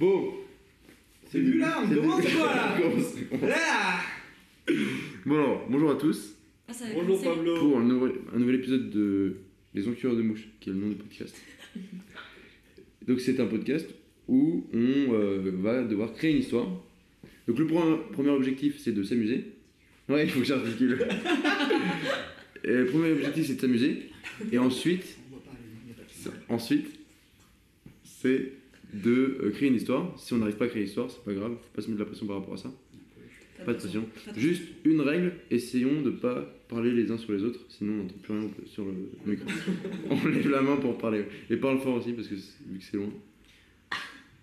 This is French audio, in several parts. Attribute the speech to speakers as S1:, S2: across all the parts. S1: Bon.
S2: C'est plus là, on me
S1: c'est-
S2: demande quoi là
S1: Commence.
S2: Là
S1: Bon alors, bonjour à tous
S3: Ah, ça va
S2: Bonjour
S3: commencer.
S2: Pablo
S1: pour un nouvel, un nouvel épisode de Les Enculeurs de Mouches, qui est le nom du podcast. Donc c'est un podcast où on euh, va devoir créer une histoire. Donc le pre- premier objectif c'est de s'amuser. Ouais, il faut que j'articule. Et le premier objectif c'est de s'amuser. Et ensuite,
S2: On voit pas, il y a pas de
S1: Ça- Ensuite, c'est de euh, créer une histoire. Si on n'arrive pas à créer une histoire, c'est pas grave, faut pas se mettre de la pression par rapport à ça. Pas de pression.
S3: Pas de
S1: Juste une règle, essayons de pas parler les uns sur les autres, sinon on n'entend plus rien sur le micro. on lève la main pour parler. Et parle fort aussi, parce que c'est- vu que c'est loin.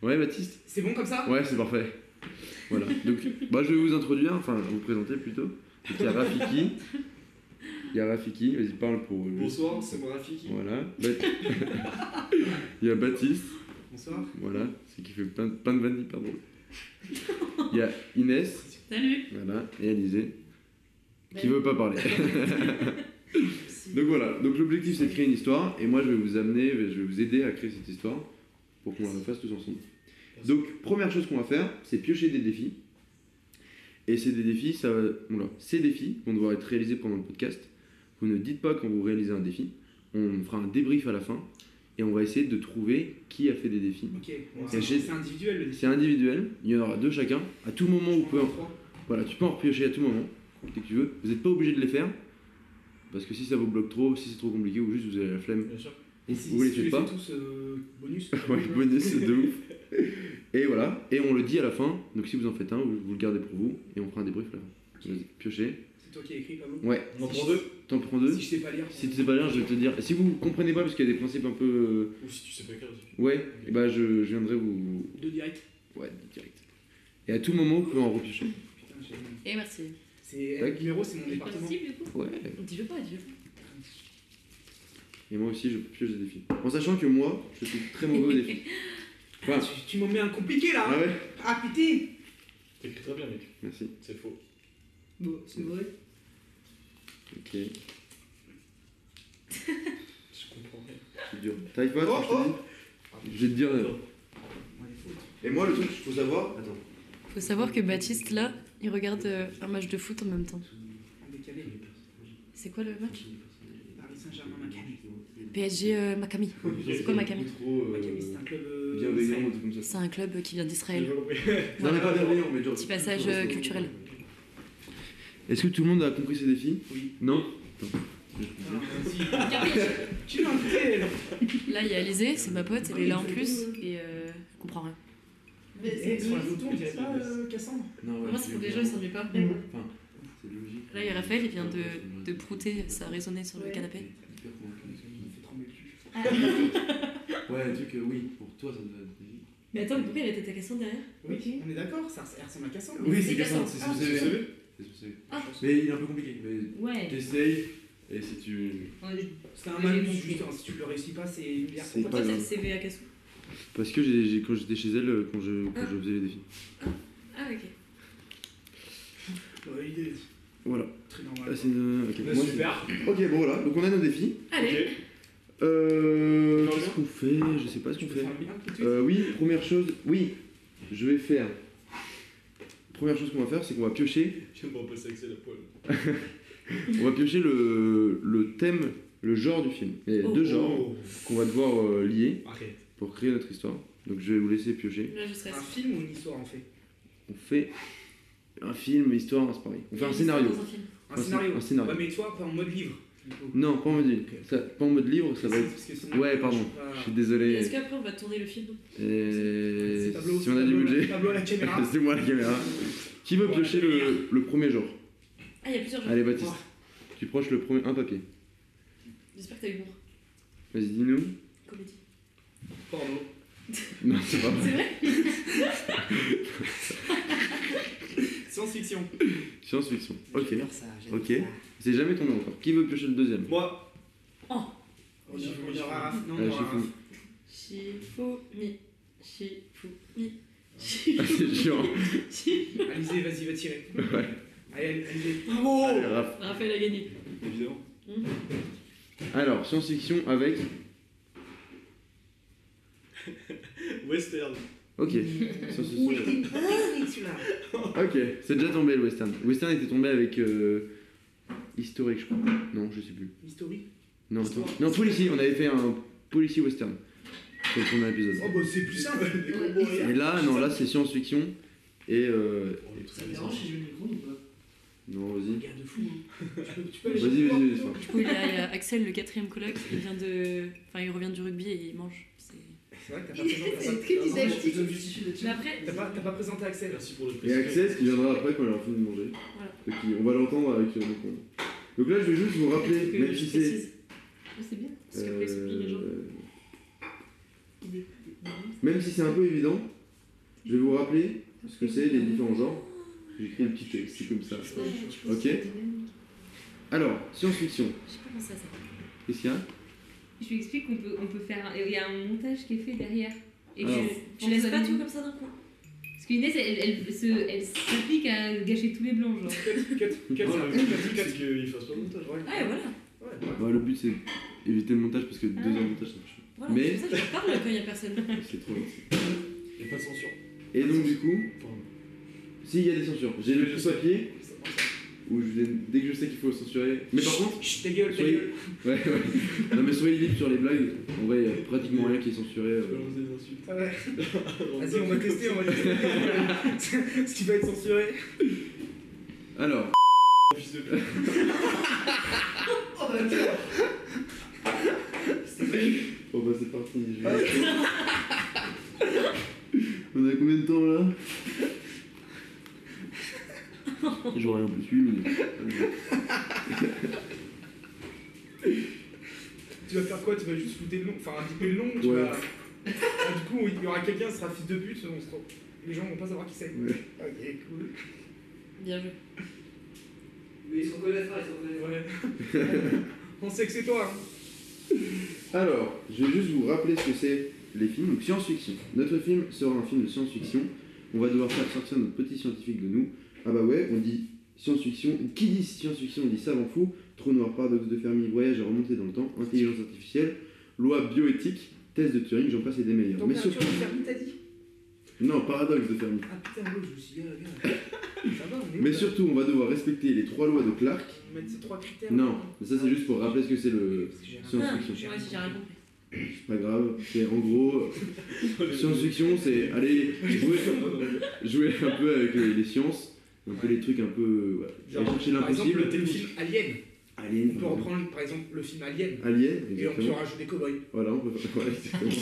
S1: Ouais, Baptiste
S2: C'est bon comme ça
S1: Ouais, c'est parfait. Voilà. Donc, bah, je vais vous introduire, enfin, vous présenter plutôt. Donc, il y a Rafiki. Il y a Rafiki, vas-y, parle pour.
S4: Bonsoir, c'est moi Rafiki.
S1: Voilà. Bat- il y a Baptiste.
S2: Bonsoir.
S1: Voilà, c'est qui fait plein, de- plein de vannes hyper drôles. Il y a Inès,
S3: Salut.
S1: voilà, et Alizé, qui veut pas parler.
S3: Si.
S1: Donc voilà, donc l'objectif c'est de créer une histoire, et moi je vais vous amener, je vais vous aider à créer cette histoire pour qu'on la fasse tous ensemble. Donc première chose qu'on va faire, c'est piocher des défis. Et ces des défis, ça, va- oula, ces défis vont devoir être réalisés pendant le podcast. Vous ne dites pas quand vous réalisez un défi. On fera un débrief à la fin et on va essayer de trouver qui a fait des défis.
S2: Ok, bon,
S1: Et
S2: c'est
S1: j'ai-
S2: c'est individuel le défi.
S1: C'est individuel, il y en aura deux chacun. À tout moment, vous pouvez en...
S2: Trois.
S1: voilà, tu peux en repiocher à tout moment, dès que tu veux. Vous n'êtes pas obligé de les faire, parce que si ça vous bloque trop, si c'est trop compliqué, ou juste vous avez la flemme,
S4: Bien sûr.
S1: vous,
S2: Si-
S1: vous les
S2: si tu
S1: faites pas.
S2: fais tous euh, bonus.
S1: Ouais, bonus de ouf. Et voilà, et on le dit à la fin. Donc si vous en faites un, vous, vous le gardez pour vous, et on fera un débrief là. Vas-y, piochez.
S2: C'est toi qui as écrit, Pablo
S1: Ouais,
S4: On en prend deux
S1: t'en prends deux.
S2: Si je sais pas lire.
S1: Si tu sais pas lire, je vais te dire. Si vous comprenez pas, parce qu'il y a des principes un peu.
S4: Ou si tu sais pas écrire aussi.
S1: euh, Ouais, et bah je, je viendrai vous.
S2: Deux directs.
S1: Ouais, direct. Et à tout moment, vous pouvez en repiocher.
S2: Putain, j'ai-
S3: Et Eh, merci.
S2: c'est
S1: Tac.
S2: le numéro, c'est mon
S3: Je
S2: département.
S3: participe du coup
S1: Ouais.
S3: Dis le pas, dis le pas.
S1: Et moi aussi, je pioche des défis. En sachant que moi, je suis très mauvais aux défis.
S2: Ah,
S1: Enfin,
S2: tu tu m'en mets un compliqué là.
S1: ah
S2: hein.
S1: ouais
S2: Ah putain.
S4: T'écris très bien, mec.
S1: Merci.
S4: C'est faux.
S2: Bon, c'est vrai.
S1: Ok, c'est
S4: Je comprends rien.
S1: dur. T'arrives pas,
S2: Oh,
S1: attends, je te dis Je vais te dire. euh,
S2: Ouais, les fautes.
S1: Et moi, le truc qu'il faut savoir. Attends.
S3: Faut savoir que Baptiste, là, il regarde euh, un match de foot en même temps.
S2: Décalé.
S3: C'est quoi le match
S2: Paris Saint-Germain, Maccabi.
S3: PSG euh, Maccabi. C'est quoi Maccabi
S1: Trop. euh,
S2: Maccabi, c'est un club. euh,
S1: Bienveillant, tout comme ça.
S3: C'est un club qui vient
S4: J'ai
S3: d'Israël.
S4: pas compris.
S1: Non, mais pas bienveillant, mais genre.
S3: Petit passage euh, culturel.
S1: Est-ce que tout le monde a compris ces défis
S2: Oui.
S1: Non
S2: Ah, vas-y. Tu l'as enlevé, là.
S3: Là, il y a Alizé, c'est ma pote, elle est là en plus. Et euh, elle comprend rien.
S2: Eh, Sur la photo, on dirait pas euh, Cassandre.
S1: Non,
S3: Moi, c'est pour que les gens ils s'ennuient pas. Là,
S1: C'est logique.
S3: il y a Raphaël, il vient de, de prouter, ça a résonné sur le
S5: Ouais.
S3: canapé.
S1: Ouais, le truc, euh, oui, pour toi, ça doit être.
S3: Mais attends, pourquoi il était ta question derrière
S2: Oui, on est d'accord, ça ça ressemble à Cassandre.
S1: Oui, c'est
S3: c'est
S1: Cassandre,
S3: Cassandre,
S1: c'est sous
S3: ah,
S4: Vous
S1: CV.
S4: savez
S1: C'est sous CV.
S3: Ah.
S1: Mais il est un peu compliqué, mais
S5: Ouais.
S1: T'essayes, et si tu.
S2: C'est un malus, juste, hein, si tu le réussis pas, c'est une merde.
S1: C'est pas grave.
S3: CV à Cassou
S1: Parce que j'ai- j'ai- quand j'étais chez elle, euh, quand je, quand je faisais les défis.
S3: Ah, ok.
S2: Ouais, il est
S1: Voilà.
S2: très
S1: Ah,
S2: normal.
S1: c'est une- ok.
S4: Bah,
S1: Moi,
S4: Super.
S1: c'est- ok, bon voilà, donc on a nos défis.
S3: Allez,
S4: Ok.
S1: Euh.
S4: Dans le
S1: Qu'est-ce qu'on fait Je sais pas ce
S2: Tu
S1: qu'on
S2: peux
S1: fait.
S2: faire le lien tout de suite
S1: Euh, oui, première chose, oui, je vais faire. Première chose qu'on va faire, c'est qu'on va piocher.
S4: J'aime pas passer avec ça la poêle.
S1: On va piocher le, le thème, le genre du film. Il y a
S3: Oh.
S1: deux genres qu'on va devoir euh, lier
S4: Arrête.
S1: pour créer notre histoire. Donc je vais vous laisser piocher.
S3: là, je serai
S2: Un film ou une histoire en fait
S1: On fait un film, histoire, c'est pareil. On fait un scénario.
S2: Un
S1: Un
S2: scénario.
S1: scén- un scénario.
S2: Ouais, mais toi, pas en mode livre. du coup.
S1: Non, pas en mode livre. Ça- pas en mode livre, ça va être.
S2: Parce que sinon,
S1: Ouais, pardon.
S2: je suis pas-
S1: Je suis désolé.
S3: Est-ce qu'après on va tourner le film
S1: Euh,
S2: C'est Pablo,
S1: si on a du
S2: Pablo, Ah.
S1: budget,
S2: Pablo à la caméra.
S1: c'est moi la caméra. Qui veut piocher le, le premier genre
S3: Ah, il y a plusieurs genres.
S1: Allez, Baptiste, tu proches le premier, un papier.
S3: J'espère que t'as humour.
S1: Vas-y, dis-nous.
S3: Comédie.
S2: Porno.
S1: Non, c'est pas vrai.
S3: C'est vrai
S2: Science-fiction.
S1: Science-fiction. Ok.
S2: J'adore ça, j'adore
S1: Ok.
S2: ça.
S1: C'est jamais tombé encore. Qui veut piocher le deuxième
S4: Moi,
S2: On on aura Raph. Non,
S1: Ah,
S2: hein. on
S1: j'ai
S2: aura Raph.
S1: fini.
S3: Shifumi. Shifumi.
S1: Ah, c'est chiant.
S2: Alizé, vas-y, va tirer.
S1: Ouais.
S2: Allez, Alizé.
S1: Allez, Raph.
S3: Raphaël a gagné.
S4: évidemment.
S1: Alors, science-fiction avec.
S4: Western.
S1: Ok, ça, c'est
S6: Ouh, il
S1: sûr.
S6: était magnifique celui-là.
S1: Ok, c'est déjà tombé le western. Le western était tombé avec euh, historique, je crois. Non, je sais plus.
S6: History.
S1: Non,
S7: Histoire.
S1: attends. non, policier. On avait fait un policier western sur le premier épisode.
S2: Oh bah c'est plus simple.
S7: Des combos arrière.
S1: Et là, non, là c'est science-fiction et euh,
S4: Pour les
S2: Ça
S4: trucs
S2: te
S4: des
S2: dérange si
S4: anges.
S2: je mets le micro ou pas
S1: non, vas-y.
S2: Regarde de fou. hein. Tu peux, tu peux aller
S1: Vas-y,
S2: chez toi,
S1: vas-y, vas-y,
S2: plutôt
S1: ça.
S3: Du coup, il y, a il y a Axel, le quatrième coloc, il vient de. Enfin, il revient du rugby et il mange. C'est-
S2: C'est vrai que t'as pas
S7: Il-
S2: présenté-
S7: c'est
S2: t'as pas-
S7: très
S2: t'as pas-
S7: didactique.
S2: je dois me justifier là-dessus.
S7: Mais après,
S2: T'as pas, t'as pas présenté Axel.
S4: Merci pour le
S1: Et
S4: précision.
S1: Axel qui viendra après quand il aura fini de manger.
S3: Voilà.
S1: Donc, il- on va l'entendre avec. euh, donc, on- Donc là, je vais juste vous
S3: Parce
S1: rappeler,
S3: que
S1: même
S3: je
S1: si c'est.
S3: précise.
S7: Oh, c'est bien.
S3: Parce que vous laissez oublier les gens.
S1: euh, Même si c'est un peu évident, je vais vous rappeler ce que c'est les différents genres. J'ai écrit un petit texte, c'est comme ça. Ok. Alors, science-fiction.
S3: Je sais pas comment ça s'appelle.
S1: Qu'est-ce qu'il y a
S5: Je lui explique qu'on peut, on peut faire. un- Il y a un montage qui est fait derrière. Et
S1: Alors.
S5: je-
S3: Tu
S5: on
S3: laisses
S5: vous
S3: pas
S5: avise.
S3: tout comme ça d'un coup.
S5: Parce qu'Inès, elle, elle, se, elle s'applique à gâcher tous les blancs, genre.
S2: Cut, cut, cut.
S4: Non, mais le but, c'est qu'il fasse pas de montage.
S2: Ouais.
S3: Ah, et voilà.
S2: Ouais.
S1: Ouais, Bah, le but c'est éviter le montage parce que deux heures de montage ça marche.
S3: voilà.
S1: Mais-
S3: C'est pour ça que je parle quand il y a personne.
S1: pas. C'est trop long.
S4: Et pas de censure.
S1: Et donc du coup,
S4: Enfin,
S1: si il y a des censures, j'ai le
S4: Je
S1: petit
S4: sais.
S1: papier où je vous ai- dès que je sais qu'il faut censurer. Mais par contre,
S2: Chut, ta gueule, ta
S1: soyez-
S2: gueule.
S1: ouais, ouais. Non mais soyez libre sur les blagues. En vrai, il y a pratiquement rien qui est censuré.
S4: je vais
S1: euh.
S4: lancer des insultes.
S2: Ah ouais. Vas-y, on va tester, on va tester. ce qui va être censuré.
S1: Alors,
S4: Fils de pute.
S2: Oh, bah, attends.
S1: bon bah c'est parti. je vais- On a combien de temps là J'aurais un plus 8 minutes.
S2: Tu vas faire quoi Tu vas juste flouter le nom, enfin indiquer le nom tu
S1: Ouais.
S2: vas... Ah, Du coup, il y aura quelqu'un, ce sera fils de pute, on se... les gens vont pas savoir qui c'est.
S1: Ouais.
S2: Ok, cool.
S3: Bien joué.
S7: Mais ils se reconnaîtront, ils se reconnaîtront.
S2: Ouais. on sait que c'est toi. Hein.
S1: Alors, je vais juste vous rappeler ce que c'est les films, donc science-fiction. Notre film sera un film de science-fiction. On va devoir faire sortir notre petit scientifique de nous. Ah bah ouais, on dit science-fiction. Qui dit science-fiction, on dit savant fou, trou noir, paradoxe de Fermi, voyage à remonter dans le temps, intelligence artificielle, loi bioéthique, test de Turing, j'en passe et des meilleurs.
S2: Donc,
S1: Mais
S2: tu
S1: surtout,
S2: vas faire t'as dit
S1: non, paradoxe de Fermi.
S2: Ah putain, ouais, je me suis dit, ah, regarde. Ça va, on est où,
S1: Mais
S2: là
S1: surtout, on va devoir respecter les trois lois de Clark.
S2: On met ces trois critères.
S1: Non, mais ça c'est juste pour rappeler ce que c'est le
S2: Parce que j'ai rien-
S1: science-fiction.
S3: Moi, Ah, j'ai rien compris.
S1: C'est pas grave, c'est en gros euh, Science-fiction, c'est aller jouer, jouer un peu avec euh, les, les sciences, un peu les trucs un peu. euh, voilà.
S2: Genre,
S1: Aller chercher
S2: Par exemple,
S1: l'impossible.
S2: le film Alien. On
S1: Alien, par
S2: peut
S1: exemple.
S2: reprendre, par exemple, le film Alien.
S1: Alien,
S2: Et on peut
S1: exactement.
S2: rajouter des cow-boys.
S1: Voilà, on peut faire. Voilà, exactement.
S3: Des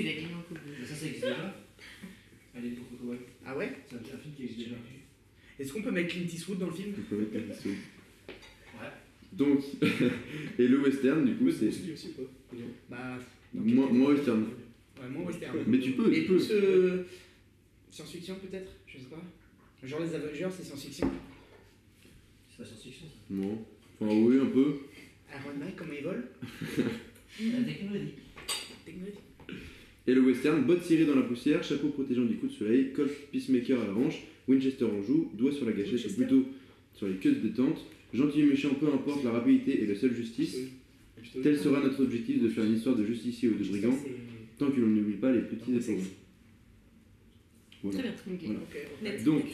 S3: aliments cool.
S7: Mais ça, ça existe déjà Allez, pourquoi Cowboy
S2: Ah ouais
S7: C'est un film qui existe déjà.
S2: Est-ce qu'on peut mettre Clint Eastwood dans le film
S1: On peut mettre un dessous.
S7: Ouais.
S1: Donc, et le western, du coup,
S4: Mais c'est
S1: c'est
S4: aussi aussi ou pas Non.
S2: Bah, dans quel
S1: moins,
S2: film
S1: moins western.
S2: Ouais, moins western.
S1: Mais tu peux,
S2: Mais
S1: tu peux.
S2: plus euh, science-fiction peut-être Je sais pas. Genre les Avengers, c'est science-fiction.
S7: C'est pas science-fiction ça.
S1: Non. Enfin, oui, un peu.
S2: Iron Man, comment ils volent
S7: La technologie.
S2: Technologie.
S1: Et le western, bottes cirées dans la poussière, chapeau protégeant du coup de soleil, Colt Peacemaker à la hanche, Winchester en joue, doigt sur la gâchette ou
S2: Winchester.
S1: plutôt sur les queues de tente, gentil ou méchant, peu importe, la rapidité est la seule justice.
S4: Et puis, t'as
S1: Tel
S4: vu
S1: sera notre objectif de faire une histoire de justicier ou de brigand,
S2: Ça,
S1: tant que l'on n'oublie pas les petits
S2: c'est-
S1: défauts.
S3: Très
S1: Voilà.
S3: bien.
S1: Voilà.
S2: Ok, ok.
S3: Net.
S1: Donc,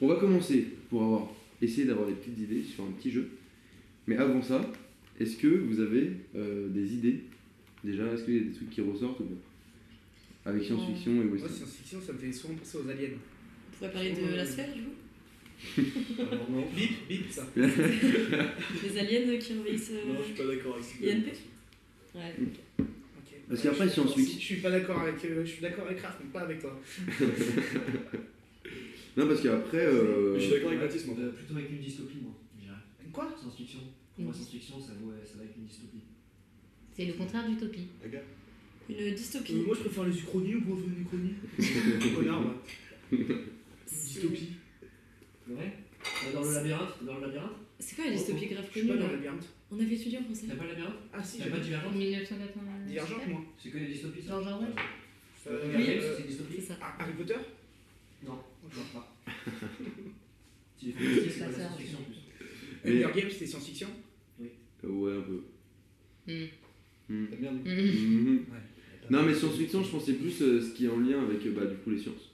S1: on va commencer pour avoir essayé d'avoir des petites idées sur un petit jeu. Mais avant ça, est-ce que vous avez euh, des idées Déjà, est-ce qu'il y a des trucs qui ressortent ou pas Avec science-fiction et
S2: Moi,
S1: western.
S2: science-fiction, ça me fait souvent penser aux aliens.
S3: On pourrait parler de la sphère, du coup
S4: Alors non.
S2: Bip, bip, ça.
S3: Les aliens qui envahissent.
S4: Non, je
S3: euh,
S4: suis pas d'accord avec ça.
S3: INP Ouais.
S2: Ok.
S1: Parce qu'après,
S2: Bah, je-
S1: science-fiction-
S2: Je suis pas d'accord avec, euh, je suis d'accord avec Raph, mais pas avec toi.
S1: Non, parce qu'après. euh,
S4: Je suis d'accord avec Baptiste, moi.
S7: Euh, plutôt avec une dystopie, moi. je dirais.
S2: Quoi
S7: Science-fiction. Pour moi, science-fiction, ça, ouais, ça va avec une dystopie.
S5: C'est le contraire d'utopie.
S3: Une
S2: Euh,
S3: dystopie.
S2: Moi, je préfère les uchronies ou les uchronies. Connard, moi.
S3: C'est-
S2: Dystopie.
S7: Ouais. Euh, Dans le labyrinthe T'es dans le labyrinthe
S3: C'est quoi la dystopie grave
S2: Je suis pas
S3: connue
S2: dans
S3: là
S2: le labyrinthe.
S3: On avait étudié en français.
S7: T'as pas le labyrinthe
S2: Ah si,
S7: T'as pas
S2: j'avais
S7: divergence
S5: 1980.
S2: Divergente, moi.
S7: C'est que les dystopies, ça
S5: George Orwell.
S2: Euh,
S7: Oui,
S2: euh,
S7: c'est une dystopie
S3: C'est ça.
S2: Ah, Harry Potter
S7: Non, je pense pas. Si les fantastiques, c'est pas la science-fiction en plus.
S1: Mais-
S2: Hunger Games, c'était science-fiction
S1: Ouais, un peu.
S5: Hmm.
S4: La merde.
S5: Hmm.
S1: Mhm.
S2: Ouais.
S1: Non, mais science-fiction, je pensais plus euh, ce qui est en lien avec euh, bah, du coup les sciences.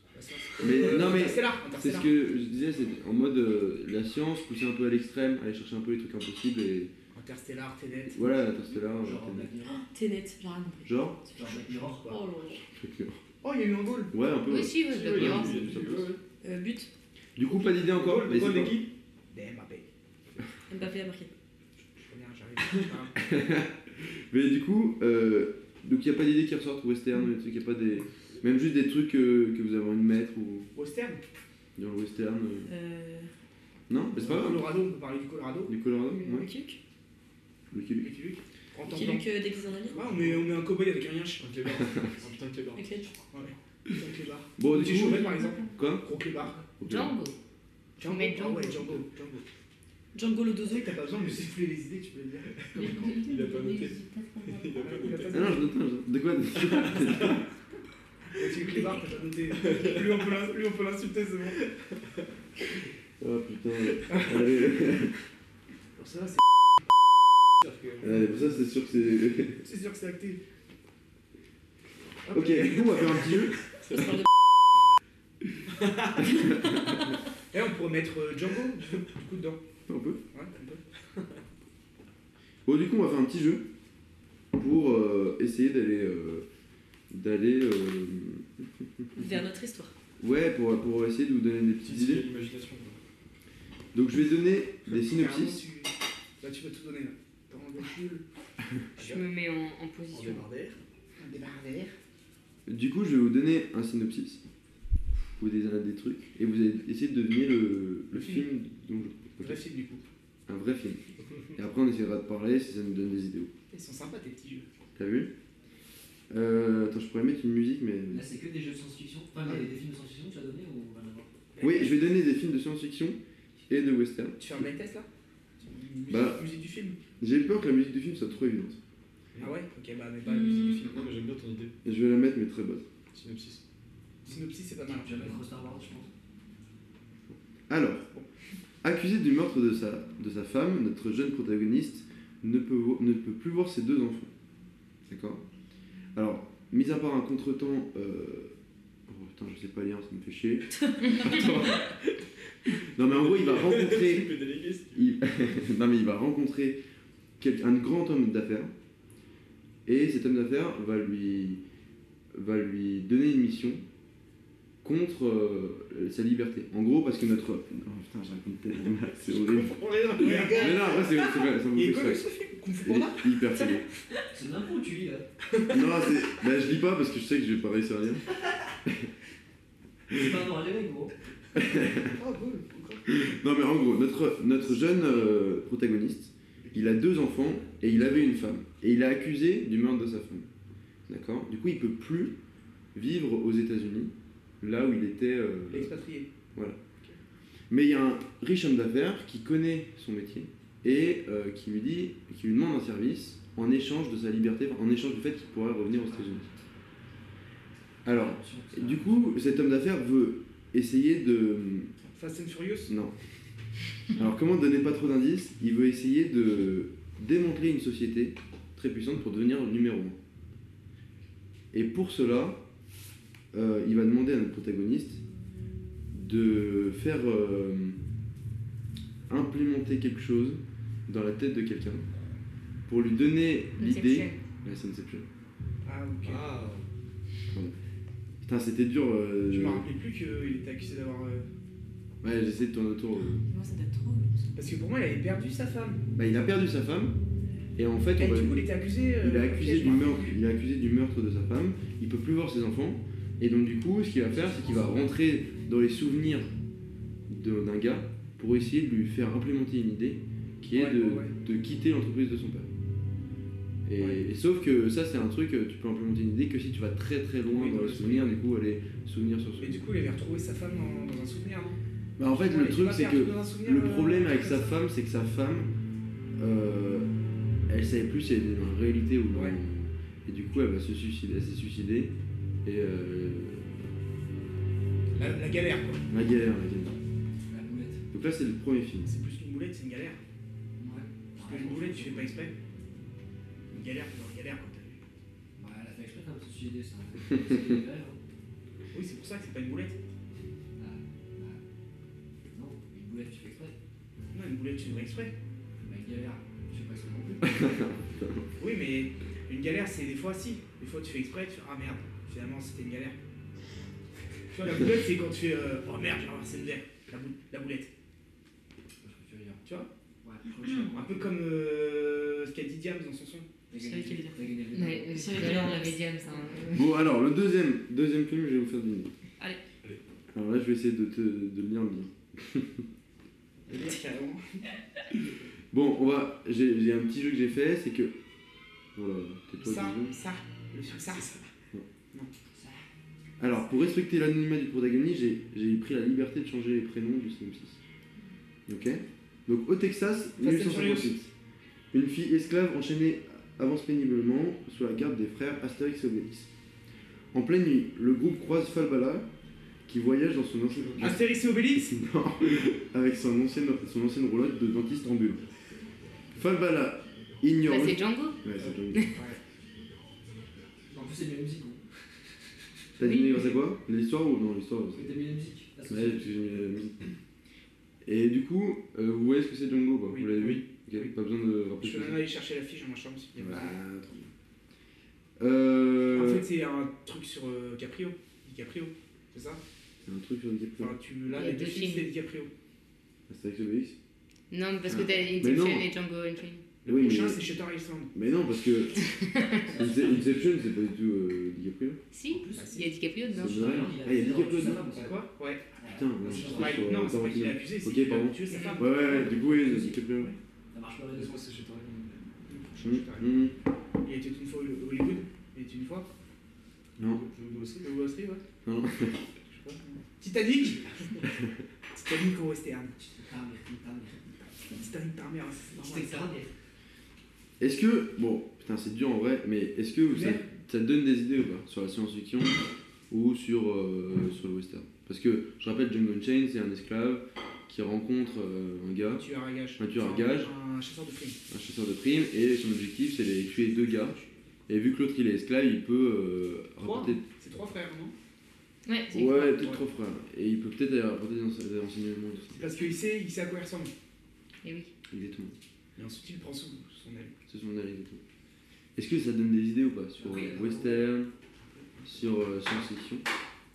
S1: Mais
S2: Euh,
S1: non, mais
S2: Interstellar,
S1: c'est ce
S2: Interstellar.
S1: que je disais, c'est en mode euh, la science poussée un peu à l'extrême, aller chercher un peu les trucs impossibles et
S2: Interstellar, Tenet.
S1: voilà, Interstellar, euh,
S7: Genre,
S1: Tenet.
S3: Tenet, j'ai rien compris.
S1: genre,
S7: genre, genre, quoi.
S3: Oh là là.
S2: Oh, il y a eu un goal.
S1: ouais, un peu.
S5: Oui,
S1: ouais.
S5: si, ouais,
S7: Si,
S1: ouais,
S5: d'accord.
S1: oui.
S3: Euh, But,
S1: Du coup, pas d'idée encore, mais
S4: L'école
S1: c'est pas-
S4: d'équipe
S2: Ben, Mbappé.
S3: Mbappé a marqué.
S2: Regarde, j'arrive. Ah,
S1: Mais du coup, euh, donc il n'y a pas d'idée qui ressort ou western, il n'y a pas des. Même juste des trucs euh, que vous avez envie de mettre ou
S2: Western.
S1: dans le western. euh.
S3: Euh,
S1: Non, mais c'est pas grave.
S2: Colorado, on peut parler du Colorado.
S1: Du Colorado
S3: Le
S1: Ouais.
S3: Kiluc.
S1: Le Québec.
S2: Lucky Luke. En temps
S3: Qui
S2: blanc.
S3: Luc euh, déguisé en alien
S2: Ouais, Ah, on met, on met un cowboy avec un lien, je
S4: Un clébard. Un putain de clébard.
S3: Avec Ledge.
S2: crois. Un clébard.
S1: Bon, du
S2: Petit
S1: coup.
S2: chauvet, par exemple.
S1: Quoi
S2: Gros clébard.
S1: Ok.
S5: Django.
S2: Django.
S5: met
S2: Ah ouais,
S5: Django.
S2: Django. Django.
S3: Django le
S2: Tu
S3: dozo.
S2: sais que t'as pas besoin de me souffler les idées, tu peux le dire.
S4: Il a pas noté. Il a pas noté.
S1: Ah non, je note, non, je- De quoi
S2: Petit clébard, t'as pas noté. Lui, on peut l'ins- lui, on peut l'insulter, c'est bon.
S1: Oh putain. Allez,
S2: Alors, ça, c'est.
S4: Sauf que-
S1: allez, Euh, pour ça, c'est sûr que c'est.
S2: C'est sûr que c'est acté. Hop.
S1: Ok, du coup, on va faire un petit jeu.
S3: Ça se parle de
S2: Eh, on pourrait mettre euh, Django, du coup, dedans.
S1: On peut.
S2: Ouais, un peu.
S1: Bon, du coup, on va faire un petit jeu pour euh, essayer d'aller. euh, d'aller. euh,
S3: vers notre histoire.
S1: ouais, pour, pour essayer de vous donner des petites
S4: Petite
S1: idées.
S4: imagination.
S1: Donc, je vais donner des
S2: Carrément,
S1: synopsis.
S2: tu- Là, tu peux tout donner, là. T'en rends cul.
S5: Je me mets en, en
S7: En
S5: position.
S7: débardeur.
S2: Un débardeur.
S1: Du coup, je vais vous donner un synopsis. Vous des, des trucs. Et vous allez essayer de deviner le, le film. dont je-
S2: Vrai film, du coup.
S1: Un vrai film. Et après, on essaiera de parler si ça nous donne des idées.
S2: Ils sont sympas, tes petits jeux.
S1: T'as vu Euh, Attends, je pourrais mettre une musique, mais.
S7: Là, c'est que des jeux de science-fiction. Enfin, des, des films de science-fiction, tu as donné ou on va en avoir
S1: Oui, je vais donner des films de science-fiction et de western.
S2: Tu fais un blind test, là Musique-
S1: Bah.
S2: Musique du film.
S1: J'ai peur que la musique du film soit trop évidente.
S2: Ah ouais Ok, bah, mais pas la musique du film.
S4: Non, mais j'aime bien ton idée.
S1: Et je vais la mettre, mais très basse.
S4: Synopsis.
S2: Synopsis, c'est pas mal.
S7: Tu vas mettre Star Wars, je pense.
S1: Alors, accusé du meurtre de sa, de sa femme, notre jeune protagoniste ne peut, vo- ne peut plus voir ses deux enfants. D'accord Alors, mis à part un contretemps. Euh... Oh, putain, je sais pas lire, ça me fait chier. Attends. Non, mais en gros, il va rencontrer.
S4: Tu peux déléguer si tu veux.
S1: Il... non mais il va rencontrer quel- un grand homme d'affaires et cet homme d'affaires va lui va lui donner une mission contre euh, sa liberté. En gros parce que notre oh putain je raconte tellement mal, c'est horrible. Mais non après c'est c'est pas- ça me
S2: Il est
S1: fait
S2: cool
S1: exprès.
S2: ce film Kung Fu
S1: Il
S2: Panda
S1: est Hyper stylé.
S7: C'est de l'impro, tu lis là.
S1: Non c'est bah, je lis pas parce que je sais que je vais pas réussir à lire.
S7: C'est pas un anglais, gros.
S1: Ah,
S2: Oh, cool Encore
S1: Non mais en gros notre notre jeune euh, protagoniste il a deux enfants et il avait une femme. Et il a accusé du meurtre de sa femme. D'accord Du coup, il peut plus vivre aux États-Unis, là où il était. euh,
S2: L'expatrié.
S1: Mais il y a un riche homme d'affaires qui connaît son métier et euh, qui lui dit, qui lui demande un service en échange de sa liberté, enfin, en échange du fait qu'il pourrait revenir aux États-Unis. Alors, du coup, cet homme d'affaires veut essayer de.
S2: Fast and Furious
S1: Non. Alors, comment donner pas trop d'indices Il veut essayer de démanteler une société très puissante pour devenir le numéro 1. Et pour cela, euh, il va demander à notre protagoniste de faire euh, implémenter quelque chose dans la tête de quelqu'un pour lui donner l'idée.
S5: Inception.
S1: Ouais, c'est Inception.
S2: Ah, ok.
S4: Ah,
S1: Putain, c'était dur. euh,
S2: Je me rappelais plus qu'il était accusé d'avoir. euh,
S1: Ouais, j'essaie de tourner autour. euh.
S3: Moi, ça date trop. mais-
S2: Parce que pour moi, il avait perdu sa femme.
S1: Bah, il a perdu sa femme et en fait,
S2: Et
S1: on va.
S2: du coup, il était accusé. euh,
S1: Il est
S2: ok,
S1: accusé
S2: je
S1: du
S2: me rappelle
S1: meurtre,
S2: plus.
S1: il est accusé du meurtre de sa femme, il peut plus voir ses enfants, et donc du coup, ce qu'il va faire, c'est qu'il va rentrer dans les souvenirs de- d'un gars pour essayer de lui faire implémenter une idée qui est
S2: Ouais,
S1: de,
S2: ouais, ouais.
S1: de quitter l'entreprise de son père. Et,
S2: Ouais.
S1: et sauf que ça, c'est un truc, euh, tu peux implémenter une idée que si tu vas très très loin
S2: Oui,
S1: dans
S2: dans
S1: les
S2: le
S1: souvenirs, du coup, aller souvenir sur
S2: Mais
S1: souvenir.
S2: du coup, il avait retrouvé sa femme dans, dans un souvenir. non
S1: Bah, en fait,
S2: Ouais,
S1: le
S2: il
S1: truc,
S2: va
S1: c'est
S2: faire
S1: que
S2: tout dans un souvenir,
S1: le
S2: euh,
S1: problème avec
S2: comme
S1: sa
S2: ça.
S1: femme, c'est que sa femme, euh, elle savait plus si elle était dans la réalité ou non.
S2: Ouais.
S1: Et du coup, elle va se suicider, elle s'est suicidée. Et euh,
S2: La, la galère, quoi.
S1: la galère, la galère.
S7: La boulette.
S1: Donc là, c'est le premier film.
S2: C'est plus qu'une boulette, c'est une galère.
S7: Ouais.
S2: Parce que une boulette, tu fais pas exprès. Une galère, c'est une galère, quoi.
S7: Ouais, Bah, elle a fait exprès quand même, c'est suicider, ça. hein. C'est une balle, hein.
S2: Oui, c'est pour ça que c'est pas une boulette.
S7: Bah, bah, non, une boulette, tu fais exprès.
S2: Non, une boulette, tu devrais exprès.
S7: Bah, une galère, je sais pas ce que non plus.
S2: Oui, mais une galère, c'est des fois si. Des fois, tu fais exprès, tu fais Ah merde, finalement, c'était une galère. Tu vois, la boulette, c'est quand tu fais euh, Oh merde, j'ai renversé une verre. La, bou- la boulette.
S7: Je crois que tu veux dire.
S2: Tu vois
S7: Ouais, je crois que tu
S2: Un peu comme euh, ce qu'a dit Diams dans son son.
S3: C'est vrai qu'il est
S7: T'as gagné le débat.
S5: Ouais, euh,
S3: C'est
S5: tout à l'heure, on avait dit James, hein.
S1: Bon, alors, le deuxième, deuxième film, je vais vous faire deviner.
S3: Allez.
S4: Allez.
S1: Alors là, je vais essayer de, te, de le lire bien.
S2: Le dire carrément.
S1: Bon, on va. J'ai j'ai un petit jeu que j'ai fait, c'est que. Voilà, tais-toi,
S2: Ça,
S1: Guillaume.
S2: ça, le film, ça.
S1: Alors, pour respecter l'anonymat du protagoniste, j'ai- j'ai pris la liberté de changer les prénoms du synopsis. Ok Donc, au Texas,
S2: and
S1: 1858. Une fille esclave enchaînée avance péniblement sous la garde des frères Astérix et Obélix. En pleine nuit, le groupe croise Falbala qui voyage dans son ancien.
S2: Astérix et Obélix
S1: Non, avec son ancienne, son ancienne roulotte de dentiste ambulant. Falbala ignore.
S5: Bah,
S1: le-
S5: c'est Django.
S1: Ouais, c'est Django.
S7: En plus, c'est de la musique, hein. gros.
S1: T'as
S5: Oui.
S1: deviné grâce à quoi L'histoire ou non L'histoire
S7: Parce que t'as mis la musique. Parce que
S1: Ouais, parce que j'ai mis la musique. Et du coup, euh, vous voyez ce que c'est Django quoi
S2: Oui,
S1: Vous l'avez
S2: oui,
S1: vu Ok,
S2: oui.
S1: Pas besoin de rappeler
S2: Je
S1: ce que
S2: peux même
S1: c'est.
S2: aller chercher l'affiche dans ma chambre s'il y a
S1: Bah,
S2: besoin.
S1: trop bien. Euh.
S2: En fait, c'est un truc sur euh, Caprio. DiCaprio, c'est ça
S1: c'est un truc sur DiCaprio.
S2: Enfin, tu là,
S5: Il y
S2: les
S5: a
S2: deux
S5: deux
S2: films,
S5: films.
S2: c'est DiCaprio.
S1: C'est avec Obélix
S5: Non, mais parce que
S1: Ah.
S5: t'as
S1: Mais non.
S5: Inception et Django Unchained.
S2: Le
S1: Oui,
S2: prochain,
S1: mais-
S2: c'est Shutter Island.
S1: Mais non, parce que.
S7: Ah,
S1: Ince- Inception, c'est pas du tout euh, DiCaprio.
S5: Si,
S7: plus,
S5: il y a DiCaprio dedans.
S1: C'est vrai.
S7: hein.
S1: Ah, il y a DiCaprio dedans.
S2: C'est quoi Ouais.
S1: Putain,
S7: Ah,
S1: ouais, je
S2: Bah,
S1: sur,
S2: non,
S1: euh,
S2: c'est pas qu'il est
S1: Tarantino.
S2: accusé, c'est
S1: Ok,
S2: qu'il
S1: pardon.
S2: a tué sa femme.
S1: Ouais, ouais, ouais, du coup, oui, DiCaprio.
S7: Ça marche pas, mais je pense que c'est chez toi.
S1: Hum, hum.
S2: Il était une fois au Hollywood. Il était une fois.
S1: Non.
S2: Le Wall Street, ouais.
S1: Non.
S2: Je sais pas. Titanic Titanic au western.
S7: Ah, mais putain, mais.
S2: Titanic par mer, c'est normal.
S7: C'était grave,
S1: Est-ce que. Bon, putain, c'est dur en vrai, mais est-ce que ça,
S2: Mais-
S1: ça te donne des idées ou pas Sur la science-fiction ou sur, euh, sur le western Parce que je rappelle, Django Unchained, c'est un esclave qui rencontre euh, un gars,
S2: Un tueur à gage.
S1: Un tueur à gage.
S2: Un chasseur de primes.
S1: un chasseur de primes, et son objectif c'est de tuer deux gars. Et vu que l'autre il est esclave, il peut euh,
S2: Trois.
S1: rapporter.
S2: C'est trois frères, non
S5: Ouais, Ah, c'est
S1: Ouais,
S5: quoi
S1: peut-être
S2: ouais.
S1: trop frère. Et il peut peut-être aller rapporter des ense- des renseignements. et tout ça.
S2: Parce qu'il sait, il sait à quoi il ressemble.
S5: Et oui.
S1: Exactement.
S2: Et ensuite, il prend sous son aile.
S1: C'est son avis et tout. Est-ce que ça donne des idées ou pas Sur
S7: Oui,
S1: euh,
S7: alors.
S1: western, sur euh, science-fiction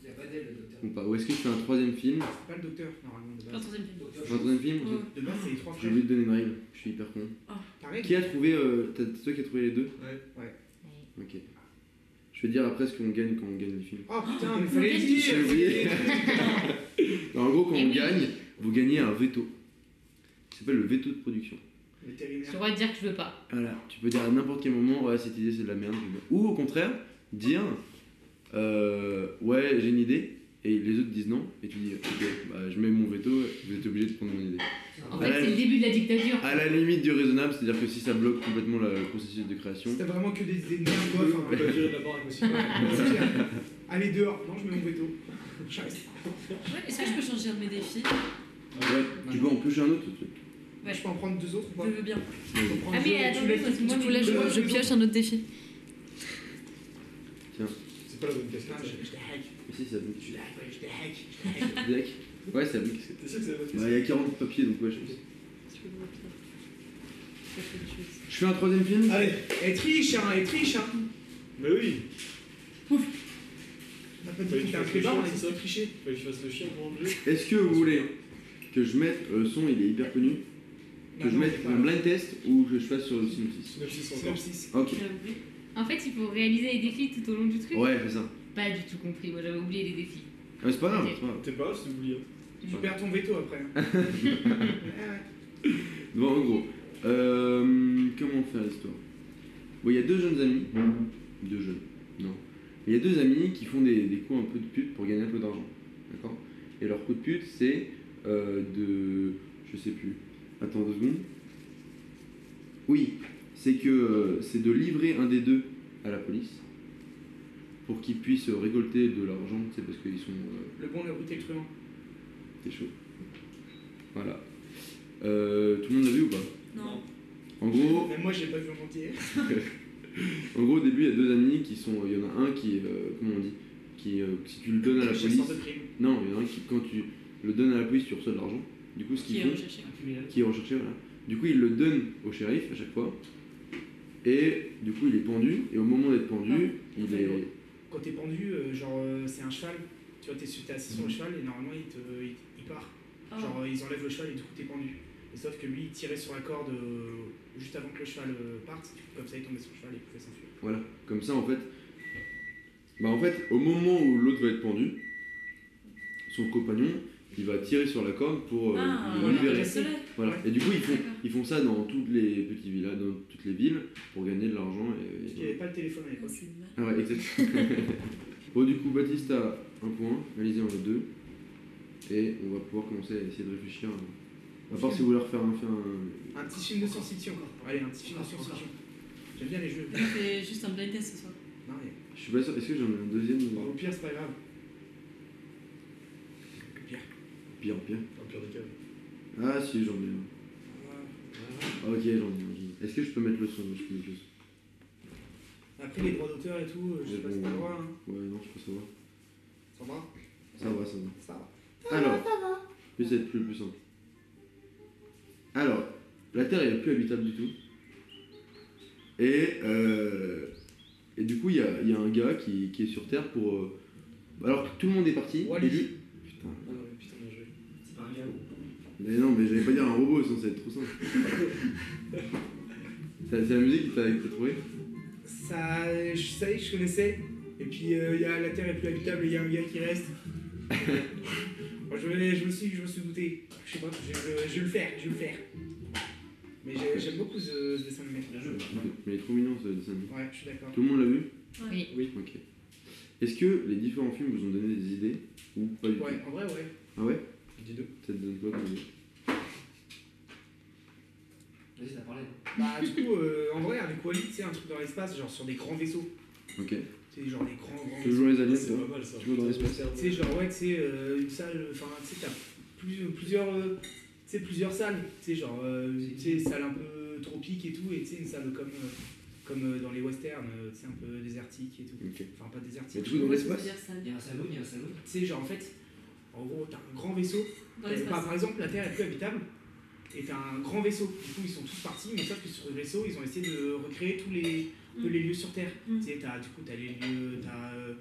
S7: Il y a pas d'aile, le docteur.
S1: ou pas Ou est-ce que tu fais un troisième film
S2: C'est pas le docteur, normalement, de
S3: Pas
S2: base.
S3: troisième film.
S1: Un troisième film
S3: Ouais.
S1: en fait
S2: De base, c'est les trois
S1: J'ai
S2: frères.
S1: oublié de donner une règle, je suis hyper con.
S2: Pareil.
S1: Qui a trouvé. euh, t'as- c'est toi qui as trouvé les deux Ok. Je vais dire après ce qu'on gagne quand on gagne les films.
S2: Oh putain, mais
S3: Oh,
S2: fallait
S3: quel
S2: le
S1: J'ai oublié.
S2: dire
S1: Alors, en gros, quand
S5: Et
S1: on
S5: oui.
S1: gagne, vous gagnez un veto. Qui s'appelle le veto de production.
S5: J'ai le
S2: Vétérinaire.
S5: droit de dire que je veux pas.
S1: Voilà. Tu peux dire à n'importe quel moment, ouais, cette idée c'est de la merde. je veux. Ou au contraire, dire, euh, ouais, j'ai une idée. Et les autres disent non. Et tu dis, ok, bah, je mets mon veto, vous êtes obligé de prendre mon idée.
S5: En
S1: Bah, là,
S5: fait, c'est le début de la dictature.
S1: À la limite du raisonnable, c'est-à-dire que si ça bloque complètement la- le processus de création,
S2: C'était vraiment que des idées de merde, quoi.
S4: On
S2: enfin,
S4: peut virer de la baraque aussi.
S2: c'est clair. Allez dehors, non, je mets mon veto. Je reste.
S3: Ouais, est-ce que je peux changer un de mes défis
S1: Ah ouais, tu peux en piocher un autre. tu-
S2: Je peux en prendre deux autres ou pas
S3: Je veux bien.
S2: Je peux en prendre
S5: Ah,
S2: deux,
S5: mais
S2: tu
S5: attendez,
S2: laisses-
S5: parce que moi,
S3: Du coup, là,
S5: les-
S3: je,
S2: Ouais,
S3: je
S2: mais
S3: pioche un autre défi.
S4: C'est pas la bonne question.
S2: Putain, je je te hack.
S1: Mais si, ça bloque.
S2: Je te hack, ouais, je te hack. Je te hack.
S1: Deck. Ouais, ça bloque.
S4: T'es sûr que c'est la bonne
S1: Il
S4: question
S1: y a 40 papiers donc ouais, je pense.
S3: Tu veux voir, Pierre Ça fait une chose.
S1: Je fais un troisième film
S4: Allez
S2: Elle triche, hein, elle triche, hein.
S4: Mais oui
S2: On a pas dit
S4: Ouais,
S2: que t'as
S4: tu fais
S2: un
S4: quelque
S2: clébard, on
S4: chose,
S2: a
S4: c'est
S2: dit
S4: ça
S2: de tricher.
S4: Faut que je fasse le chien pour le jeu.
S1: Est-ce que vous voulez que je mette euh, le son, il est hyper connu, que
S2: Non,
S1: je
S2: non,
S1: mette
S2: c'est pas
S1: un
S2: là.
S1: blind test ou que je fasse sur le synopsis
S4: Synopsis encore.
S2: Synopsis.
S1: Ok.
S3: Tu l'as oublié
S5: En fait, il faut réaliser les défis tout au long du truc.
S1: Ouais, fais ça.
S5: Pas du tout compris, moi j'avais oublié les défis.
S1: Ah, c'est pas grave, c'est pas grave.
S4: T'es pas grave, c'est oublié.
S2: Tu perds ton veto après. hein. Ouais, ouais.
S1: Bon, en gros, euh, comment faire l'histoire Bon, il y a deux jeunes amis. Deux jeunes, non. Il y a deux amis qui font des, des coups un peu de pute pour gagner un peu d'argent. D'accord Et leur coup de pute, c'est euh, de. Je sais plus. Attends deux secondes. Oui, c'est que euh, c'est de livrer un des deux à la police pour qu'ils puissent récolter de l'argent, c'est parce qu'ils sont. euh,
S2: Le bon, la brute et le truand.
S1: T'es chaud. Voilà. Euh, tout le monde l'a vu ou pas
S3: Non.
S1: En gros,
S2: Même moi, j'ai pas vu en entier.
S1: En gros, au début, il y a deux amis qui sont. Il y en a un qui est. euh, comment on dit qui, euh, Si tu le donnes à la police.
S2: Chasseur de primes.
S1: Non, il y en a un qui, quand tu le donnes à la police, tu reçois de l'argent. Du coup, ce
S3: qui
S1: qu'ils
S3: est
S1: font,
S3: recherché.
S1: qui est recherché, voilà. Du coup, il le donne au shérif à chaque fois. Et du coup, il est pendu. Et au moment d'être pendu,
S3: Ah,
S1: il est.
S2: Quand t'es pendu, euh, genre euh, c'est un cheval, tu vois, t'es su- t'es assis sur le cheval et normalement il, te, il, il part.
S3: Ah.
S2: Genre euh, ils enlèvent le cheval et du coup t'es pendu. Et sauf que lui il tirait sur la corde euh, juste avant que le cheval euh, parte, du coup, comme ça il tombait sur le cheval et il pouvait s'enfuir.
S1: Voilà. Comme ça, en fait. Bah, en fait, au moment où l'autre va être pendu, son compagnon, il va tirer sur la corde pour euh,
S3: Ah,
S1: le
S2: voilà.
S1: libérer.
S3: le soleil.
S1: Voilà. Et du coup, ils font,
S3: D'accord.
S1: ils font ça dans toutes les petites villas, dans toutes les villes, pour gagner de l'argent. Et,
S2: Parce qu'il n'y avait pas le téléphone à
S3: Ah,
S2: l'époque.
S3: c'est mal.
S1: Ah ouais, exactement. bon, du coup, Baptiste a un point, Alizé en a deux. Et on va pouvoir commencer à essayer de réfléchir. hein. À part si vous voulez refaire un. faire un-
S2: Un petit film de science-fiction encore. Allez, un petit film de
S7: Encore,
S2: science-fiction. J'aime bien les jeux.
S3: On fait juste un blind test ce soir.
S2: Non, mais-
S1: Je suis pas sûr, est-ce que j'en ai un deuxième
S2: Bon,
S1: ou-
S2: au pire, c'est pas grave.
S1: Pire, pire.
S4: Dans le pire des cas.
S1: Ah si, j'en ai un. Ah, ok, j'en ai un. j'en ai un. Est-ce que je peux mettre le son Je peux mettre le son.
S2: Après, les droits d'auteur et tout, euh, je sais pas si t'as le droit. Hein.
S1: Ouais, non, je peux savoir.
S2: Ça va
S1: Ça va, ça va.
S2: Ça va.
S1: Alors, plus être plus, plus simple. Alors, la Terre est plus habitable du tout. Et, euh, et du coup, il y a, il y a un gars qui, qui est sur Terre pour. euh, alors que tout le monde est parti.
S2: Wall-E.
S1: et lui- Putain.
S4: Ah ouais, putain, bien joué.
S7: C'est pas un gars.
S1: Mais non, mais j'allais pas dire un robot, sinon ça va être trop simple. C'est c'est la musique que t'as que t'as trouvée
S2: Ça, euh, je savais que je connaissais. Et puis, euh, y a, la Terre est plus habitable, il y a un gars qui reste. Bon, je, me, je, me suis, je me suis douté. Je sais pas, je, je- je vais le faire, je vais le faire. Mais j'ai- j'aime beaucoup ce, ce dessin animé.
S7: Bien joué.
S1: Mais il est trop mignon ce dessin animé.
S2: Ouais, je suis d'accord.
S1: Tout le monde l'a vu
S5: Oui.
S1: Ok. Est-ce que les différents films vous ont donné des idées Ou pas du tout
S2: Ouais, en vrai, ouais.
S1: Ah ouais
S4: Dis-nous.
S1: Ça te donne quoi comme idée
S7: Vas-y, t'as parlé.
S2: Bah, du coup, euh, en vrai, avec Wally, tu sais, un truc dans l'espace, genre sur des grands vaisseaux.
S1: Ok.
S2: Tu sais, genre des grands, grands
S1: Tu
S2: vaisseaux.
S1: joues les aliens,
S4: C'est
S1: toi
S4: pas mal ça.
S1: Tu vois dans l'espace.
S2: Tu sais, genre, ouais, tu sais, euh, une salle, enfin, tu sais, t'as plus- plusieurs, euh, tu sais, plusieurs salles, tu sais, genre, euh, tu sais, salle un peu tropique et tout, et tu sais, une salle comme, euh, comme euh, dans les westerns, euh, tu sais, un peu désertique et tout.
S1: Ok.
S2: Enfin, pas
S1: Mais
S2: désertique.
S1: du
S2: Tu
S1: coup, dans
S3: Pourquoi tu
S1: l'espace
S3: peux dire ça
S7: Il y a un salon, il y a un salon.
S2: sais, genre, en fait, en gros, t'as un grand vaisseau.
S3: Dans
S2: Euh, bah,
S3: l'espace.
S2: par exemple, la Terre est plus habitable, et t'as un grand vaisseau. Du coup, ils sont tous partis, mais sauf que sur le vaisseau, ils ont essayé de recréer tous les, tous
S3: Mm.
S2: les lieux sur Terre.
S3: Mm.
S2: Tu sais, t'as- du coup, t'as les lieux, t'as euh,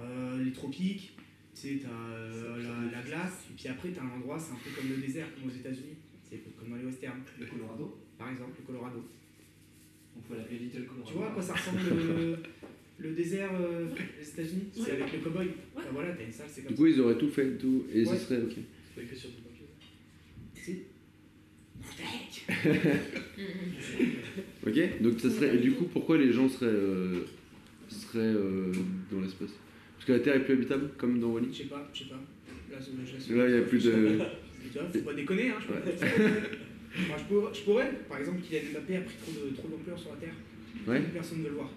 S2: euh, les tropiques, tu sais, t'as euh, la, la glace, et puis après, t'as un endroit, c'est un peu comme le désert, comme aux États-Unis, c'est comme dans les westerns,
S7: Le Colorado.
S2: par exemple, le Colorado.
S7: On peut l'appeler Little Colorado.
S2: Tu vois à quoi ça ressemble le, le désert euh, des États-Unis C'est
S3: Ouais.
S2: avec le cowboy.
S3: Ouais.
S2: Bah voilà, t'as une salle, c'est
S1: Du
S2: comme ça.
S1: coup, ils auraient tout fait, tout, et ce
S2: Ouais.
S1: serait ok.
S4: C'est pas écrit sur ton papier.
S2: Si. Norvège
S5: Mm,
S1: Ok Donc, ça serait. Et du coup, pourquoi les gens seraient. euh, seraient euh, dans l'espace Parce que la Terre est plus habitable, comme dans Wally
S2: Je sais pas, je sais pas. Là, c'est- je-
S1: Là, il n'y a plus de.
S2: Tu vois, faut pas déconner, hein. Je,
S1: Ouais.
S2: Enfin, je pourrais, je pourrais, par exemple, qu'il a Mbappé a pris trop de- trop d'ampleur sur la Terre.
S1: Ouais.
S2: Personne ne veut le voir.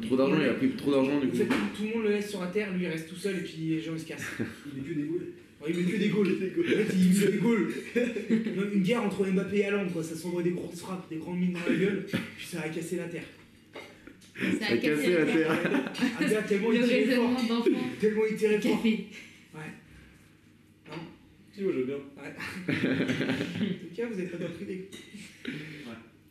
S1: Trop d'argent, il a pris trop d'argent, du
S2: En
S1: coup.
S2: fait, tout le monde le laisse sur la terre, lui il reste tout seul et puis les gens ils se cassent.
S7: Il est que des boules.
S2: Ouais, il met que des goals. En fait, il met des goals. Même Une guerre entre Mbappé et Allende, quoi. Ça s'envoie des grosses frappes, des grandes mines dans la gulle, puis ça a cassé la terre.
S5: mm. Ça
S1: Ça a cassé la Terre.
S2: Ah, gars, tellement
S5: Le
S2: il tirait fort.
S5: raisonnement d'enfant
S2: Tellement il tirait fort.
S5: café.
S4: Si, moi j'aime bien.
S2: En tout cas, vous êtes pas pris des.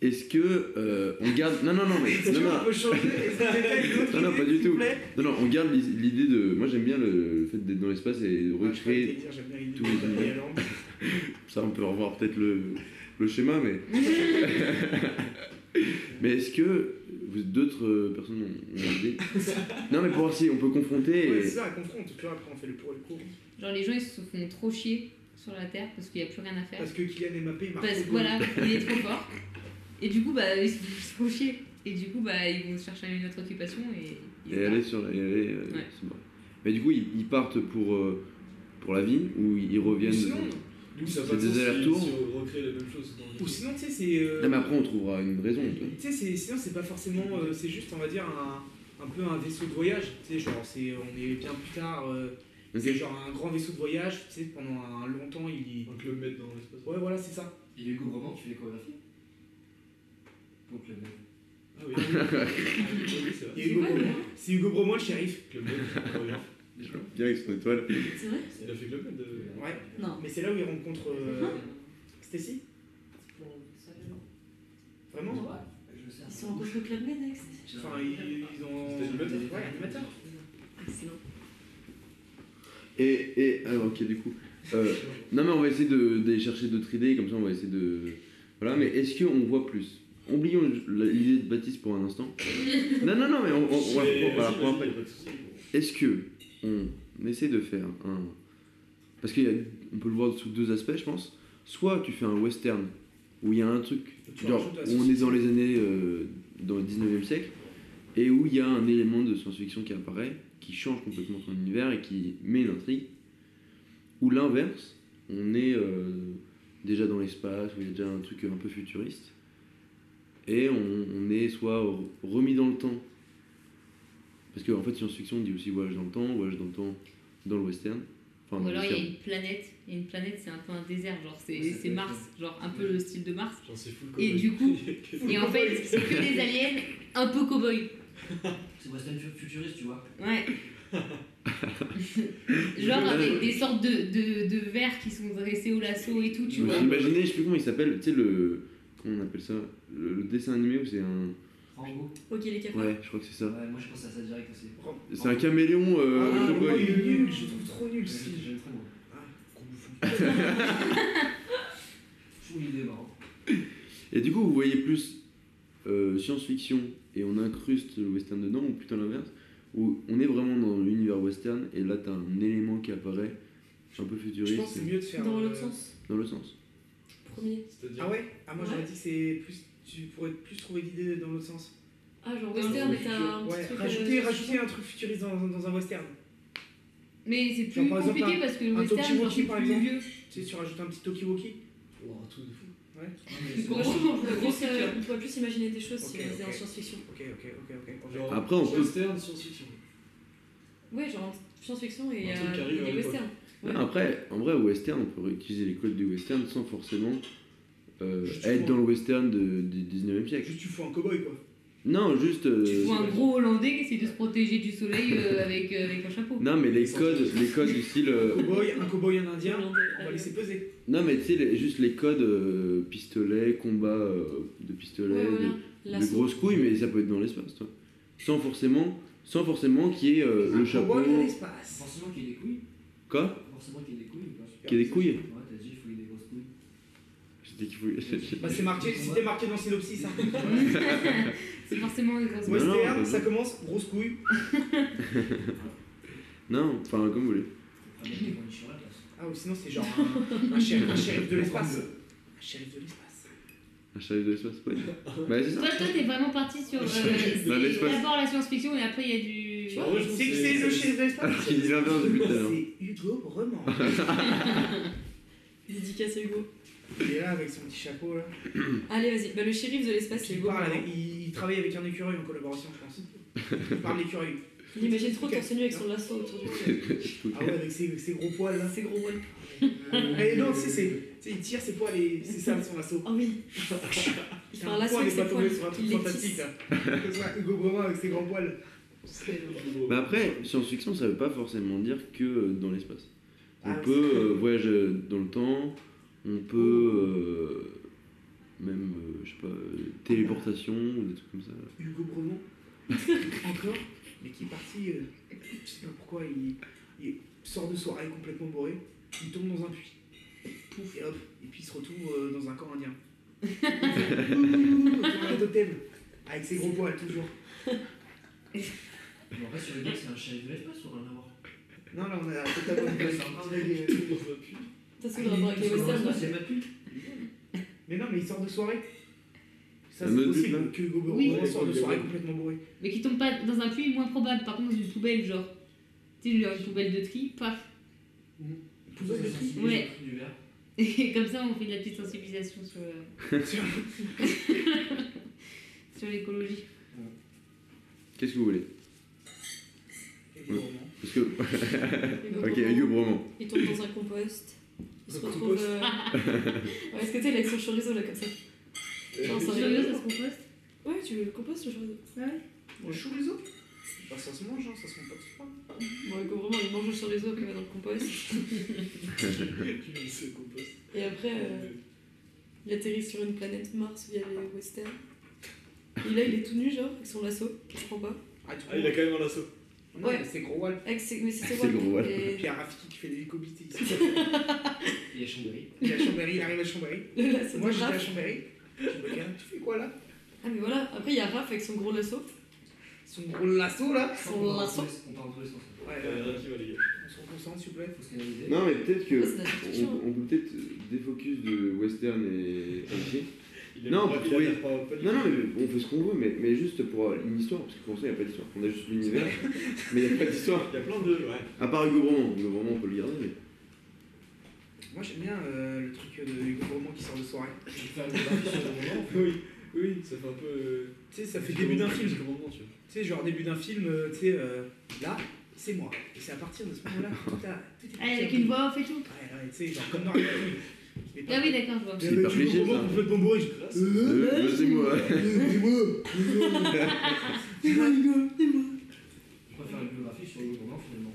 S1: Est-ce que. euh, on garde. Non, non, non, mais.
S2: Est-ce
S1: Non, non,
S2: qu'on peut changer Est-ce que quelqu'un a une autre
S1: Non, non,
S2: idée,
S1: pas du
S2: s'il vous
S1: tout.
S2: plaît
S1: non, non, on garde l'i- l'idée de. Moi, j'aime bien le, le fait d'être dans l'espace et de
S2: Ah, je peux
S1: recréer.
S2: te dire, j'aime bien l'idée
S1: tous
S2: de
S1: les
S2: Mbappé et
S1: images.
S2: Allende.
S1: Ça, on peut revoir peut-être le, le schéma, mais. mais est-ce que vous- d'autres euh, personnes ont, ont une idée Non, mais pour voir si on peut confronter.
S2: Ouais,
S1: et-
S2: c'est ça, confronte. Tu vois, après on fait le pour et le contre.
S5: Genre les gens ils se font trop chier sur la terre parce qu'il n'y a plus rien à faire.
S2: Parce que Kylian Mbappé il marque
S5: Parce
S2: trop
S5: que
S2: de goals.
S5: voilà, il est trop fort. Et du coup, bah, ils se font trop chier. Et du coup, bah, ils vont chercher une autre occupation et. ils
S1: Et
S5: se
S1: aller sur la. et aller, euh,
S5: Ouais.
S1: se barrer. Mais du coup, ils, ils partent pour, euh, pour la ville ou ils reviennent.
S2: Sinon,
S4: Nous, ça a
S1: C'est
S4: pas de
S1: des
S4: sens si-
S1: allers-retours.
S4: Si on recrée la même chose. dans-
S2: Ou sinon, tu sais, c'est. euh,
S1: Non, mais après, on trouvera une raison. tu vois.
S2: tu sais, c'est- sinon, c'est pas forcément. euh, c'est juste, on va dire, un, un peu un vaisseau de voyage. Tu sais, genre, c'est, on est bien plus tard. euh,
S1: Ok.
S2: C'est genre un grand vaisseau de voyage. Tu sais, pendant un long temps, il. y-
S4: On peut le mettre dans l'espace.
S2: Ouais, voilà, c'est ça.
S7: Et Hugo Roman, tu fais les chorégraphies. Donc euh, le même.
S4: Ah oui, ah oui, c'est
S2: Il
S4: vrai.
S2: y a Hugo Broman. C'est Hugo Broman, le shérif.
S4: Club Med, trop bien.
S1: Je le bien avec son étoile.
S3: C'est vrai
S4: Il a fait Club Med. euh,
S2: Ouais.
S3: Non.
S2: Mais c'est là où il rencontre euh, Stacy. Vraiment
S3: Ils sont rencontrés au Club Med, Next
S2: Enfin, ils, ils ont.
S4: C'était animateur.
S2: Ouais, animateur.
S3: Excellent.
S1: Et, et alors, ok, du coup. euh, non, mais on va essayer de, d'aller chercher d'autres idées, comme ça on va essayer de. Voilà, mais est-ce qu'on voit plus Oublions l'idée de Baptiste pour un instant. Non, non, non, mais on, on- on va-
S4: Mais
S1: voilà,
S4: vas-y,
S1: pour un
S4: vas-y,
S1: peu.
S4: y a pas de souci.
S1: Est-ce que on essaie de faire un. Parce qu'on peut le voir sous deux aspects, je pense. Soit tu fais un western où il y a un truc,
S2: Tu
S1: genre
S2: rajoutes à
S1: où on
S2: ceci.
S1: est dans les années. euh, dans le 19e siècle, et où il y a un élément de science-fiction qui apparaît, qui change complètement ton univers et qui met une intrigue. Ou l'inverse, on est euh, déjà dans l'espace, où il y a déjà un truc un peu futuriste, et on, on est soit re- remis dans le temps. Parce que en fait, science-fiction dit aussi voyage dans le temps, voyage dans le temps dans le western. Enfin,
S5: Ou
S1: dans le
S5: alors il y a
S1: western.
S5: une planète, il y a une planète, c'est un peu un désert, genre c'est
S4: Ouais,
S5: c'est Mars, genre un peu le style de Mars.
S4: Genre, c'est fou le
S5: Et
S4: cowboy.
S5: du coup-
S4: Qu'est-ce que-
S5: Et en fait, c'est que des aliens un peu cow-boy.
S7: C'est Western fu- futuriste, tu vois.
S5: Ouais. genre euh, avec des sortes de, de, de vers qui sont dressés au lasso et tout, tu
S1: Vous
S5: vois.
S1: imaginez, je sais plus comment il s'appelle, tu sais, le. Comment on appelle ça le, le dessin animé où c'est un.
S7: Rango.
S3: Ok, les cafards.
S1: Ouais, je crois que c'est ça.
S7: Ouais, moi je pense à ça direct aussi.
S1: C'est un caméléon. euh,
S2: Ah,
S1: cowboy.
S2: moi, il est nul, je le trouve trop
S7: Je
S2: nul. ce film.
S7: j'aime trop moi.
S2: Ah,
S7: Kung Fu. Je trouve l'idée marrante.
S1: Et du coup, vous voyez plus euh, science-fiction et on incruste le western dedans, ou plutôt l'inverse, où on est vraiment dans l'univers western et là t'as un élément qui apparaît un peu
S2: Je
S1: futuriste
S2: pense que c'est mieux de faire.
S3: Dans
S2: euh,
S3: l'autre sens.
S1: dans le sens.
S3: Premier.
S4: C'est-à-dire-
S2: Ah ouais Ah, moi
S3: Ouais.
S2: j'aurais dit que c'est plus. Tu pourrais plus trouver d'idées dans l'autre sens.
S3: Ah, genre
S5: Dans le
S3: western, mais t'as
S2: Futur-
S3: un
S2: ouais,
S3: petit truc.
S2: rajouter,
S3: euh,
S2: rajouter un truc futuriste dans, dans un western.
S5: Mais c'est plus
S2: Genre, par exemple,
S5: compliqué parce que le
S2: un
S5: western, genre,
S2: talkie-walkie,
S5: c'est
S2: par
S5: plus
S2: exemple.
S5: vieux.
S2: Tu sais, tu rajoutes un petit talkie-walkie.
S4: Oh, un truc de fou.
S7: Non, mais c'est-
S3: Moi, je trouve qu'on peut
S5: Gros
S3: plus, euh,
S5: futur.
S3: on pourrait plus imaginer des choses si
S2: Ok,
S3: on faisait en
S2: ok.
S3: science-fiction.
S2: Ok, ok, ok, ok.
S4: Genre,
S1: Après, on peut-
S4: western, science-fiction.
S3: Ouais, genre science-fiction et
S4: Un truc qui
S3: euh,
S4: arrive à
S3: et
S4: l'époque.
S3: western. Ouais.
S1: Non, Après, en vrai, au western, on peut réutiliser les codes du western sans forcément euh,
S2: Juste
S1: être
S2: pour-
S1: dans le western de- du 19 e siècle.
S2: Juste, tu fous un cowboy quoi.
S1: Non, juste.
S5: Tu
S1: euh,
S5: vois un gros Hollandais qui essaie de se protéger du soleil euh, avec, euh, avec un chapeau.
S1: Non, mais les codes, les codes du style. euh,
S2: Cowboy, un cowboy, un indien.
S3: Irlandais,
S2: On va
S3: allez.
S2: laisser peser.
S1: Non, mais tu sais, les- juste les codes euh, pistolet, combat euh, de pistolet,
S3: Ouais,
S1: de-
S3: voilà.
S1: de
S3: L'assaut.
S1: grosses couilles, mais ça peut être dans l'espace, toi. Sans forcément, sans forcément qu'il y ait euh,
S2: Ah,
S1: le chapeau.
S2: Cowboy dans l'espace.
S7: Forcément qu'il y ait des couilles.
S1: Quoi
S7: Forcément qu'il y ait des couilles ou pas
S1: Qu'il y ait des couilles
S7: Ouais, t'as dit, il faut qu'il y ait des grosses couilles.
S1: J'ai dit qu'il faut-
S2: Bah, c'est marqué, c'était marqué dans le synopsis. hein.
S5: c'est forcément une grosse
S1: Ouais. non,
S2: Western,
S1: non.
S2: ça commence, grosse couille.
S1: Non, enfin, comme vous voulez.
S7: Ah, mais ils vont une sur la place.
S2: Ah, ou sinon, c'est genre un, un shérif, un shérif de l'espace. Un shérif de l'espace.
S1: Un chalet de l'espace, ouais. Bah, c'est ça.
S5: Toi, toi, t'es vraiment parti sur. euh, c'est
S1: Dans l'espace.
S5: D'abord la science-fiction et après il y a du.
S4: Ah ouais, je trouve
S2: C'est
S4: que
S2: c'est le shérif de
S1: Alors
S2: l'espace
S1: qu'il dit l'inverse depuis Ah, tout à l'heure.
S2: C'est Hugo Breman.
S3: Dédicace à Hugo.
S2: Il est là avec son petit chapeau là.
S3: Allez, vas-y. Bah, le shérif de l'espace, c'est
S2: Il,
S3: Hugo.
S2: parle
S3: vraiment.
S2: avec- il, il travaille avec un écureuil en collaboration, je pense. Il parle l'écureuil.
S3: Il imagine trop torse nu avec son lasso autour du cou.
S2: Ah ouais, avec ses, ses gros poils hein. Euh, là.
S3: Ses gros voiles.
S2: Et non, tu sais, c'est- tu sais, il tire ses poils et c'est ça son assaut.
S3: Ah oui. Il fait un lasso
S2: poil
S3: avec
S2: n'est pas
S3: ses
S2: tombé
S3: poils.
S2: sur un truc
S3: Il les
S2: fantastique
S3: tisse.
S2: là. Que ce soit Hugo Breman avec ses grands poils.
S1: Bah, Mais après, science-fiction, ça veut pas forcément dire que euh, dans l'espace. On
S2: Ah,
S1: peut euh, voyager dans le temps, on peut.
S2: Oh.
S1: euh, même, euh, je sais pas, euh, téléportation ou des trucs comme ça.
S2: Hugo Breman. Encore Mais qui est parti. euh, je sais pas pourquoi, il, il sort de soirée complètement bourré. Il tombe dans un puits. Pouf, et hop. Et puis il se retrouve euh, dans un camp indien. Ouh, autour d'un totem. Avec ses gros poils toujours.
S7: Bon, après, sur le gars, c'est un shérif de l'espace ou rien à voir
S2: Non, là, on a totalement une
S7: C'est encore des gays.
S3: T'as ce que le rapport avec les westerns
S7: C'est pas plus.
S2: Mais non, mais il sort de soirée. Ça,
S1: Un
S2: c'est
S1: autre
S2: possible
S1: but, là
S2: que Hugo Breman
S5: Oui.
S2: sorte de soirée complètement bourré.
S5: Mais qui tombe pas dans un puits, moins probable. Par contre, dans une poubelle, genre. Tu sais, genre une poubelle de tri, paf.
S2: Poubelle de tri.
S5: Ouais.
S7: Du verre.
S5: Et comme ça, on fait de la petite sensibilisation sur, euh, sur l'écologie.
S1: Qu'est-ce que vous voulez
S2: Hugo Breman.
S1: Parce que. ok, Hugo
S3: Hugo.
S1: Broman.
S3: Il tombe dans un compost. Il se
S2: Un
S3: retrouve.
S2: compost.
S3: euh, ouais, Est-ce que t'es avec son chorizo là comme ça Genre,
S5: Sur
S3: ça
S5: le
S3: rigole.
S5: ça se composte
S6: Ouais, tu veux le compost aujourd'hui
S2: Le chou réseau Bah ça se mange, hein, ça se composte pas.
S6: Bon, le gouvernement, il mange sur les os qu'il va dans le compost.
S4: Tu mets ce compost.
S6: Et après, euh, il atterrit sur une planète Mars où il y a les westerns. Et là, il est tout nu, genre, avec son lasso, je comprends pas.
S2: Ah, tu
S4: Ah, il a quand même un lasso.
S2: Non,
S6: Ouais.
S2: mais C'est gros wall.
S6: Avec ses- mais c'est
S1: C'est
S6: son
S1: gros, voilà.
S2: Et
S6: Et
S2: puis il y a Rafiki qui fait des hélicobité ici.
S7: Il est chambéré.
S2: Il est à Chambéry, il arrive à Chambéry.
S6: le lasso
S2: Moi
S6: de
S2: j'étais à
S6: Raph.
S2: Chambéry. Je me regarde, tu fais quoi là
S6: Ah, mais voilà, après, il y a Raph avec son gros lasso.
S2: Son gros lasso là
S6: Son lasso.
S7: On parle tous les sens.
S2: Ouais,
S4: Euh, Il y en a un qui va les gars.
S2: on se reconcentre s'il vous plaît.
S7: Faut se canaliser.
S1: Non, mais peut-être que.
S6: Ouais, c'est de la science-fiction.
S1: On, on peut peut-être défocus de western et sci-fi.
S4: Il a-
S1: Non,
S4: il
S1: pour
S4: a- il a
S1: trouver-
S4: l'air pas- pas du
S1: Non, non,
S4: tout.
S1: mais on fait ce qu'on veut, mais, mais juste pour une histoire, parce que pour ça, il n'y a pas d'histoire. On a juste l'univers, mais il n'y a pas d'histoire.
S4: Il y a plein de. Ouais.
S1: À part Hugo Broman, Hugo Broman, on peut le garder, mais.
S2: Moi j'aime bien euh, le truc euh, de Hugo Roman qui sort le soir.
S7: Je vais faire une partie sur le moment.
S4: Oui, oui, ça fait un peu. euh,
S2: Tu sais, ça fait
S4: du
S2: début d'un
S4: commandement,
S2: film.
S4: du commandement, tu vois.
S2: Tu sais, genre début d'un film, euh, tu sais, euh, là, c'est moi. Et c'est à partir de ce moment-là que tout, a, tout est parti
S5: Allez, Eh, Ah, avec
S2: en
S5: une
S2: couille.
S5: voix off et tout.
S2: Ouais, ouais, tu sais, genre comme dans les films. Mais pas-
S5: Ah oui, d'accord, je vois.
S1: C'est hyper cliché, ça.
S2: complètement bourré, je-
S4: Grâce.
S1: Euh, bah, c'est moi.
S7: On peut faire une biographie sur le moment finalement.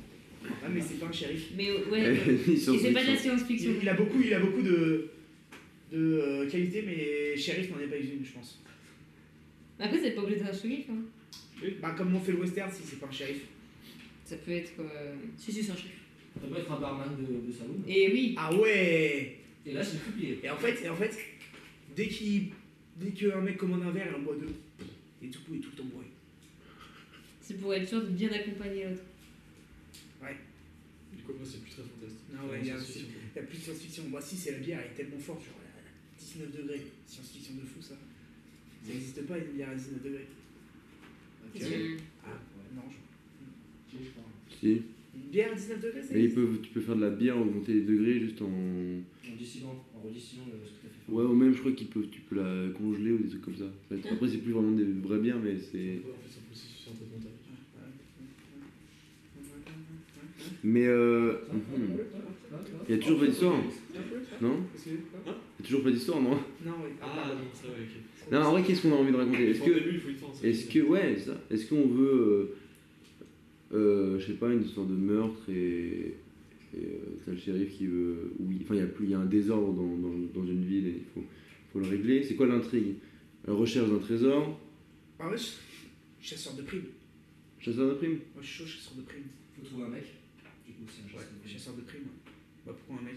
S2: Ah, mais c'est pas un shérif.
S5: Mais ouais.
S1: Ils
S5: Et
S1: sont
S5: c'est pas de la
S1: fiction.
S5: science-fiction.
S2: Il, il a beaucoup, il a beaucoup de, de euh, qualités, mais shérif n'en est pas une, je pense.
S5: Après, c'est pas obligé d'être un shérif. Hein.
S2: Bah, comme on fait le western si c'est pas un shérif.
S5: Ça peut être. euh,
S3: Si, si, c'est un chef.
S7: Ça peut être un barman de, de saloon.
S5: Et oui.
S2: Ah ouais
S7: Et là, j'ai tout pillé.
S2: Et en fait, et en fait dès qu'il. Dès qu'un mec commande un verre, il en boit deux. Et tout, il est tout le temps bourré.
S5: C'est pour être sûr de bien accompagner l'autre.
S4: Du coup, moi, c'est plus très fantastique.
S2: Ah ouais,
S4: Vraiment
S2: il y a-
S4: science-fiction.
S2: Il y a plus de science-fiction. Moi, si, c'est la bière, elle est tellement forte, genre elle a 19 degrés. Science-fiction de fou, ça. Ça n'existe pas, une bière à 19 degrés.
S7: Ok.
S2: Ouais.
S5: Hum.
S2: Ah, ouais, non. je-
S7: Je crois.
S1: Si.
S2: Une bière à 19 degrés, ça
S1: Mais ils
S2: existe
S1: peuvent, tu peux faire de la bière, augmenter les degrés juste en.
S7: En distillant, en redistillant euh, ce que t'as fait faire.
S1: Ouais, ou même, je crois qu'ils peuvent, tu peux la congeler ou des trucs comme ça. en fait. Après, c'est plus vraiment des vraies bières, mais c'est.
S4: Ouais, En fait, c'est un processus un peu mental.
S1: Mais euh.
S7: Ça,
S1: mhm.
S7: ça, ça, ça.
S1: Il y a toujours pas d'histoire, non
S2: Parce que-
S1: Il y a toujours pas d'histoire, non
S2: Non, oui.
S4: Ah, non, ça, ouais, ok.
S1: Non, en vrai, qu'est-ce qu'on a envie de raconter Est-ce
S4: Au
S1: que.
S4: début, il faut une fin, ça,
S1: Est-ce
S4: c'est-
S1: que, ouais, c'est ça. Est-ce qu'on veut. euh, euh, je sais pas, une histoire de meurtre et. et, euh, t'as le shérif qui veut. Oui, enfin, il y a plus- il y a un désordre dans, dans- dans une ville et il faut, faut le régler. C'est quoi l'intrigue Euh, Recherche d'un trésor,
S2: Ah ouais, ch- chasseur de primes.
S1: chasseur d'imprimes
S2: Moi, je suis chaud, chasseur de primes.
S7: Faut trouver un mec. Du coup, c'est un chasseur.
S2: Ouais, chasseur de primes. ouais. Bah, pourquoi un mec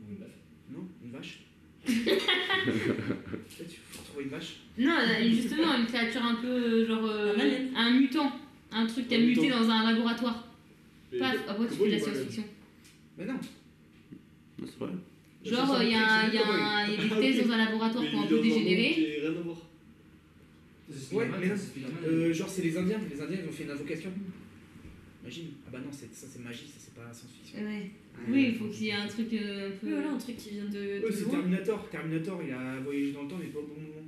S7: Ou une meuf.
S2: Non, une vache. Peut-être tu faut trouver une vache.
S5: Non, euh, justement, une créature un peu euh, genre. euh,
S3: Un alien.
S5: un mutant. Un truc qui a
S4: Un
S5: muté
S4: mutant.
S5: dans un laboratoire.
S4: Mais-
S5: Paf, après
S4: comment
S5: tu fais de la
S4: il voit le-
S5: science-fiction.
S2: Mais Bah, non.
S1: Non, c'est vrai.
S5: Genre, il y, a un- y a un- y a des tests dans un laboratoire
S4: Mais
S5: pour un
S4: il
S5: peu
S4: est dans un monde
S5: dégénérer.
S4: qui est rien à voir.
S7: Ça, c'est
S2: Ouais,
S7: Spider-Man,
S2: mais
S7: ça,
S2: non.
S7: c'est Spider-Man.
S2: Euh, genre, c'est les Indiens. Les Indiens, ils ont fait une invocation. Imagine. Ah bah non, c'est- ça c'est magie, ça c'est pas science-fiction.
S5: Ouais. Oui, il faut qu'il y ait un truc euh, un peu.
S3: Oui, voilà, un truc qui vient de.
S2: Eux,
S3: de
S2: c'est
S3: loin.
S2: Terminator. Terminator, il a voyagé dans le temps, mais pas au bon moment.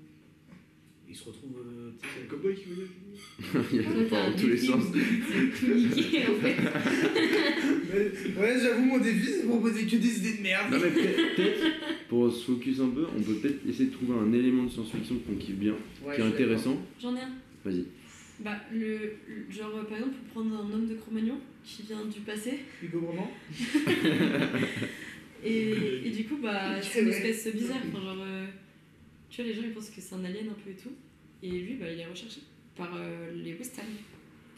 S2: Il se retrouve. euh, tu sais,
S4: Le cowboy qui voyage.
S1: Il y a
S5: Toi,
S1: pas
S5: t'as
S1: en
S5: un
S1: tous les
S5: défi où
S1: sens.
S5: C'est tout niqué en fait.
S2: Ouais, ouais, j'avoue, mon défi, c'est de proposer que des idées de merde.
S1: Non, mais peut-être, peut-être, pour se focus un peu, on peut peut-être essayer de trouver un élément de science-fiction qu'on kiffe bien,
S2: Ouais,
S1: qui est
S2: je suis
S1: intéressant.
S3: J'en ai un.
S1: Vas-y.
S3: Bah, le, le- genre, euh, par exemple, pour prendre un homme de Cro-Magnon qui vient du passé,
S2: d'accord. Hugo Broman.
S3: et, et du coup, bah,
S2: C'est
S3: c'est une
S2: vrai.
S3: espèce bizarre. Enfin, genre, euh, tu vois, les gens ils pensent que c'est un alien un peu et tout, et lui, bah, il est recherché par euh, les westerns.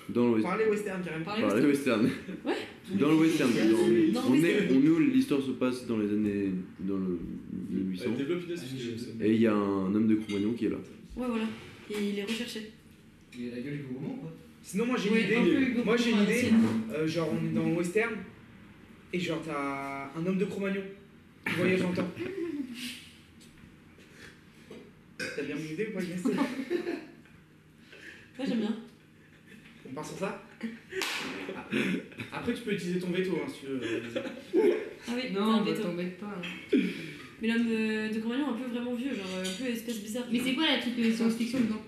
S1: Dans le western.
S2: Parler western, carrément.
S3: Par les
S1: Par
S3: westerns.
S1: le western.
S3: Ouais.
S1: Dans le western.
S3: Dans
S1: Dans-
S3: le
S1: on est,
S3: western.
S1: on, nous, l'histoire se passe dans les années. dans le 1800.
S4: Ouais, Développe une astuce.
S7: Ah, je-
S4: parce que-
S1: Et il y a un homme de Cro-Magnon qui est là.
S3: Ouais, voilà. Et il est recherché.
S7: Il a la gueule du gouvernement ou pas
S2: Sinon, moi j'ai
S3: Ouais,
S2: une idée.
S3: un peu Hugo
S2: Moi j'ai une
S3: Broman,
S2: idée,
S3: ancienne.
S2: euh, genre on est dans le western, et genre t'as un homme de Cro-Magnon qui voyage en temps. T'as bien mon idée ou pas, Inès
S3: Ouais, j'aime bien.
S2: On part sur ça Ah. Après, tu peux utiliser ton veto hein, si tu veux. euh,
S3: Ah oui,
S5: Non,
S3: un
S5: mais
S3: veto.
S5: t'embête pas. hein.
S3: Mais l'homme euh, de Cro-Magnon un peu vraiment vieux, genre euh, un peu espèce bizarre.
S5: Mais c'est quoi la truc de science-fiction dedans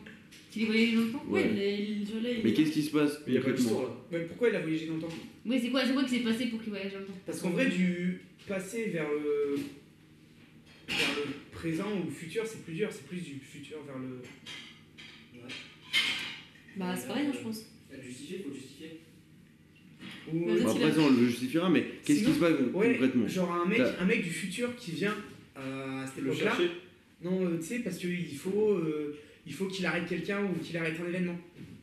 S5: Tu les voyages dans le temps
S3: Ouais, il est- il, genre là, il
S1: Mais
S3: est-
S1: qu'est-ce qui se passe
S4: Mais il n'y a pas
S1: concrètement
S4: d'histoire là.
S2: Mais pourquoi il a voyagé dans le temps
S5: Oui, c'est quoi C'est quoi qui s'est passé pour qu'ils voyagent dans le temps
S2: Parce qu'en vrai, du passé vers le. vers le présent ou le futur, c'est plus dur, c'est plus du futur vers le.
S3: Bah, c'est pareil, hein, je pense.
S7: Justifier, faut justifier.
S2: Ou-
S3: Mais
S1: Bon,
S3: Peut-être
S1: après
S3: qu'il
S1: ça, on le justifiera, mais qu'est-ce qui
S2: Sinon-
S1: se passe con-
S2: Ouais,
S1: concrètement
S2: genre un mec,
S1: T'as-
S2: un mec du futur qui vient euh, à cette
S4: Le
S2: époque-là.
S4: chercher.
S2: Non, euh, tu sais, parce qu'il faut, euh, il faut qu'il arrête quelqu'un ou qu'il arrête un événement.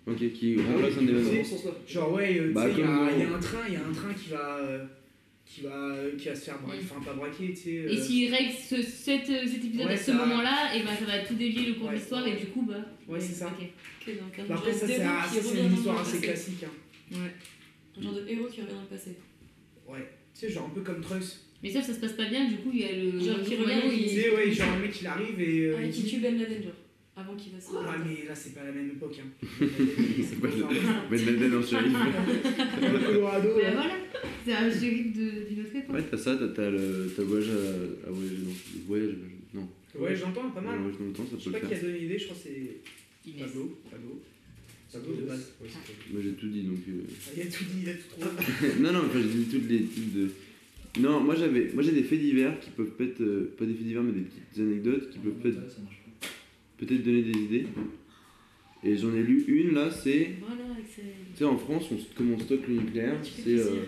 S1: Ok, qui remplace un événement.
S4: Dans ce sens-là.
S2: Genre, ouais, euh, tu
S1: Bah,
S2: sais, il y, a-
S1: comme dans-
S2: il y a un train, il y a un train qui va, euh, qui va, euh, qui va se faire braquer,
S5: Mm.
S2: enfin pas braquer, tu sais. euh,
S5: Et s'il règle ce, cet, euh, cet épisode
S2: Ouais,
S5: à ce
S2: ça-
S5: moment-là, et ben ça va tout dévier le cours
S2: Ouais.
S5: de l'histoire, et du coup, bah.
S2: Ouais, c'est ça.
S5: ok.
S3: Ok, donc un
S2: Bah, après,
S3: genre
S2: ça, c'est
S3: d'héros
S2: ça,
S3: qui
S2: c'est
S3: revient
S2: une
S3: dans
S2: histoire
S3: le
S2: assez
S3: passé.
S2: classique. Ah, hein.
S3: Ouais. Un genre de héros qui revient dans le passé.
S2: Ouais. Tu sais, genre un peu comme Truss.
S5: Mais ça, ça se passe pas bien, du coup, il y a le.
S3: Genre
S5: le
S3: qui
S5: voyant,
S3: revient,
S2: Tu
S5: il-
S2: sais, ouais, genre un mec, il arrive et. euh,
S3: Ah, et
S2: il
S3: qui
S2: dit-
S3: tue Ben Laden, genre. Avant qu'il va se.
S2: Ah, mais là, c'est pas la même époque. Hein.
S1: C'est pas Ben Laden en shérif.
S2: Dans le Colorado,
S5: Bah
S2: là.
S5: voilà, c'est un shérif de- d'une autre époque.
S1: Ouais, t'as ça, t'as t'as le t'as voyage à, à voyager dans le voyage. Non,
S2: Ouais, j'entends pas mal.
S1: voyage dans le temps, ça
S2: Je sais
S1: peut
S2: pas
S1: le
S2: qui a
S1: faire.
S2: donné l'idée, je crois que c'est
S5: Inès.
S2: Pablo. Pablo. Pablo de base.
S4: Ouais,
S5: Ah.
S4: c'est pas-
S1: Moi j'ai tout dit donc. euh,
S2: Ah, Il a tout dit, il a tout trouvé.
S1: non, non, enfin, j'ai dit toutes les types de. Non, moi j'avais, moi j'ai des faits divers qui peuvent peut-être, euh, pas des faits divers, mais des petites anecdotes qui peuvent peut-être,
S7: Ça marche pas.
S1: peut-être donner des idées. Et j'en ai lu une là, c'est,
S3: Voilà, Axel.
S1: tu sais, en France, on, comme on stocke le nucléaire,
S3: Tu fais
S1: c'est,
S3: plaisir.
S1: euh,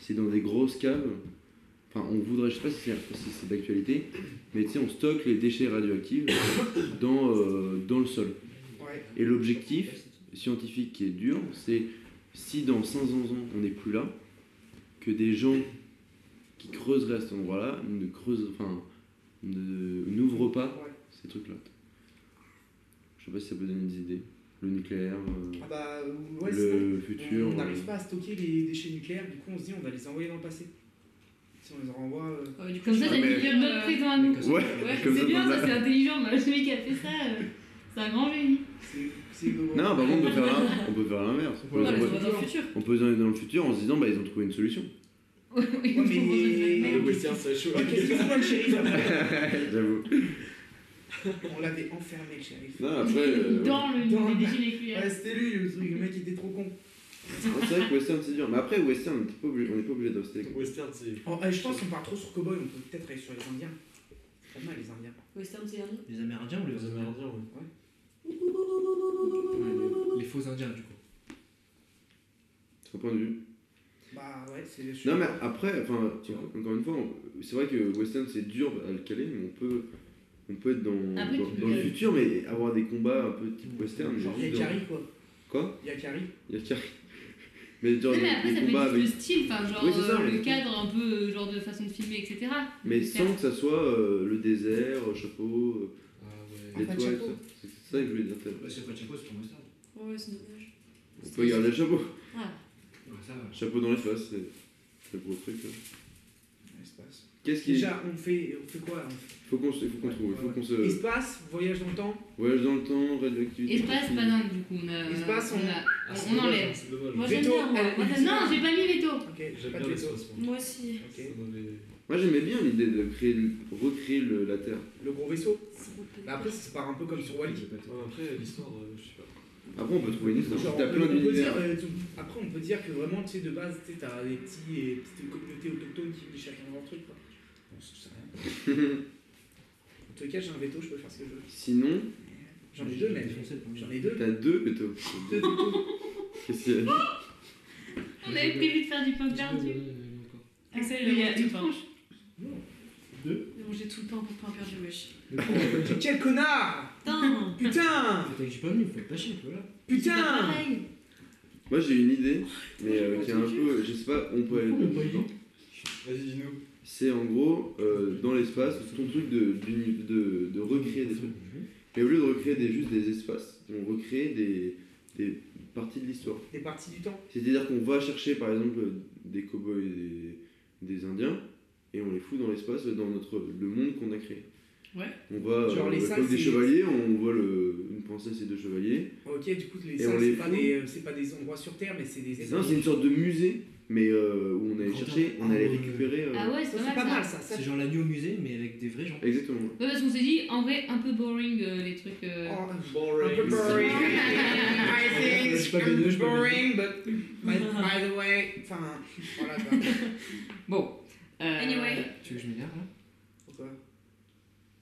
S1: c'est dans des grosses caves. Enfin, on voudrait, je sais pas si c'est, si c'est d'actualité, mais tu sais, on stocke les déchets radioactifs dans, euh, dans le sol.
S2: Ouais.
S1: Et l'objectif scientifique qui est dur, c'est si dans 500 ans on n'est plus là, que des gens qui creuseraient à cet endroit-là ne creusent, enfin, ne- n'ouvrent pas
S2: Ouais.
S1: ces trucs-là. Je sais pas si ça peut donner des idées. Le nucléaire, euh,
S2: Ah bah ouais, c'est
S1: le
S2: ça.
S1: futur.
S2: On
S1: euh,
S2: n'arrive pas à stocker les déchets nucléaires, du coup on se dit on va les envoyer dans le passé. Si on les renvoie. euh,
S3: Ah, mais du coup,
S5: Comme ça,
S1: Ah,
S5: t'as
S1: mais-
S5: une euh, vision notre
S3: euh,
S5: présent à nous.
S1: Ouais, comme ça,
S5: C'est bien,
S1: dans
S5: ça
S1: la-
S5: c'est intelligent, bah, celui qui a fait ça, euh, c'est un grand génie.
S2: c'est- C'est
S1: Non, par contre, on peut faire l'in- on peut faire l'inverse. On peut-
S3: Non,
S1: on
S3: mais
S1: peut-
S3: on va dans le futur.
S1: On peut aller dans le futur en se disant, bah, ils ont trouvé une solution.
S5: Oui,
S2: Ouais,
S5: on
S2: mais-
S5: comprend
S4: Le western, ça chaud.
S2: Ouais, Qu'est-ce que c'est quoi le shérif après
S1: J'avoue.
S2: On l'avait enfermé le shérif.
S1: Non,
S5: pas
S1: après. euh,
S5: très bien. Dans le
S2: Dans-
S5: dans les déchets nucléaires.
S2: Ouais, c'était lui le truc, le mec était trop con.
S1: ouais, c'est vrai que western c'est dur. Mais après, western, on n'est pas obligé- on n'est pas obligé de rester.
S4: Le western, c'est.
S2: Oh, euh, je pense qu'on part trop sur Cowboy, on peut peut-être aller sur les Indiens. Pas mal les Indiens.
S3: Western, hein. c'est un nom.
S7: Les Amérindiens ou les
S4: Les Amérindiens, ouais.
S7: Les faux Indiens, du coup.
S1: C'est un point de vue.
S2: Bah ouais, c'est le
S1: Non mais après, enfin, tu vois, encore une fois, on- c'est vrai que Western c'est dur à le caler, mais on peut, on peut être dans,
S5: Après,
S1: dans,
S5: tu peux
S1: dans le
S5: caler.
S1: futur, mais avoir des combats un peu type Western. mais
S2: Genre
S1: juste dans-
S2: Yakari quoi.
S1: Quoi
S2: Yakari.
S1: Yakari. Mais genre
S5: Non, mais
S1: des-
S5: après
S1: des
S5: ça
S1: combats
S5: peut être
S1: avec,
S5: le style, enfin genre
S1: Oui, c'est ça,
S5: euh,
S1: mais-
S5: le cadre un peu, euh, genre de façon de filmer, etc.
S1: mais
S5: De faire.
S1: sans que ça soit euh, le désert, euh, chapeau,
S4: Ah
S1: euh,
S4: ouais.
S1: les
S2: pas de
S1: toits, et
S2: chapeau.
S1: tout ça. C'est c'est ça que je voulais dire. tout à l'heure.
S7: Ouais, c'est pas Chapeau, c'est ton western.
S3: Ouais, c'est dommage.
S1: On peut garder le chapeau,
S3: Ah,
S7: Ouais, ça va.
S1: chapeau dans les faces, c'est c'est le gros truc. là.
S2: Espace.
S1: Qu'est-ce qu'il
S2: Déjà, on fait, on fait quoi on fait-
S1: faut qu'on se, faut qu'on trouve, faut qu'on se
S2: Espace, voyage dans le temps.
S1: voyage dans le temps, radioactivité.
S5: Espace, pas dingue du coup, on a.
S2: Espace, on-
S5: a-
S4: Ah, c'est
S5: on
S4: dommage,
S5: enlève.
S4: C'est dommage.
S3: Moi, j'aime
S2: Veto,
S3: bien, moi.
S2: euh,
S3: Moi, j'aime
S5: Non,
S3: bien.
S5: j'ai pas mis veto.
S2: Ok,
S4: J'aime
S2: pas
S4: bien
S2: de veto.
S4: l'espace, moi.
S3: Moi aussi.
S2: Ok.
S4: Ça m'a mis-
S1: Moi j'aimais bien l'idée de créer, le- recréer le- la Terre.
S2: Le gros vaisseau.
S3: C'est bon, peut-être.
S2: Bah après, ça part un peu comme sur Wally.
S4: Ouais, Après, l'histoire, euh, je sais pas.
S1: Après, on peut trouver une histoire.
S2: Genre,
S1: T'as
S2: on
S1: plein
S2: peut- on peut
S1: d'univers.
S2: dire, euh, tout- Après, on peut dire que vraiment, tu sais, de base, tu sais, t'as des petits et petites communautés autochtones qui vivent chacun dans leur truc. Quoi. Bon, ça sert à rien. En tout cas, j'ai un veto, je peux faire ce que je veux.
S1: Sinon,
S2: J'en ai deux, même. J'en ai deux.
S1: t'as deux pétos.
S2: Deux vétos.
S1: Qu'est-ce qu'il y a
S5: On avait prévu de faire du poker du.
S3: Ah, ça, il a
S5: Mais il y
S3: mangé
S5: a
S3: tout
S5: une
S3: le pain.
S5: tranche.
S3: Il a mangé tout le pain pour pas en perdre du wesh.
S2: Quel connard
S3: Putain
S2: Putain
S7: Peut-être que j'ai pas venu, faut pas chier, voilà.
S3: C'est pas
S2: Putain
S3: pareil.
S1: Moi j'ai une idée, mais euh, qui est un peu. Je sais pas, on peut aller dedans.
S4: Vas-y, dis-nous.
S1: C'est en gros, euh, dans l'espace, ton truc de, d'uni- de, de recréer des trucs. Mais au lieu de recréer des, juste des espaces, on recrée des, des parties de l'histoire.
S2: Des parties du temps.
S1: C'est-à-dire qu'on va chercher par exemple des cow-boys et des, des indiens et on les fout dans l'espace, dans notre, le monde qu'on a créé.
S3: Ouais.
S1: On va
S2: Genre
S1: euh,
S2: les salles,
S1: comme des
S2: c'est-
S1: chevaliers, on voit le, une princesse et deux chevaliers.
S2: Ok, du coup, les
S1: Et on
S2: salles,
S1: les
S2: c'est pas,
S1: fout.
S2: des- euh, c'est pas des endroits sur Terre, mais c'est des
S1: Non, c'est une sorte de musée, mais euh, où on allait
S7: Grand
S1: chercher,
S7: temps.
S1: on allait
S7: Ah ouais.
S1: récupérer. euh,
S5: Ah ouais,
S2: Ça,
S5: c'est
S2: C'est
S5: pas
S2: pas mal
S5: mal ça.
S2: ça. ça
S3: Euh,
S7: C'est genre l'agneau au musée, mais avec des vrais gens.
S1: Exactement.
S5: Ouais, parce qu'on s'est dit, en vrai, un peu boring euh, les trucs. euh,
S2: Oh, un
S4: Boring.
S2: peu boring. I
S7: Je suis pas
S2: think
S7: béneux, je
S2: I'm
S7: suis pas
S2: boring, but by, by the way, enfin, voilà quoi.
S5: Bon. Euh,
S3: Anyway.
S7: hein Tu veux que je m'énerve là
S2: Pourquoi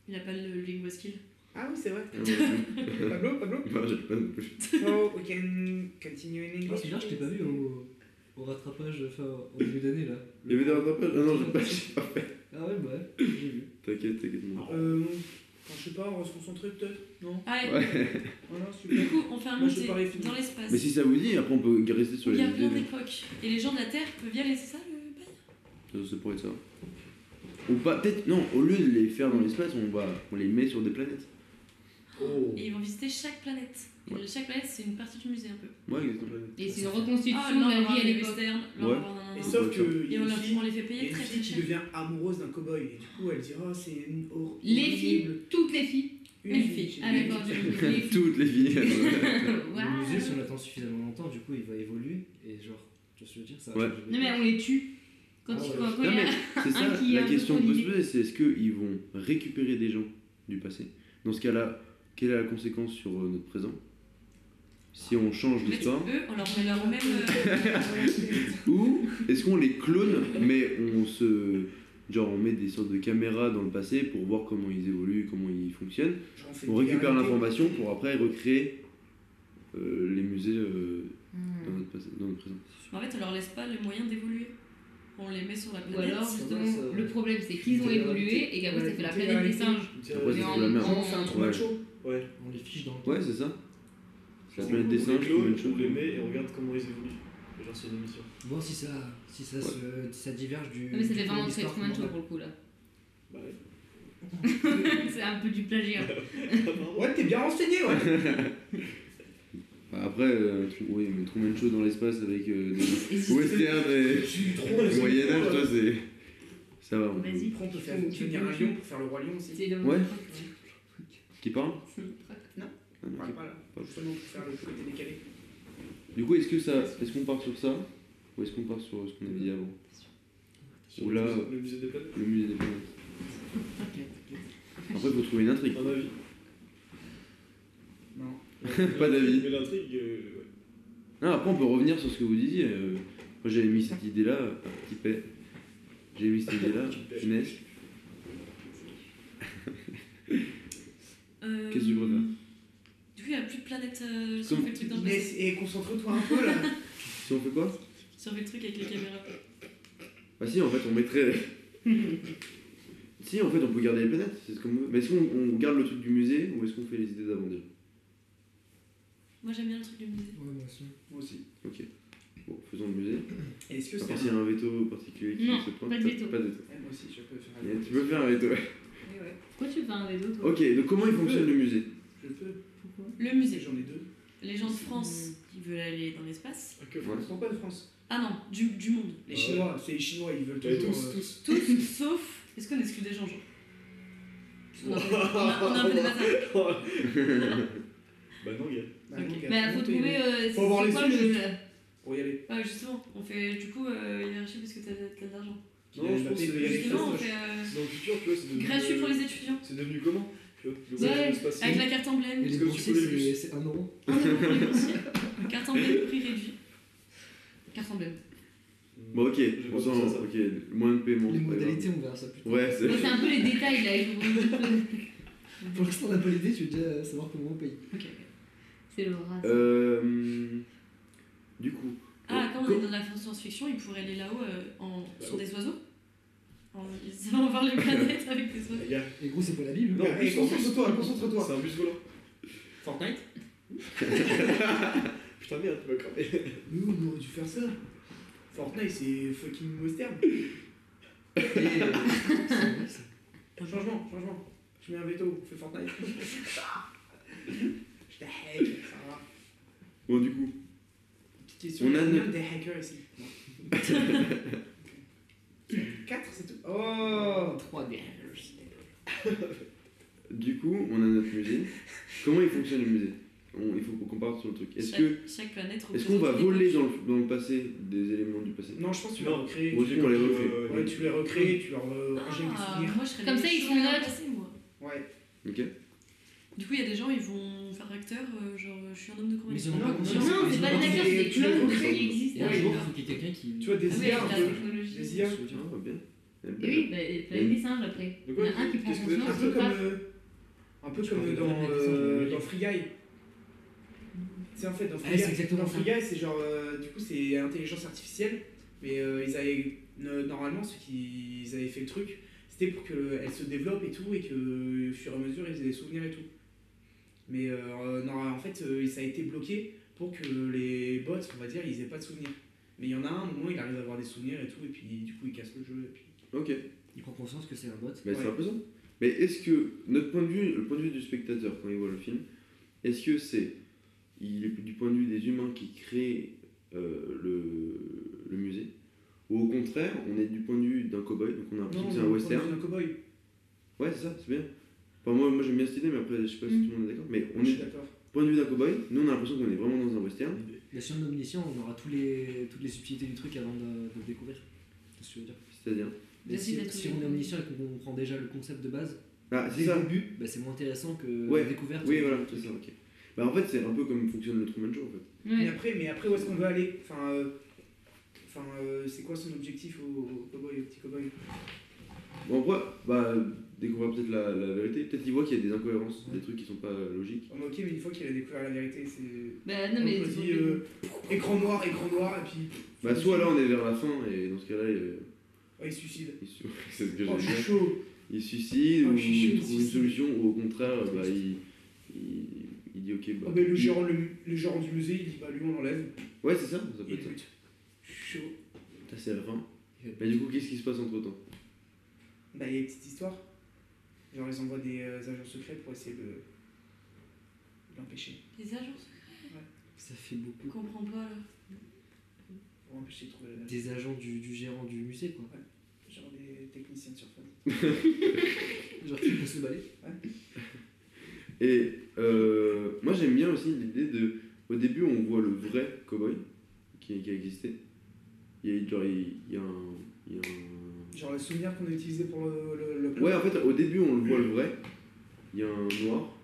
S3: Il a pas le lingua skill.
S2: Ah oui, c'est vrai.
S1: Ah, moi non
S2: Pablo, Pablo
S1: plus. Moi, j'ai pas non plus.
S2: So we can continue in
S7: Ah,
S2: English.
S7: c'est bizarre, je t'ai pas vu au, au rattrapage, enfin, au début d'année là.
S1: Il y avait des rattrapages Ah non, j'ai pas, j'ai pas fait.
S7: Ah ouais, bah ouais, j'ai vu.
S1: T'inquiète, t'inquiète.
S7: hein.
S3: Ah
S1: Mon...
S2: Euh, enfin, je sais pas, on va se concentrer peut-être Non
S3: Allez,
S1: Ouais.
S2: Voilà,
S3: Ah, du
S2: super.
S3: coup, on fait un
S2: Moi, je
S3: musée
S2: parlais fini.
S3: dans l'espace.
S1: Mais si ça vous dit, après on peut rester sur
S3: Il
S1: les
S3: y a plein
S1: idées.
S3: d'époques. Et les gens de la Terre peuvent y aller, c'est ça le bail
S1: Ça, ça pourrait être ça. Ou pas, peut-être, non, au lieu de les faire dans l'espace, on, va, on les met sur des planètes.
S4: Oh.
S3: Et ils vont visiter chaque planète. Et
S1: Ouais.
S3: chaque planète, c'est une partie du musée un peu.
S1: Ouais, exactement.
S5: Et c'est une reconstitution
S3: Ah,
S5: de
S3: l'un
S5: la
S3: aura
S5: vie à
S3: des
S5: l'époque.
S3: westerns, l'un
S1: Ouais.
S3: aura
S7: Ah.
S3: nanana.
S2: Et sauf que il y
S3: Et
S2: a
S3: on,
S2: une
S3: leur- on
S2: fille,
S3: les fait
S2: il y a
S3: payer
S2: une
S3: très
S2: fille
S3: très
S2: qui
S3: cher.
S2: devient amoureuse d'un cowboy et du coup elle dit oh c'est une horrible.
S5: Les filles, toutes les filles.
S2: Une
S3: Une
S2: fille.
S3: fille.
S5: Ah d'accord, j'ai oublié les filles.
S1: Toutes les filles.
S5: Waouh.
S7: Le musée, si on attend suffisamment longtemps, du coup, il va évoluer. Et genre, tu vois ce que je veux dire ça va
S1: Ouais.
S7: changer.
S5: Non mais on les tue. Quand
S7: Ah
S5: ils
S7: ouais.
S5: quand- quand
S1: Non,
S5: il y a-
S1: mais c'est ça,
S5: Un qui est
S1: la
S5: un peu
S1: question
S5: trop
S1: qu'on peut se
S5: l'idée.
S1: poser, c'est est-ce qu'ils vont récupérer des gens du passé Dans ce cas-là, quelle est la conséquence sur euh, notre présent Si on change
S3: En fait,
S1: l'histoire
S3: eux, on leur met leur même. euh,
S1: Ou est-ce qu'on les clone, mais on se. Genre, on met des sortes de caméras dans le passé pour voir comment ils évoluent, comment ils fonctionnent.
S2: Genre, fait
S1: On
S2: des
S1: récupère
S2: vérités.
S1: l'information pour après recréer euh, les musées euh, dans, notre passé- dans notre présent.
S3: En fait, on leur laisse pas les moyens d'évoluer. On les met sur la
S5: Ou
S3: planète.
S5: alors
S4: Ouais,
S5: justement,
S4: ça-
S5: le problème c'est qu'ils ont évolué et qu'après ça fait la planète des singes.
S1: Après,
S5: Mais
S1: c'est
S5: en-
S1: sous la mer.
S2: Vraiment, c'est un trou
S1: Ouais.
S2: macho.
S7: On les fiche dans le temps.
S1: Ouais, c'est ça. La
S4: Du
S1: planète
S4: coup,
S1: des
S4: on
S1: singes,
S4: les
S1: c'est une
S4: clone,
S1: bonne chose.
S4: on les met et on regarde comment ils évoluent. Et Genre, c'est une émission.
S7: Bon, si ça, si ça, se, si ça diverge du.
S5: Non mais ça
S7: du
S5: fait vraiment
S7: cours
S5: très
S7: d'histoire,
S5: Truman Show
S7: comment
S5: pour le coup là.
S4: Bah ouais.
S5: c'est un peu du plagiat.
S2: Ouais, t'es bien renseigné, ouais.
S1: Bah, Après, euh, Tru- oui, mais Truman Show dans l'espace avec euh, des
S5: Et si-
S1: westerns et
S2: Tu
S1: le Moyen Âge, toi, c'est. Ça va. on-
S5: Vas-y.
S2: Après, on peut faire
S5: Tu- tu
S2: devenir un
S5: peux-
S2: lion pour faire le roi lion aussi.
S5: C'est dans
S1: Ouais. Qui parle
S5: C'est le tract.
S1: Ah, non,
S2: Ouais,
S1: qui-
S2: voilà,
S1: pas-
S2: justement pour faire le côté décalé.
S1: Du coup, est-ce que ça, est-ce qu'on part sur ça ou est-ce qu'on part sur euh, ce qu'on avait dit avant Ou là,
S4: Le musée des planètes.
S1: le musée des planètes. Après, faut trouver une intrigue.
S4: Un avis.
S2: Non.
S1: Pas d'avis.
S4: Mais l'intrigue, euh, ouais.
S1: Non, après, on peut revenir sur ce que vous disiez. euh, moi, j'avais mis cette idée-là, euh, petit paix. J'ai mis cette idée-là,
S4: Petit paix.
S1: finesse.
S3: Euh,
S1: Qu'est-ce que tu préfères
S3: Du coup, il n'y a plus de planète. euh, si
S1: Comme-
S3: on fait le truc dans le passé.
S2: Inès, et concentre-toi un peu là.
S1: Si on fait quoi
S3: Si on fait le truc avec les caméras.
S1: Bah si, en fait, on mettrait... si, en fait, on peut garder les planètes. C'est ce qu'on veut. Mais est-ce qu'on on garde le truc du musée ou est-ce qu'on fait les idées d'avant déjà
S3: Moi, j'aime bien le truc du musée.
S7: Ouais, moi aussi.
S2: Moi aussi.
S1: Ok. Bon, faisons le musée.
S2: Est-ce que
S1: À
S2: c'est
S1: part s'il y a un veto particulier qui
S5: Non,
S1: se pointe.
S5: pas de veto.
S1: Pas de veto.
S2: Moi aussi, je peux faire un
S1: Et tu peux faire un veto.
S5: Pourquoi tu fais un réseau toi
S1: ok, donc comment il fonctionne le musée
S2: Je peux.
S5: Pourquoi
S3: Le musée.
S2: J'en ai deux.
S3: Les gens de France qui veulent aller dans l'espace.
S4: Ah, que-
S1: Ouais.
S2: Ils sont pas de France.
S3: Ah non, du, du monde.
S2: Les
S4: Ouais.
S2: Chinois, c'est les Chinois, ils veulent
S4: Ouais,
S2: toujours.
S4: tous,
S2: euh,
S4: tous.
S3: Tous, sauf. Est-ce qu'on exclut des gens, genre on a, on a- on a un peu des bâtards.
S4: Bah non, gars.
S2: bah, non,
S3: Ok.
S2: gars, tout
S5: Bah faut
S2: le monde
S5: trouver
S2: est-
S5: euh, c'est
S2: Faut avoir
S5: c'est
S2: les
S5: quoi
S2: sous,
S5: le
S2: Pour y aller.
S3: Ouais, Bah, justement, on fait du coup euh, hiérarchie parce que t'as t'as de l'argent.
S4: Non, je pense que
S2: Il y a des
S3: Justement, on
S4: c'est
S3: fait euh,
S4: dans le futur, tu vois, c'est devenu.
S3: gratuit pour les étudiants.
S4: C'est devenu comment Tu vois, le
S3: Ouais,
S4: voyage spatial.
S3: Avec la carte
S7: Et
S3: emblème.
S7: les
S4: Parce que tu
S7: boursiers,
S4: peux les
S7: c'est- c'est 1 euro.
S3: Un euro pour les boursiers. Carte emblème, prix réduit. Carte emblème.
S1: Bon, ok,
S4: J'ai
S1: on
S4: pas
S1: s'en...
S4: pensé à ça.
S1: Ok, moins de paiement.
S7: Les
S1: c'est pas grave.
S7: modalités, on verra ça plus tard.
S1: Ouais, c'est...
S5: Ouais, C'est un peu les détails là. il faut-
S7: Pour l'instant, on n'a pas l'idée, tu veux déjà savoir comment on paye.
S3: Ok.
S5: C'est le rat.
S1: Euh... Du coup...
S3: Ah, quand on
S1: co-
S3: est dans la science-fiction, ils pourraient aller là-haut euh, en... sur
S4: Là-haut.
S3: des oiseaux. En... Ils vont voir les planètes avec des oiseaux.
S4: Les gars,
S7: Et gros, c'est pas la Bible.
S4: Non,
S2: Allez,
S4: plus, en plus.
S2: Concentre-toi, concentre-toi.
S4: c'est un bus volant.
S2: Fortnite
S4: Putain, merde, tu m'as crampé.
S2: Mais où on aurait dû faire ça Fortnite, c'est fucking western. Changement, changement. Je mets un veto, on fait Fortnite. Je te hack, ça va.
S1: Bon, du coup...
S2: Petite question.
S1: On
S2: il y
S1: a
S2: combien
S1: neuf-
S2: des hackers ici 4, c'est tout.
S7: euh,
S2: Oh
S5: 3 d
S1: Du coup, on a notre musée. Comment il fonctionne le musée On- Il faut qu'on parte sur le truc. Est-ce que...
S3: Chaque- Chaque planète
S1: Est-ce qu'on va
S3: représente une
S1: voler
S3: époque.
S1: dans le, dans le passé des éléments du passé
S2: Non, je pense que tu
S4: Non.
S2: l'as recréé.
S1: Ou est-ce qu'on les recrée
S2: Ouais, tu l'as recréé, tu leur euh, injectes des
S3: Ah,
S2: souvenirs.
S3: moi, je serais
S5: Comme ça, ils
S3: méchante
S5: font
S3: dans le
S5: note.
S3: passé, moi.
S2: Ouais.
S1: Ok
S3: Du coup, il y a des gens, ils vont faire acteur, euh, genre je suis un homme de combien
S7: Mais ils en ont
S3: de
S7: pas
S3: temps
S7: conscience.
S5: Non, c'est pas des acteurs, c'est des
S2: Tu l'as
S5: clones
S1: compris.
S5: qui
S7: Et
S5: existent.
S7: un
S5: hein.
S7: jour, il faut qu'il y ait quelqu'un qui.
S2: Tu vois, des
S3: Ah oui,
S2: IA,
S3: avec
S2: un
S3: la
S2: peu.
S5: technologie.
S2: Des IA.
S1: Ah, bien.
S2: Eh
S5: Et oui, bah, les planètes des singes après.
S4: De
S5: Il
S4: quoi
S5: y en a un qui prend
S4: Qu'est-ce que vous avez
S5: conscience
S2: Un
S5: de
S2: peu comme.
S5: pas.
S2: euh, Un peu
S7: Je
S2: comme
S7: crois que
S2: dans,
S7: dans les
S2: euh,
S7: exemples,
S2: dans Free Guy. C'est en fait dans Free
S7: Ouais,
S2: Guy,
S7: c'est exactement
S2: dans Free
S7: ça.
S2: Guy, c'est genre euh, du coup c'est intelligence artificielle, mais euh, ils avaient no- normalement ce qu'ils avaient fait le truc, c'était pour qu'elle se développe et tout et que euh, au fur et à mesure ils aient des souvenirs et tout. Mais euh, non, en fait euh, ça a été bloqué pour que les bots, on va dire, ils aient pas de souvenirs. Mais il y en a un, au moment il arrive à avoir des souvenirs et tout, et puis du coup il casse le jeu. Et puis...
S1: Ok,
S7: Il prend conscience que c'est un bot.
S1: Bah, c'est
S2: Ouais.
S1: un peu ça. Mais est-ce que, notre point de vue, le point de vue du spectateur quand il voit le film, est-ce que c'est il est du point de vue des humains qui créent euh, le, le musée Ou au contraire, on est du point de vue d'un cowboy, donc on a l'impression que c'est un
S2: on
S1: western
S2: est dans un cowboy.
S1: Ouais, c'est ça, c'est bien. Enfin, moi, moi j'aime bien cette idée, mais après, je sais pas si
S5: Mm.
S1: tout le monde est d'accord. Mais on
S2: Je suis
S1: est
S2: d'accord.
S1: point de vue d'un cowboy, nous on a l'impression qu'on est vraiment dans un western.
S7: La chaîne d'omniscient, on aura tous les, toutes les subtilités du truc avant de, de le découvrir. C'est ce que je veux dire.
S1: C'est-à-dire.
S7: Mais
S5: Vas-y,
S7: si,
S5: la
S7: si
S5: touche.
S7: on est omniscient et qu'on comprend déjà le concept de base,
S1: Ah, c'est
S7: dès
S1: ça
S7: le début, bah, c'est moins intéressant que
S1: Ouais.
S7: la découverte.
S1: Oui, voilà, c'est ça, ok. Bah, en fait, c'est un peu comme fonctionne le Truman Show en fait.
S2: Mais
S5: Ouais.
S2: après, mais après, où est-ce qu'on veut aller Enfin, euh, enfin euh, c'est quoi son objectif au, au cowboy, au petit cowboy
S1: Bon, après, bah, découvrir peut-être la, la vérité. Peut-être qu'il voit qu'il y a des incohérences,
S7: Ouais.
S1: des trucs qui sont pas euh, logiques.
S2: Oh, mais Ok, mais une fois qu'il a découvert la vérité, c'est.
S5: Bah non, mais.
S2: on se dit, euh, écran noir, écran noir, et puis.
S1: Bah, soit là, on est vers la fin, et dans ce cas-là, il, euh,
S2: Ouais, Ah, il se suicide.
S1: il se- c'est ce que
S2: Oh,
S1: j'allais
S2: je suis
S1: dire.
S2: chaud
S1: Il se suicide,
S2: Oh,
S1: ou
S2: je suis
S1: il
S2: chaud, il
S1: trouve
S2: se
S1: une
S2: suicide.
S1: solution, ou au contraire, bah, il, il, il dit ok. Bah,
S2: Oh, mais le
S1: il-
S2: gérant, le, le gérant du musée, il dit bah lui on l'enlève,
S1: Ouais, c'est ça, ça peut
S2: il
S1: être ça.
S2: bute. Je suis chaud.
S1: Putain, C'est la fin.
S7: Il
S1: Bah, du coup, qu'est-ce qui se passe entre temps
S2: Bah, il y a une petite histoire. Genre, ils envoient des euh, agents secrets pour essayer de. de l'empêcher.
S3: Les agents secrets,
S7: Ça fait
S3: je
S7: beaucoup.
S3: comprends pas là.
S2: Pour empêcher de trouver la vérité.
S7: Des agents du, du gérant du musée, quoi.
S2: Genre des techniciens de surface.
S7: Genre, tu peux se balader.
S1: Et euh, moi j'aime bien aussi l'idée de. Au début, on voit le vrai cowboy qui, qui a existé. Il y a, genre, il, il y a un. il y a un-
S2: Genre le souvenir qu'on a utilisé pour le. le, le
S1: Ouais, en fait, au début, on le voit le vrai. Il y a un noir.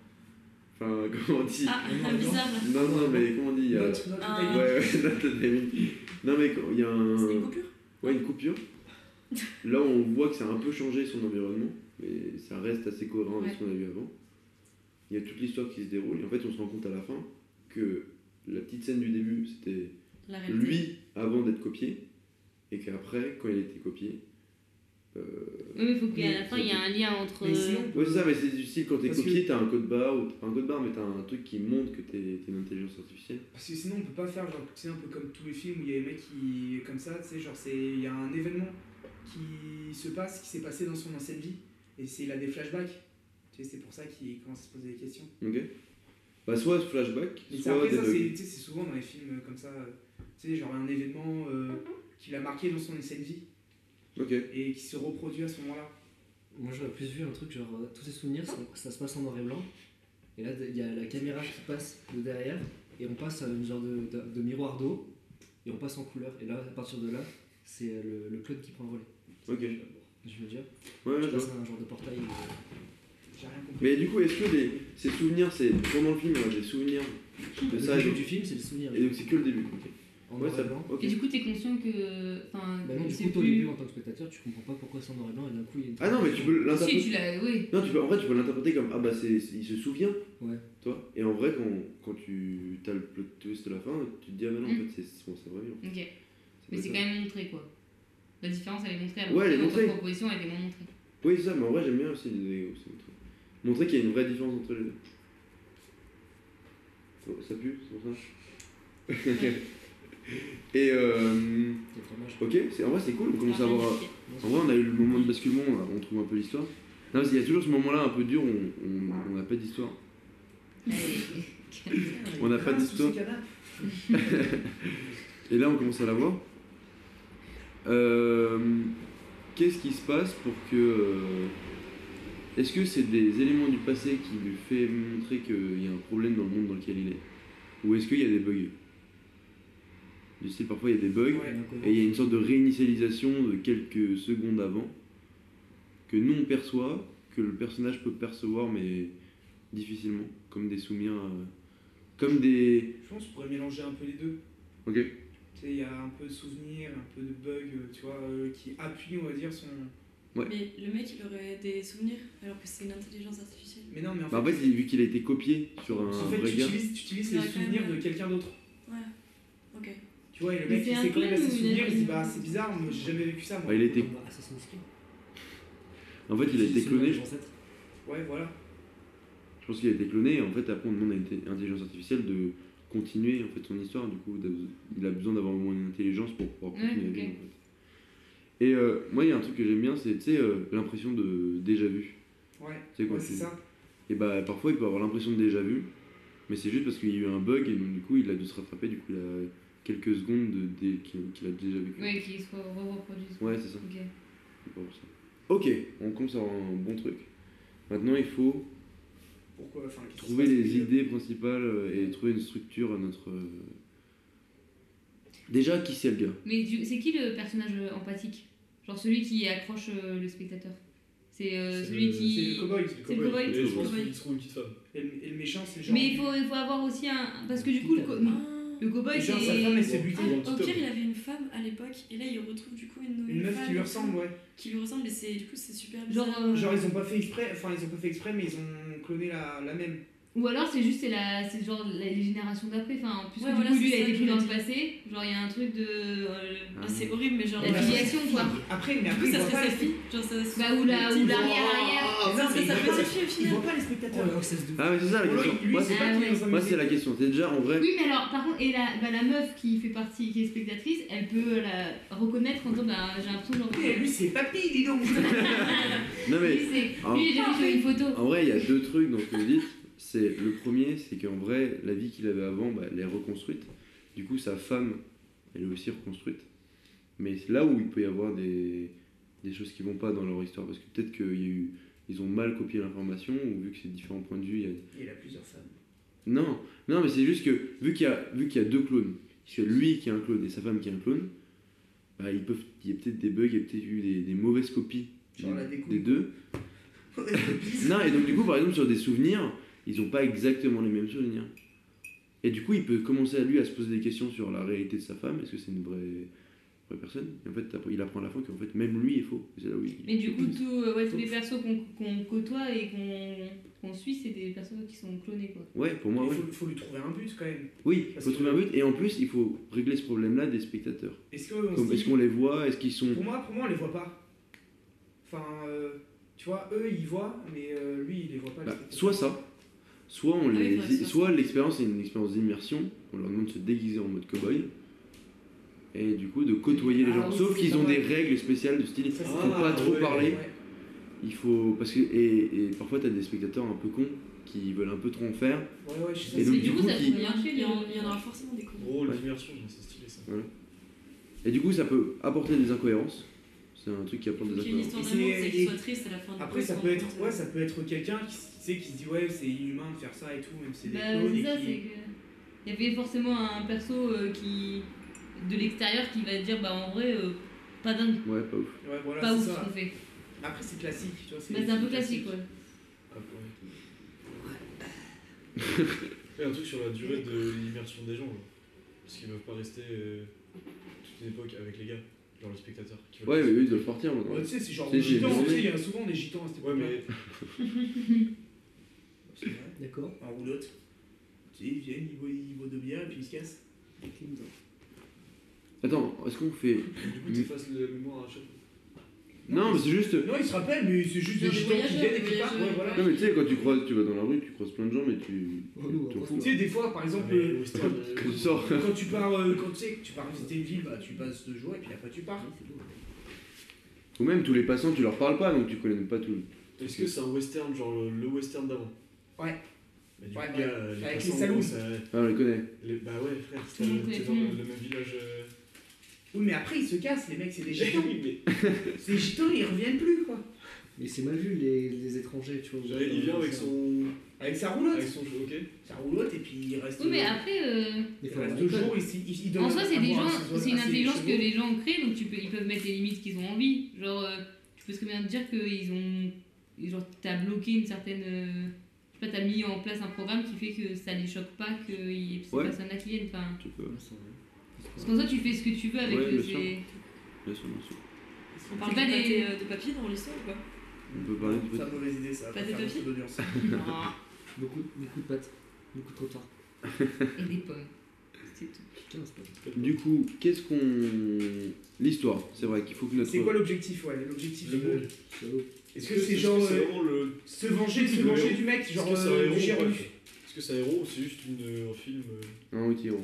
S1: Enfin, comment on dit
S3: Ah,
S7: non, non.
S3: bizarre.
S1: Non, non, mais comment on dit il y a... Ouais,
S2: Note, note,
S3: Ah.
S2: timing.
S1: ouais, non, t'as bien mis. Non, mais quand- il y a un.
S3: C'est une coupure
S1: Ouais, une coupure. Là, on voit que ça a un peu changé son environnement, mais ça reste assez cohérent avec
S5: Ouais.
S1: ce qu'on a vu avant. Il y a toute l'histoire qui se déroule, et en fait, on se rend compte à la fin que la petite scène du début, c'était
S3: La réalité.
S1: lui avant d'être copié, et qu'après, quand il a été copié. euh,
S5: Oui, mais faut qu'à la fin, il y a un lien entre. euh,
S2: Mais sinon,
S1: Ouais, c'est ça, mais c'est du style quand t'es
S2: Parce que-
S1: copié, t'as un code barre, ou pas un code barre, mais t'as un truc qui montre que t'es t'es une intelligence artificielle.
S2: Parce que sinon, on peut pas faire, genre, tu sais, un peu comme tous les films où il y a des mecs qui. comme ça, tu sais, genre, c'est- il y a un événement qui se passe, qui s'est passé dans son ancienne vie, et c'est il a des flashbacks. Tu sais, c'est pour ça qu'il commence à se poser des questions.
S1: Ok Bah, soit flashback,
S2: Mais c'est
S1: soit
S2: après ça,
S1: des bugs.
S2: c'est tu sais, c'est souvent dans les films euh, comme ça, euh, tu sais, genre un événement euh, qui l'a marqué dans son ancienne vie,
S1: Ok.
S2: et qui se reproduit à ce moment-là.
S7: Moi j'aurais plus vu un truc genre euh, tous ces souvenirs, ça, ça se passe en noir et blanc. Et là il y a la caméra qui passe de derrière et on passe à une genre de, de- de miroir d'eau et on passe en couleur. Et là à partir de là, c'est euh, le, le clone qui prend le relais.
S1: Ok. Ouais,
S7: Je veux dire,
S1: ouais,
S7: je
S1: je vois.
S7: passe à un genre de portail. euh,
S2: J'ai rien compris.
S1: Mais du coup, est-ce que les, ces souvenirs, c'est pendant le film, on a des souvenirs de
S7: Le
S1: ça et
S7: début
S1: donc,
S7: du film c'est le souvenir.
S1: et donc c'est que le début. ok.
S7: En
S1: Ouais,
S7: noir
S1: ça
S7: et blanc.
S1: ok.
S5: Et du coup, t'es conscient que. Enfin,
S7: Bah non, du
S5: c'est
S7: coup, toi, au
S5: plus-
S7: début en tant que spectateur, tu comprends pas pourquoi c'est en noir et blanc et d'un coup il y a une.
S1: Ah non, mais tu peux
S5: Si, tu
S1: l'interpréter.
S5: l'as. Oui.
S1: Non, tu peux, en fait, tu peux l'interpréter comme ah bah c'est, c'est- il se souvient.
S7: Ouais.
S1: Toi. Et en vrai, quand, quand tu as le plot twist à la fin, tu te dis ah bah non, en
S5: Mm.
S1: fait, c'est, bon, c'est vrai. non.
S5: Ok.
S1: Ça
S5: Mais
S1: doit
S5: c'est
S1: être
S5: quand même montré quoi. La différence elle est montrée. alors
S1: Mhm. Ouais, elle
S5: que
S1: est
S5: dans
S1: montrée.
S5: Votre proposition elle était moins montrée.
S1: Oui, c'est ça, mais en vrai, j'aime bien aussi l'idée aussi. montrer. Montrer qu'il y a une vraie différence entre les deux. Oh, ça pue, c'est pour ça. Et euh,
S7: C'est fromage.
S1: ok, c'est, en vrai, c'est cool. On commence à avoir. En vrai, on a eu le moment de basculement, on a- on trouve un peu l'histoire. Non, parce qu'il y a toujours ce moment-là un peu dur, on on- on n'a pas d'histoire.
S5: Allez.
S1: On n'a pas
S2: Grâce sous
S1: d'histoire.
S2: ce canapé.
S1: Et là, on commence à l'avoir. Euh, Qu'est-ce qui se passe pour que. euh, Est-ce que c'est des éléments du passé qui lui fait montrer qu'il y a un problème dans le monde dans lequel il est Ou est-ce qu'il y a des bugs Du style, parfois il y a des bugs,
S2: Ouais.
S1: et il y a une sorte de réinitialisation de quelques secondes avant, que nous on perçoit, que le personnage peut percevoir, mais difficilement, comme des souvenirs. euh, comme des.
S2: Je pense qu'on pourrait mélanger un peu les deux.
S1: Ok.
S2: Tu sais, il y a un peu de souvenirs, un peu de bugs, euh, tu vois, euh, qui appuient, on va dire, son,
S1: Ouais.
S6: Mais le mec, il aurait des souvenirs alors que c'est une intelligence artificielle.
S2: Mais non, mais en fait,
S1: Bah, en fait, il- vu qu'il a été copié sur un
S2: en fait,
S1: vrai
S2: tu
S1: gars.
S2: utilises, tu utilises
S6: Il
S2: les
S6: aurait quand
S2: souvenirs
S6: même-
S2: de quelqu'un d'autre.
S6: Ouais. Ok.
S2: Tu vois, et le
S3: Mais
S2: mec,
S3: c'est
S2: il
S3: un
S2: sait quand même à ses
S3: clone ou il a
S2: souvenirs, il se dit
S3: une-
S2: bah c'est bizarre, moi j'ai jamais vécu ça. Moi.
S1: Bah, il a été,
S7: Comme Assassin's Creed.
S1: en fait, il a
S7: C'est
S1: été
S7: le
S1: cloné.
S7: même ancêtre.
S2: Ouais, voilà.
S1: Je pense qu'il a été cloné. Et en fait, après, on demande à l'intelligence artificielle de continuer en fait son histoire. Du coup, d'av- il a besoin d'avoir au moins une intelligence pour pouvoir
S2: Mm,
S5: Ouais,
S1: continuer
S5: ok.
S1: à vivre. En fait. Et euh, moi, il y a un truc que j'aime bien, c'est tu sais, euh, l'impression de déjà vu.
S2: Ouais,
S1: Tu sais, quand
S2: ouais
S1: tu-
S2: c'est ça.
S1: Et bah parfois il peut avoir l'impression de déjà vu, mais c'est juste parce qu'il y a eu un bug et donc du coup il a dû se rattraper, du coup il a quelques secondes de, dé- qu'il qu'il a déjà vécu.
S5: Ouais, qu'ils soient reproduits.
S1: Ouais, c'est ça.
S5: Ok.
S1: C'est pour ça. Ok, on commence à avoir un bon truc. Maintenant il faut
S2: Pourquoi enfin, qu'est-ce qui se
S1: trouver
S2: passe,
S1: les
S2: déjà
S1: idées principales euh, et trouver une structure à notre... euh, Déjà qui c'est le gars
S5: Mais du- c'est qui le personnage euh, empathique Genre celui qui accroche euh, le spectateur C'est euh,
S4: C'est
S5: celui
S4: le-
S2: C'est le
S5: qui.
S2: cowboy.
S5: C'est le cowboy.
S4: Et je pense
S5: cowboy.
S4: qu'ils seront une petite femme.
S2: Et le, et le méchant, c'est genre.
S5: Mais il faut, il faut avoir aussi un. Parce que du coup, le, co-
S6: Ah.
S5: le cowboy,
S2: Genre, sa femme,
S5: c'est.
S2: elle s'est butée.
S6: Ah,
S4: Il y a un
S6: au
S4: petit homme.
S6: pire, il avait une femme à l'époque, et là, il retrouve du coup une,
S2: Une meuf
S6: femme
S2: qui lui ressemble, ouais.
S6: Qui lui ressemble, et c'est, du coup, c'est super
S5: Genre,
S6: bizarre.
S5: euh,
S2: Genre, ils ont pas fait exprès, enfin, ils ont pas fait exprès, mais ils ont cloné la, la même.
S5: Ou alors c'est juste c'est la, c'est genre la- les générations d'après. Enfin, puisque
S6: Ouais,
S5: du
S6: voilà,
S5: coup, lui
S6: c'est ça
S5: a été
S6: que
S5: pris
S6: je
S5: dans le
S6: me dis.
S5: passé. Genre, il y a un truc de. euh,
S6: Ah, c'est horrible, mais genre.
S5: La filiation, quoi.
S2: Après, mais
S6: Du
S2: après,
S6: coup,
S2: ils
S6: ça
S2: voient
S6: serait
S2: pas.
S6: sa
S2: les-
S6: fille. Genre, ça serait
S5: Bah, ou la- ou l'arrière-arrière.
S6: Non,
S2: Ah, mais
S6: c'est sa
S2: ils voient
S6: petite
S2: pas-
S6: fille au
S2: Ils
S6: final.
S2: voient pas les
S7: Oh,
S2: spectateurs.
S7: le Access de ouf.
S1: Ah mais c'est ça la
S2: Pour lui,
S1: question.
S2: lui,
S1: Moi
S2: c'est
S1: c'est,
S2: pas
S5: Ah,
S2: qu'il est dans
S5: ouais.
S2: un
S1: moi, c'est
S2: musée.
S1: la question. C'est déjà en vrai...
S5: Oui, mais alors, par contre, et la, bah, la meuf qui fait partie, qui est spectatrice, elle peut euh, la reconnaître en disant bah, J'ai l'impression que j'en
S2: Et Lui, c'est papy, dis donc.
S1: Non mais
S5: Lui, c'est-
S1: Ah.
S5: lui, j'ai vu sur une photo.
S1: En vrai, il y a deux trucs dans ce que vous dites. C'est le premier, c'est qu'en vrai, la vie qu'il avait avant, bah, elle est reconstruite. Du coup, sa femme, elle est aussi reconstruite. Mais c'est là où il peut y avoir des, des choses qui vont pas dans leur histoire, parce que peut-être qu'il y a eu, ils ont mal copié l'information ou vu que c'est différents points de vue, il y a
S2: Il a plusieurs femmes.
S1: non, non, mais c'est juste que vu qu'il y a vu qu'il y a deux clones, que lui qui est un clone et sa femme qui est un clone, bah, ils peuvent, il y a peut-être des bugs, il y a peut-être eu des, des mauvaises copies
S2: Genre
S1: des-
S2: la découpe.
S1: des deux. non, et donc du coup, par exemple, sur des souvenirs, ils n'ont pas exactement les mêmes souvenirs. Et du coup, il peut commencer à lui à se poser des questions sur la réalité de sa femme. Est-ce que c'est une vraie, vraie personne Et en fait, après, il apprend à la fin qu'en fait, même lui est faux. Et c'est là où il-
S5: Mais du coup,
S1: il-
S5: tout, euh, ouais, tous les persos qu'on qu'on côtoie et qu'on qu'on suit, c'est des personnes qui sont clonées. quoi.
S1: ouais, pour moi,
S2: Il
S1: ouais.
S2: faut, faut lui trouver un but quand même.
S1: oui, il
S2: Parce
S1: faut
S2: que-
S1: trouver un but. Et en plus, il faut régler ce problème-là des spectateurs.
S2: Est-ce qu'on
S1: Comme,
S2: se
S1: est-ce
S2: dit-
S1: qu'on les voit Est-ce qu'ils sont.
S2: Pour moi, pour moi, on les voit pas. Enfin, euh, tu vois, eux, ils voient, mais euh, lui, il les voit pas. le
S1: Bah,
S2: spectateur.
S1: soit ça, soit on
S3: Ah oui,
S1: les,
S3: faudrait que ce soit
S1: soit l'expérience est une expérience d'immersion. On leur demande de se déguiser en mode cowboy et du coup de côtoyer les
S2: Ah
S1: gens.
S2: oui,
S1: Sauf
S2: c'est
S1: qu'ils
S2: pas
S1: ont
S2: mal.
S1: des règles spéciales de style.
S2: Ça, c'est-
S1: faut pas
S4: Ah,
S1: trop
S4: ouais,
S1: parler.
S2: ouais.
S1: Il faut parce que et, et parfois t'as des spectateurs un peu cons qui veulent un peu trop en faire.
S2: Ouais, ouais, je suis
S1: Et donc,
S2: ça,
S5: Mais
S2: c'est-
S1: du
S5: du coup,
S1: coup,
S5: ça
S1: qui-
S5: pourrait
S6: Il y en-
S5: marcher.
S6: il y en il y en
S5: le-
S6: aura forcément des cons.
S4: Gros,
S1: Ouais.
S4: l'immersion, genre, c'est stylé ça.
S1: Et du coup ça peut apporter des incohérences. C'est un truc qui
S6: Faut
S1: apporte des
S6: qu'il y ait une
S1: incohérences.
S6: histoire
S2: Et
S6: d'amour,
S2: c'est-
S6: c'est
S2: et-
S6: qu'il soit triste à la fin. du
S2: Après,
S6: coup,
S2: ça
S6: il se
S2: peut
S6: rend
S2: être,
S6: compte,
S2: ouais,
S6: euh,
S2: ça peut être quelqu'un qui, s- tu sais, qui se dit ouais, c'est inhumain de faire ça et tout, même si c'est des
S5: Bah,
S2: clones
S5: c'est
S2: et
S5: ça,
S2: qui-
S5: c'est que. Il y avait forcément un perso euh, qui. de l'extérieur qui va dire bah en vrai, euh, pas dingue,
S1: Ouais, pas ouf.
S2: Ouais, voilà,
S5: pas
S2: c'est
S5: ouf
S2: ça.
S5: ce qu'on fait.
S2: Après, c'est classique, tu vois.
S5: Bah, c'est un peu classique, ouais.
S4: Ah, ouais. Ouais, un truc sur la durée de l'immersion des gens. là. Parce qu'ils peuvent pas rester euh, toute une époque avec les gars, genre les spectateurs. qui veulent
S1: Ouais, mais
S4: rester.
S1: eux ils doivent partir maintenant.
S2: Ouais, tu sais, c'est genre
S1: C'est
S2: des
S1: chez
S2: gitans,
S1: Disney.
S2: tu sais, il y a souvent des gitans à cette
S4: Ouais,
S2: époque-là.
S4: mais
S2: C'est vrai,
S7: D'accord.
S2: En roulotte. Tu sais, ils viennent, ils boivent, ils boivent de bière et puis ils se cassent.
S1: Attends, est-ce qu'on fait
S4: du coup, t'effaces la mémoire à chaque fois.
S1: Non, mais c'est juste.
S2: Euh, Non, ils se rappellent, mais c'est juste des
S6: Des
S2: gitans qui
S6: voyageurs,
S2: viennent et
S6: des
S2: qui partent, ouais,
S6: voyageurs.
S2: voilà.
S1: Non mais tu sais quand tu croises, tu vas dans la rue, tu croises plein de gens mais tu.
S7: Oh, non,
S1: tu t'en
S7: on
S1: fous.
S2: Tu sais, des fois, par exemple,
S4: Mais
S2: euh,
S4: au stade, euh,
S1: Tu sors.
S2: quand tu pars, euh, quand tu sais que tu pars visiter une ville, bah, tu passes deux jours et puis après tu pars.
S1: Ou même tous les passants, tu leur parles pas donc tu connais même pas tout.
S4: Est-ce que c'est un western, genre le, le western d'avant
S2: Ouais.
S4: Bah, du
S2: Ouais,
S4: coup,
S2: ouais.
S4: gars, les
S2: Avec les
S4: passants,
S2: salons.
S4: ça-
S1: Ah, on les connaît.
S4: les- Bah ouais, frère,
S5: Tout
S4: c'est
S5: le
S4: dans
S5: monde
S4: le
S5: connaît
S4: c'est
S5: tout
S4: dans
S5: le
S4: le
S5: monde.
S4: même village. euh,
S2: Oui, mais après ils se cassent, les mecs, c'est des gitans.
S4: oui, mais
S2: Ces gitans, ils reviennent plus, quoi.
S7: Mais c'est mal vu les, les étrangers, tu vois.
S4: genre, il vient avec son.
S2: Avec sa
S4: Avec
S2: roulotte.
S4: son. Ok.
S2: Sa roulotte, et puis il reste.
S5: Oui, mais après, euh,
S7: Il
S2: il
S7: faut
S2: reste
S7: avoir
S2: deux
S7: des codes.
S2: jours ici. Il, il doit
S5: en soi, c'est des
S2: avoir
S5: gens,
S2: assez-
S5: c'est une
S2: assez
S5: intelligence que
S2: chevaux.
S5: les gens créent, donc tu peux, ils peuvent mettre les limites qu'ils ont envie. Genre, euh, tu peux très bien te dire qu'ils ont. Genre, t'as bloqué une certaine. euh, je sais pas, t'as mis en place un programme qui fait que ça les choque pas que y- ces
S1: Ouais.
S5: personnes-là qui viennent. Enfin,
S1: Tu peux.
S5: parce qu'en soi, tu fais ce que tu veux avec
S1: Ouais,
S5: eux.
S1: bien sûr.
S5: c'est-
S1: Bien sûr, bien sûr.
S3: On parle
S5: pas
S3: de,
S5: des-
S3: pâté, euh, de papier dans l'histoire ou quoi
S1: On peut parler de
S2: C'est une mauvaise idée ça.
S3: Pas
S2: Faut
S3: des
S2: faire
S3: papilles
S2: beaucoup d'audience.
S7: Beaucoup, beaucoup de pâtes, beaucoup de trottoirs.
S5: Et des pommes. C'est tout.
S7: Putain, c'est pas bon.
S1: Du coup, qu'est-ce qu'on. L'histoire, c'est vrai qu'il faut que notre.
S2: C'est quoi l'objectif ouais L'objectif
S4: Le
S2: de-
S4: monde.
S7: Ciao.
S2: Est-ce que c'est genre.
S4: c'est
S2: euh,
S4: vraiment le.
S2: Se venger, se
S4: Le
S2: venger
S4: héros.
S2: du mec, genre.
S4: Est-ce que c'est un
S2: euh,
S4: héros
S2: du
S4: ou pas,
S2: Jérémy.
S4: quoi Est-ce que c'est un héros ou c'est juste une- un film euh,
S1: Un outil, bon.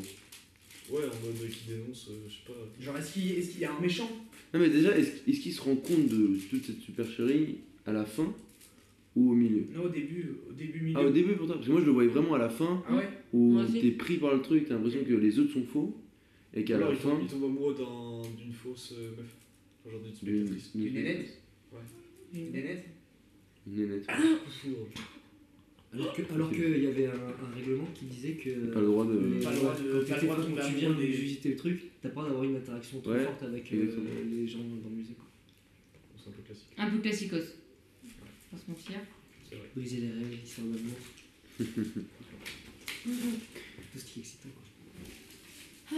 S4: Ouais, en mode euh, qui dénonce, euh, je sais pas.
S2: Genre, est-ce qu'il est-ce qu'il y a un méchant
S1: Non, mais déjà, est-ce est-ce qu'il se rend compte de toute cette supercherie à la fin ou au milieu
S2: Non, au début, euh, au début, milieu.
S1: Ah, au début pourtant, parce que moi je le voyais vraiment à la fin
S2: Ah ouais
S4: Mmh.
S1: où
S3: Moi aussi.
S1: t'es pris par le truc, t'as l'impression que les autres sont faux et qu'à
S4: Alors,
S1: la
S4: il tombe,
S1: fin.
S4: il tombe amoureux d'un- d'une fausse euh, meuf. Enfin, genre d'une
S1: d'une-
S4: spectatrice.
S1: d'une-
S2: Une nénette Une nénette
S1: Une nénette.
S7: Alors que, alors qu'il y avait un, un règlement qui disait que.
S1: Pas le droit de.
S7: les-
S2: Pas le droit de-
S7: quand
S2: pas le
S7: t'étais-
S2: droit de
S7: quand
S2: tomber
S7: tu viens
S2: amoureux
S7: de
S2: des-
S7: visiter le truc, t'as pas d'avoir une interaction trop
S1: Ouais,
S7: forte avec euh,
S1: exactement.
S7: les gens dans le musée. quoi.
S4: C'est un peu classique,
S5: Un peu classicos. On va se mentir.
S4: c'est vrai.
S7: Briser les règles, l'histoire d'amour. Tout ce qui est excitant. quoi.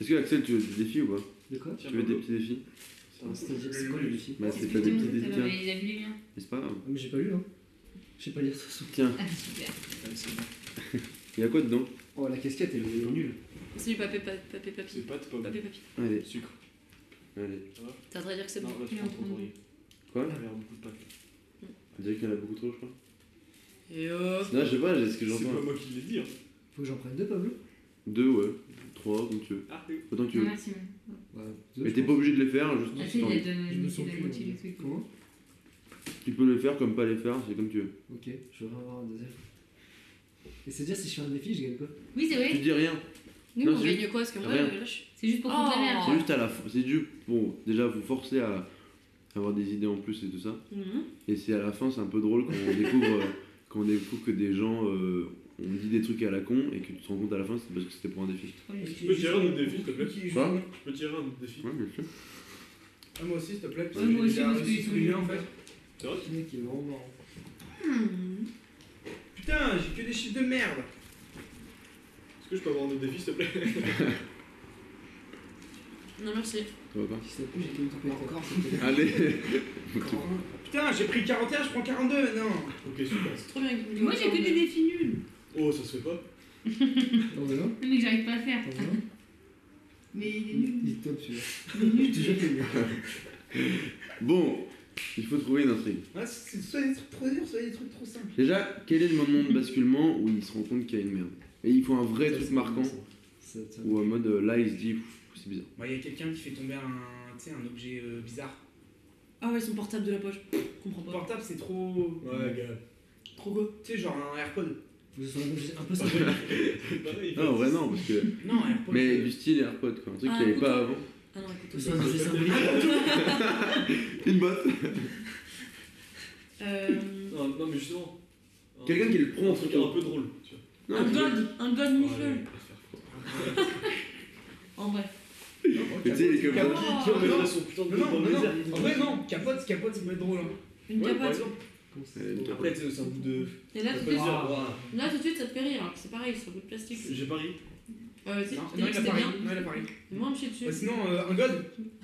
S1: Est-ce que Axel, tu veux des défis ou pas
S7: De quoi
S4: Tiens,
S1: Tu veux des
S4: Pablo.
S1: petits défis
S7: Attends, C'est-à-dire, Ah, c'est quoi le défi
S1: Bah, c'est pas des
S5: Excusez-moi,
S1: petits
S5: tout
S1: défis,
S5: à l'heure,
S1: tiens.
S5: Il a vu les miens.
S1: Mais c'est pas grave.
S7: Ah, Mais j'ai pas lu, hein. Je sais pas lire de toute façon.
S1: Tiens,
S5: Ah, super.
S1: il y a quoi dedans
S7: Oh, la casquette, elle est nulle.
S3: C'est du papier, pa- papier, papier.
S4: C'est pas de pomme.
S3: Papier, papier.
S1: Allez,
S4: Sucre.
S1: allez.
S3: T'as le droit de dire que c'est bon.
S4: Non, bah, tu prends trop de riz.
S1: Quoi
S4: Il y a beaucoup de pâtes.
S1: Déjà qu'il y en a beaucoup trop, je crois.
S3: Et oh
S1: Non, je sais Ah, pas, j'ai ce que
S4: C'est
S1: j'entends.
S4: pas moi qui l'ai dit. hein.
S7: Faut que j'en prenne deux, Pablo
S1: Deux, ouais. Trois, comme tu veux.
S4: Ah, oui.
S1: Autant que tu
S5: Non,
S1: veux.
S5: merci. man.
S7: Ouais,
S1: Mais t'es pas obligé de les faire, juste
S5: Ah,
S1: si
S5: si, il
S1: t'as
S5: a
S1: envie.
S5: donné
S7: Je me sens
S5: la
S7: plus.
S5: moitié du
S7: euh,
S5: truc.
S7: Comment
S1: Tu peux les faire comme pas les faire, c'est comme tu veux.
S7: Ok, je vais avoir un deuxième. Et c'est dire si je fais un défi, je gagne quoi
S5: Oui, c'est
S1: Tu
S5: vrai.
S1: dis rien,
S3: Nous,
S1: Non,
S3: on
S1: c'est
S3: gagne quoi Parce que moi,
S1: Rien.
S3: là, je suis.
S5: C'est juste pour
S3: Oh.
S5: toute la merde.
S1: c'est juste à la fin. C'est du. Bon, déjà, vous forcez à avoir des idées en plus et tout ça. Et c'est à la fin, c'est un peu drôle quand on découvre, euh, quand on découvre que des gens euh, ont dit des trucs à la con et que tu te rends compte à la fin, c'est parce que c'était pour un défi.
S4: Tu peux tirer un autre défi, s'il te plaît
S2: Qui-
S1: Quoi
S4: Tu peux tirer un autre défi
S1: Ouais, bien sûr.
S2: Ah, Moi aussi, s'il te plaît. parce
S5: Ouais,
S2: que
S5: moi aussi,
S2: j'ai
S5: parce
S2: réussi
S5: que
S2: tous
S5: ils
S2: les
S5: sont
S2: liens, en fait.
S4: C'est vrai
S7: Le mec il est vraiment marrant.
S3: Mhm.
S2: Putain, j'ai que des chiffres de merde.
S4: Est-ce que je peux avoir un autre défi, s'il te plaît
S3: Non, merci.
S1: Ça va pas
S7: Si ça pue, j'ai qu'une tempête encore.
S1: Allez
S2: Putain, j'ai pris 41, je prends 42 maintenant.
S4: Ok, super.
S3: C'est trop bien.
S5: Mais Moi, j'ai que des défis nuls.
S4: Oh, ça se fait pas
S7: T'en veux un
S5: Non, mais que j'arrive pas à faire.
S7: T'en veux un
S5: Mais il est
S7: Il
S5: nul.
S7: est top celui-là.
S5: Il est
S7: Je te jure
S5: nul.
S7: qu'il est nul.
S1: Bon, il faut trouver une intrigue.
S2: Ouais, c'est soit des trucs trop durs, soit des trucs trop simples.
S1: Déjà, quel est le moment de basculement où il se rend compte qu'il y a une merde Et il faut un vrai
S7: Ça,
S1: truc
S7: c'est
S1: marquant,
S7: bon, ça. Ça, ça.
S1: ou en mode euh, là il se dit, Pff, c'est bizarre.
S2: Bah, il y a quelqu'un qui fait tomber un, tu sais, un objet euh, bizarre.
S3: Ah ouais, son portable de la poche. Je comprends
S2: Le
S3: pas.
S2: portable, c'est trop.
S4: Ouais, gars.
S2: Trop quoi Tu sais, genre un AirPod.
S7: Faut que ce soit un objet un peu simple.
S4: Pareil,
S1: Non, vrai, non, Ah, parce que.
S2: Non, un AirPod.
S1: Mais
S2: euh,
S1: du style AirPod quoi, un truc
S3: Ah,
S1: qu'il n'y avait
S3: couteau.
S1: pas avant.
S3: Ah non,
S7: Faut que
S3: écoute.
S7: ce soit un objet symbolique.
S1: Une botte
S3: Euh.
S4: Non, non, mais justement. un-
S1: Quelqu'un qui le prend en
S4: un truc
S1: photo.
S4: un peu drôle, tu vois.
S1: Non,
S3: Un
S1: mais-
S3: gold Un gold
S4: Ouais,
S3: mifle
S4: on va faire quoi.
S3: En vrai.
S1: mais tu sais, les copains-
S2: capote.
S4: Qui ont
S2: Ah, non.
S4: mis son putain de
S2: Non,
S4: truc
S2: non,
S4: dans le
S2: non,
S4: désert.
S2: non. En vrai, non. Capote, capote, ça peut être drôle. hein.
S3: Une
S4: Ouais, par
S3: capote.
S4: exemple.
S7: Comment ça
S1: Euh,
S4: Après, tu sais, c'est un bout de.
S3: Et là,
S4: Ça
S3: tout
S4: peut
S3: de suite.
S4: dire, ouah,
S3: Là, tout de suite, ça te fait rire. alors que C'est pareil, c'est un bout de plastique.
S4: J'ai pas ri.
S3: Euh, tu sais,
S2: Non,
S3: tu t'es
S2: non, il
S3: dit que
S2: a
S3: c'était
S2: parlé.
S3: bien.
S2: Non, il a parlé.
S3: Mais Moi, on me chie dessus.
S2: Bah, sinon, euh, un god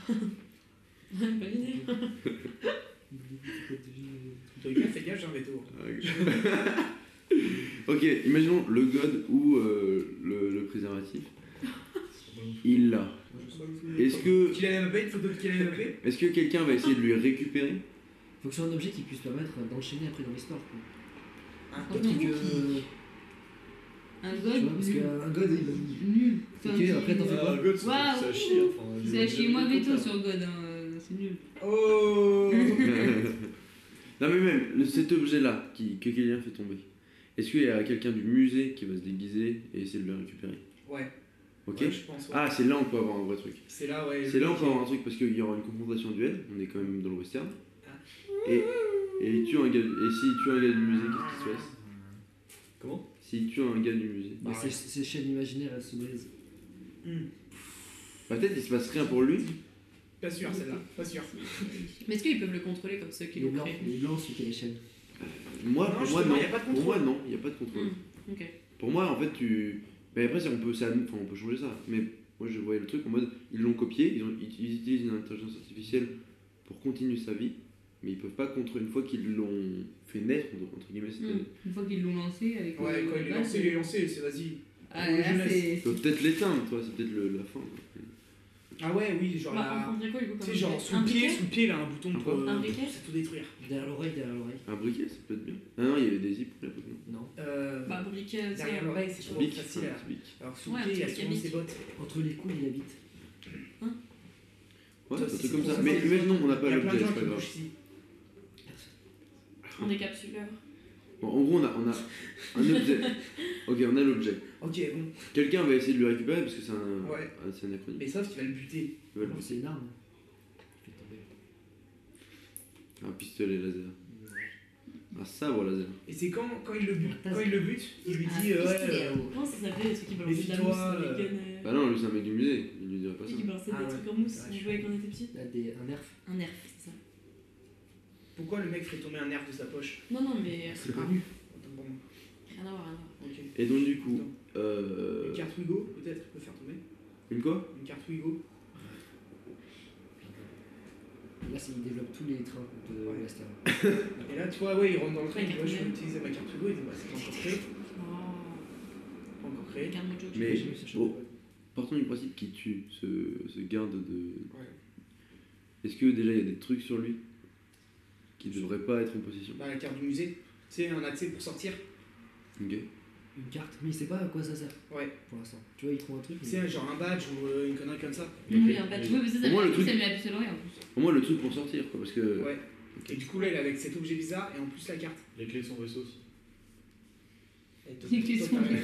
S3: Bonne idée.
S2: Les gars, fais gaffe, hein, j'ai un veto.
S1: ok, imaginons le god ou euh, le, le préservatif. Il l'a. Est-ce que,
S2: Qu'il a Mbappé, une photo de Kylian Mbappé
S1: est que quelqu'un va essayer de lui récupérer
S7: Faut que ce soit un objet qui puisse permettre d'enchaîner après dans l'histoire. quoi.
S2: Un
S7: Un
S2: truc
S7: truc.
S2: que-
S7: euh,
S5: Un
S7: Tu vois, parce
S5: god
S7: qu'un god il va.
S5: nul.
S7: Ok, après, t'en fais
S4: Ah,
S7: quoi
S4: God, c'est
S5: Waouh.
S4: c'est à chier. hein. enfin,
S5: C'est à
S4: j'ai-
S5: chier. Moi,
S4: j'ai-
S5: veto sur god. hein, euh, C'est nul.
S2: Oh
S1: Non mais même, le- cet objet-là qui, que quelqu'un fait tomber. Est-ce qu'il y a quelqu'un du musée qui va se déguiser et essayer de le récupérer
S2: Ouais,
S1: Ok
S2: ouais, je pense. ouais.
S1: Ah, c'est là on peut avoir un vrai truc.
S2: C'est là, ouais.
S1: C'est là on peut avoir un truc parce qu'il y aura une confrontation duel, on est quand même dans le western.
S2: Ah.
S1: Et, et il tue un gars, et s'il tue un gars du musée, qu'est-ce qui se passe
S4: Comment
S1: S'il tue un gars du musée.
S7: Bah, ses- Ses chaînes imaginaires elles se brisent.
S1: Bah, peut-être il se passe rien pour lui.
S2: Pas sûr, celle-là. Pas sûr.
S3: Mais est-ce qu'ils peuvent le contrôler comme ceux qui
S7: Il est
S3: l'ont
S7: blanc,
S3: créé
S7: il est blanc celui qui a les chaînes.
S1: Moi,
S2: Non,
S1: pour moi
S2: justement,
S1: non.
S2: y a pas de
S1: Pour moi
S2: contrôle.
S1: non, il n'y a pas de contrôle.
S3: Hmm, ok.
S1: Pour moi en fait tu. Mais après c'est- on peut, ça, enfin, on peut changer ça. Mais moi je voyais le truc en mode ils l'ont copié, ils, ont, ils utilisent une intelligence artificielle pour continuer sa vie, mais ils peuvent pas contre une fois qu'ils l'ont fait naître, donc, entre guillemets, c'était-
S5: Hmm. Une fois qu'ils l'ont lancé avec le-
S2: Ouais, quand il
S5: le
S2: est lancé, il est lancé, c'est vas-y.
S5: Ah, là,
S2: jeunesse.
S5: c'est.
S1: Ils peuvent peut-être l'éteindre, tu vois, c'est peut-être le- la fin.
S2: Ah ouais, oui, genre
S3: Bah, on
S2: là.
S3: prend bien quoi, du
S2: Tu
S3: coup, comme
S2: sais,
S3: un
S2: genre
S3: briquet
S2: sous
S3: Un
S2: le pied,
S3: briquet
S2: sous le pied, il a un bouton pour.
S3: Un
S2: euh,
S3: briquet
S2: C'est tout détruire.
S7: Derrière l'oreille, derrière l'oreille.
S1: Un briquet, ça peut être bien. Ah non, il y avait des zips pour l'époque. non
S7: Non.
S2: Euh,
S3: Bah, briquet, c'est
S2: derrière l'oreille, c'est trop
S1: Bic,
S2: facile.
S1: un
S2: à-
S1: petit bic.
S2: Alors sous
S3: Ouais,
S2: le
S3: un
S2: pied, il y a
S3: truc à
S2: souvent
S3: bic.
S2: ses bottes.
S7: Entre les couilles et la bite.
S1: Ouais,
S2: Ça,
S1: un
S2: c'est
S1: truc comme
S2: trop
S1: ça. Mais
S2: sympa.
S1: imaginons, on n'a
S2: Il
S1: pas
S2: y a plein de
S1: l'objet,
S2: gens
S1: c'est
S2: qui
S1: pas grave.
S2: touchent ici.
S3: On décapsule l'œuvre.
S1: Bon, en gros, on a, on a un objet. ok, on a l'objet.
S2: Ok, bon.
S1: Quelqu'un va essayer de le récupérer parce que c'est un,
S2: Ouais.
S1: un- c'est anachronique.
S2: Mais sauf qu'il va le buter.
S1: Ils veulent
S7: Non, C'est une arme. Fais tomber.
S1: Un pistolet laser. Un sabre laser.
S2: Et c'est quand, quand il le bute,
S7: Ah,
S2: quand il le bute, il lui
S3: ah,
S2: dit euh, ouais. euh,
S3: hein. Comment ça s'appelait, ceux qui balançaient de la mousse
S2: Méfie-toi,
S3: dans les guns euh,
S1: Bah non, lui, c'est un mec du musée. Il lui dirait pas
S3: ceux
S1: ça.
S3: qui balançaient
S2: Ah
S3: des
S2: ouais.
S3: trucs en mousse,
S2: Ouais,
S3: on
S2: je
S3: jouait quand on était petit
S7: Là, des, un nerf.
S3: Un nerf, c'est ça.
S2: Pourquoi le mec ferait tomber un nerf de sa poche
S3: Non, non, mais. euh, ah,
S7: C'est connu.
S2: Attends, bon,
S3: Rien à voir, rien à voir.
S2: ok.
S1: Et donc, du coup,
S2: Attends. Une
S1: euh.
S2: carte Wigo, peut-être, peut faire tomber.
S1: Une quoi
S2: Une carte Wigo.
S7: Là, c'est- il développe tous les trains de
S2: Ouais.
S7: la star.
S2: Et là, tu vois, ouais, il rentre dans le train, il dit
S3: Une
S2: ouais, je
S3: carte
S2: vais utiliser ma carte Wigo. Il dit bah, c'est pas encore créé.
S3: Oh,
S2: Pas encore créé.
S3: regarde mon joke.
S1: Mais-
S2: J'ai jamais fait ça.
S7: Oh.
S1: bon. Partons du principe qu'il tue ce, ce garde de.
S2: Ouais.
S1: Est-ce que déjà il y a des trucs sur lui qui ne devraient pas être en possession
S2: Bah, la carte du musée. C'est un accès pour sortir.
S1: Mm. Ok.
S7: Une carte, mais il sait pas à quoi ça sert.
S2: Ouais.
S7: Pour l'instant. Tu vois, il trouve un truc. mais-
S2: C'est genre un badge ou euh, une connerie comme ça.
S5: Oui, en fait,
S4: Ok.
S5: oui, mais ça, ça
S1: Au moins, le
S5: met
S1: truc-
S5: ça met la puce à l'oreille en plus.
S1: Au moins le truc pour sortir quoi, parce que.
S2: Ouais. Et du coup, là, il est avec cet objet bizarre et en plus la carte.
S4: Les clés sont vaisseaux aussi.
S2: Et
S5: Les clés sont- Et le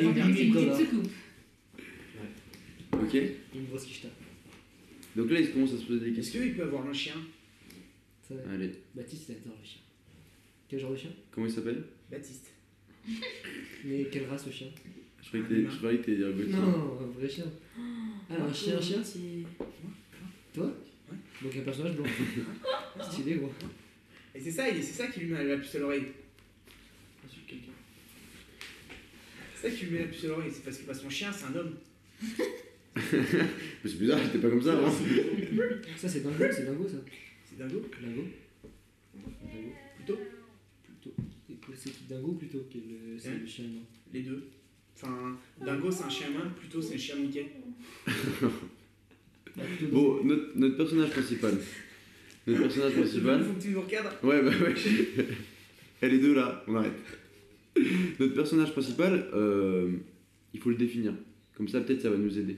S7: Et
S5: premier, c'est une
S7: Nicolas.
S5: petite soucoupe.
S1: Ok.
S7: Il me voit ce qui je tape.
S1: Donc là il commence à se poser des
S2: Est-ce
S1: questions.
S2: qu'il peut avoir un chien
S7: Ça,
S1: Allez.
S7: Baptiste, il adore le chien. Quel genre de chien
S1: Comment il s'appelle
S2: Baptiste.
S7: Mais quelle race le chien
S1: Je croyais que t'allais- je croyais que t'allais dire Gauthier.
S7: Non, un vrai chien. Ah, un chien, un chien
S3: c'est.
S7: Donc un personnage blanc. Stylé, gros.
S2: Et c'est ça, et c'est ça qui lui met la puce à l'oreille. Insulte quelqu'un. C'est ça qui lui met la puce à l'oreille, c'est parce que pas son chien, c'est un homme.
S1: Mais c'est bizarre, c'était pas comme ça hein. avant.
S7: Ça, c'est dingo, c'est dingo, ça.
S2: C'est dingo.
S7: Dingo. Dingo.
S2: Plutôt.
S7: Plutôt. Et que C'est qui dingo plutôt que le, c'est
S2: Hein
S7: le chien humain
S2: Les deux. Enfin, dingo c'est un chien humain, plutôt c'est un chien Mickey.
S7: Bah, plutôt dingo.
S1: Bon, notre, notre personnage principal. Notre personnage principal.
S2: Faut que tu nous recadres.
S1: Ouais, bah ouais. Elle est deux là, on arrête. Notre personnage principal, euh, il faut le définir. Comme ça, peut-être, ça va nous aider.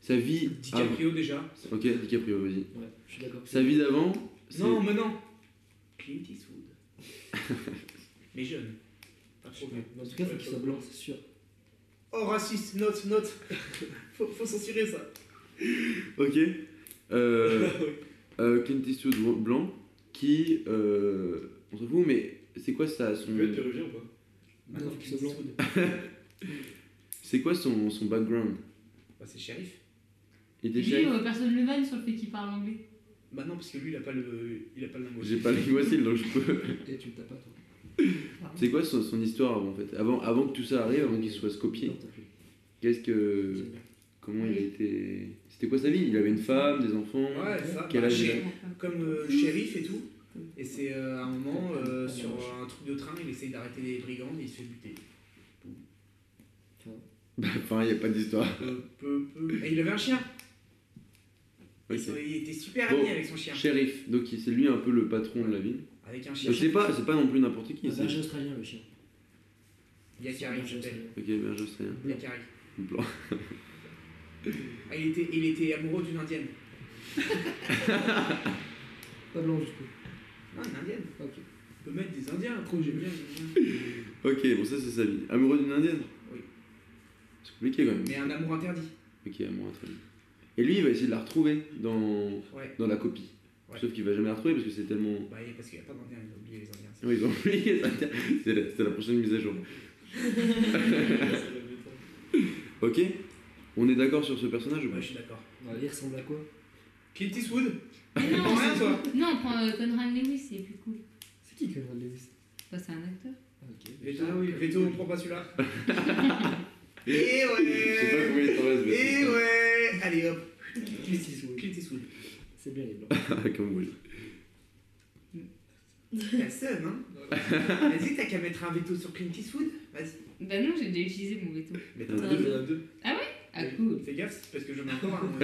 S1: Sa vie. avant-
S2: DiCaprio déjà.
S1: Ok, DiCaprio, vas-y.
S7: Ouais, je suis d'accord.
S1: Sa vie d'avant. c'est-
S2: Non, mais non. Clint Eastwood. mais jeune.
S4: Ah,
S2: Pas trop vieux.
S7: En tout cas, faut qu'il soit blanc, c'est sûr.
S2: Oh raciste, note, note. faut, faut censurer ça.
S1: Ok. Euh, euh, Clint Eastwood bl- blanc, qui. euh, on s'en fout, mais c'est quoi ça son...
S4: Tu peux être péruvien ou pas
S1: Bah,
S7: Non, faut qu'il soit blanc.
S1: C'est quoi son, son background
S2: Bah c'est shérif.
S1: Il était
S5: Lui,
S1: chef
S5: euh, personne ne le vanne sur le fait qu'il parle anglais.
S2: Bah non parce que lui il a pas le. il a pas le lingot.
S1: J'ai pas les voici, donc je peux.
S7: Et tu me tapes pas, toi.
S1: C'est quoi son, son histoire avant, en fait avant, avant que tout ça arrive, avant qu'il soit Euh,
S7: Non,
S1: scopié
S7: t'as plus.
S1: Qu'est-ce que. Comment il a été. C'était quoi sa vie Il avait une femme, des enfants
S2: Ouais, ça.
S1: Quel
S2: bah,
S1: âge il
S2: shérif.
S1: a
S2: comme euh, shérif et tout. Et c'est euh, à un moment, euh, sur un truc de train, il essaye d'arrêter les brigands et il se fait buter.
S1: Bah, enfin, il n'y a pas d'histoire.
S2: Peu, peu, peu. Et il avait un chien.
S1: Ok.
S2: Ils sont- Il était super
S1: Bon.
S2: ami avec son chien.
S1: Shérif, donc c'est lui un peu le patron de la ville.
S2: Avec un chien.
S1: Donc, C'est pas, c'est pas non plus n'importe qui.
S7: Un
S1: c'est-
S7: berger australien, le chien.
S2: Yakari, il
S7: Berger
S2: s'appelle.
S1: Ok, ben je sais. hein.
S7: australien.
S2: Yakari.
S1: Blanc.
S2: Ah, il, était, il était amoureux d'une indienne.
S7: Pas blanc, du coup.
S2: Ah, une indienne
S7: Ok.
S2: On peut mettre des indiens, trop j'aime bien. j'aime bien.
S1: Ok, bon, ça c'est sa vie. Amoureux d'une indienne
S2: Oui.
S1: C'est compliqué quand même.
S2: Mais un amour interdit.
S1: Ok, amour très bien. Et lui, il va essayer de la retrouver dans,
S2: Ouais.
S1: dans la copie.
S2: Ouais.
S1: Sauf qu'il va jamais la retrouver parce que c'est tellement.
S2: Bah, et parce qu'il n'y a pas d'Indiens, il a oublié les Indiens.
S1: Oui, ils ont oublié. ça. C'est la, c'est la prochaine mise à jour. Ok On est d'accord sur ce personnage ou pas
S2: Ouais, je suis d'accord.
S7: Il ressemble à quoi
S2: Clint Eastwood
S5: Mais Ah non,
S2: Prends rien,
S5: on-
S2: toi
S5: non, on prend euh, Conrad Lewis, c'est plus cool.
S7: C'est qui Conrad Lewis
S5: Enfin, c'est un acteur.
S7: Ah, ok.
S2: Veto,
S7: Ah oui,
S2: Veto, on prend pas celui-là.
S1: Je
S2: Et
S1: sais pas
S2: ouais Eh
S1: combien il t'en reste. mais
S2: Et
S1: c'est ça.
S2: ouais Allez hop
S7: Clint Eastwood.
S2: Clint Eastwood.
S7: C'est bien les blancs.
S1: Ah, Comme vous.
S2: T'as le seum, hein Vas-y, t'as qu'à mettre un veto sur Clint Eastwood. Vas-y.
S5: Bah non, j'ai déjà utilisé mon veto.
S2: Mais
S1: t'en as
S3: deux,
S2: t'en as deux.
S5: Ah cool.
S2: Fais gaffe, c'est parce que je mets encore hein,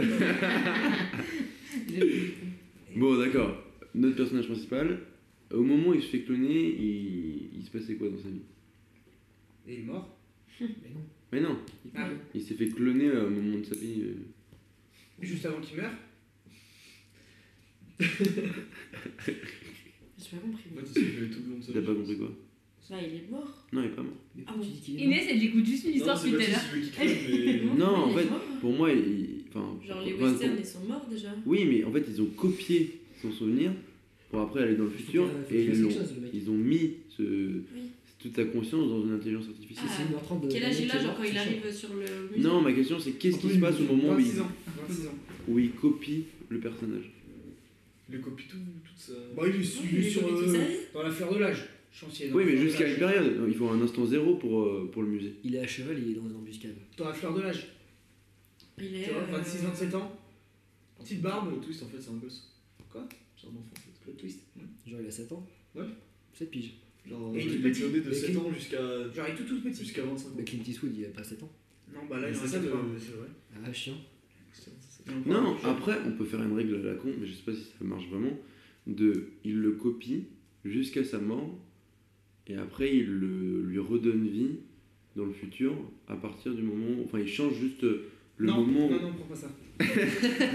S2: un.
S1: Bon, d'accord. Notre personnage principal, au moment où il se fait cloner, il, il se passait quoi dans sa vie
S2: Et il est mort.
S7: Mais non.
S1: Mais non,
S2: Ah,
S1: il s'est fait cloner euh, au moment de sa vie. euh.
S2: Ah, juste avant qu'il meure.
S3: J'ai pas compris.
S4: En fait, il s'est fait tout le long de sa
S1: T'as
S4: vie.
S1: pas compris quoi
S3: Là, il est mort.
S1: Non, il est pas mort.
S7: Mais
S3: Ah
S7: pourquoi
S3: bon.
S7: tu dis qu'il est mort
S5: Inès, elle écoute juste une
S4: Non,
S5: histoire
S4: c'est
S5: depuis tout
S4: pas si
S5: à l'heure.
S4: c'est lui qui crée, mais.
S1: Non, en
S3: Il est
S1: fait,
S3: mort. hein.
S1: pour moi, il. il- Enfin,
S3: Genre, les
S1: enfin,
S3: westerns,
S1: pour-
S3: ils sont morts déjà.
S1: Oui, mais en fait, ils ont copié son souvenir pour après aller dans le
S7: Faut
S1: futur
S7: qu'il- faut
S1: et
S7: qu'il fasse
S1: ils l'ont.
S7: quelque chose, le mec.
S1: Ils ont mis ce- toute sa conscience dans une intelligence
S7: C'est
S1: artificielle.
S3: Ah,
S7: 6h30 de
S3: Quel âge
S7: de
S3: il a, genre,
S7: mort,
S3: quand
S7: c'est
S3: il
S7: chiant.
S3: arrive sur le. musée
S1: Non, ma question c'est
S2: Ah,
S1: qu'est-ce qui se passe au moment où
S2: 26
S1: il,
S2: ans. 26 ans.
S1: où il copie le personnage
S4: Le copie tout, toute sa.
S2: Bon, Bah, il est
S3: Ouais,
S2: sur,
S3: il est
S2: sur,
S3: copie
S2: euh,
S3: toute sa vie.
S2: dans la fleur de l'âge. Chantier. dans
S1: Oui,
S2: la
S1: mais
S2: fleur de
S1: jusqu'à
S2: l'âge.
S1: une période. Il faut un instant zéro pour, euh, pour le musée.
S7: Il est à cheval, il est dans une embuscade.
S2: Dans la fleur de l'âge.
S3: Il
S2: Tu
S3: est.
S2: vois,
S3: euh,
S2: 26, 27 ans. Petite barbe. euh,
S4: Le twist, en fait, c'est un gosse.
S2: Quoi
S4: C'est un enfant, en fait.
S2: Le twist.
S7: Genre, il a 7 ans
S4: Ouais.
S7: 7 piges.
S4: Genre,
S2: Et
S4: il
S2: tout
S4: est
S2: petit.
S4: cloné de
S7: Mais
S4: 7
S7: qui-
S4: ans jusqu'à
S2: Genre, il est tout tout petit.
S4: jusqu'à 25 ans.
S7: Mais Clint Eastwood, il a pas 7 ans.
S2: Non, bah là,
S4: Mais
S2: il en a
S4: c'est ça, le-
S2: 80.
S4: c'est vrai.
S7: Ah, chiant.
S1: Non, après, on peut faire une règle à la con, mais je sais pas si ça marche vraiment. De il le copie jusqu'à sa mort, et après il le, lui redonne vie dans le futur à partir du moment. Enfin, il change juste le
S2: non,
S1: moment. où-
S2: Non, non, prends pas ça.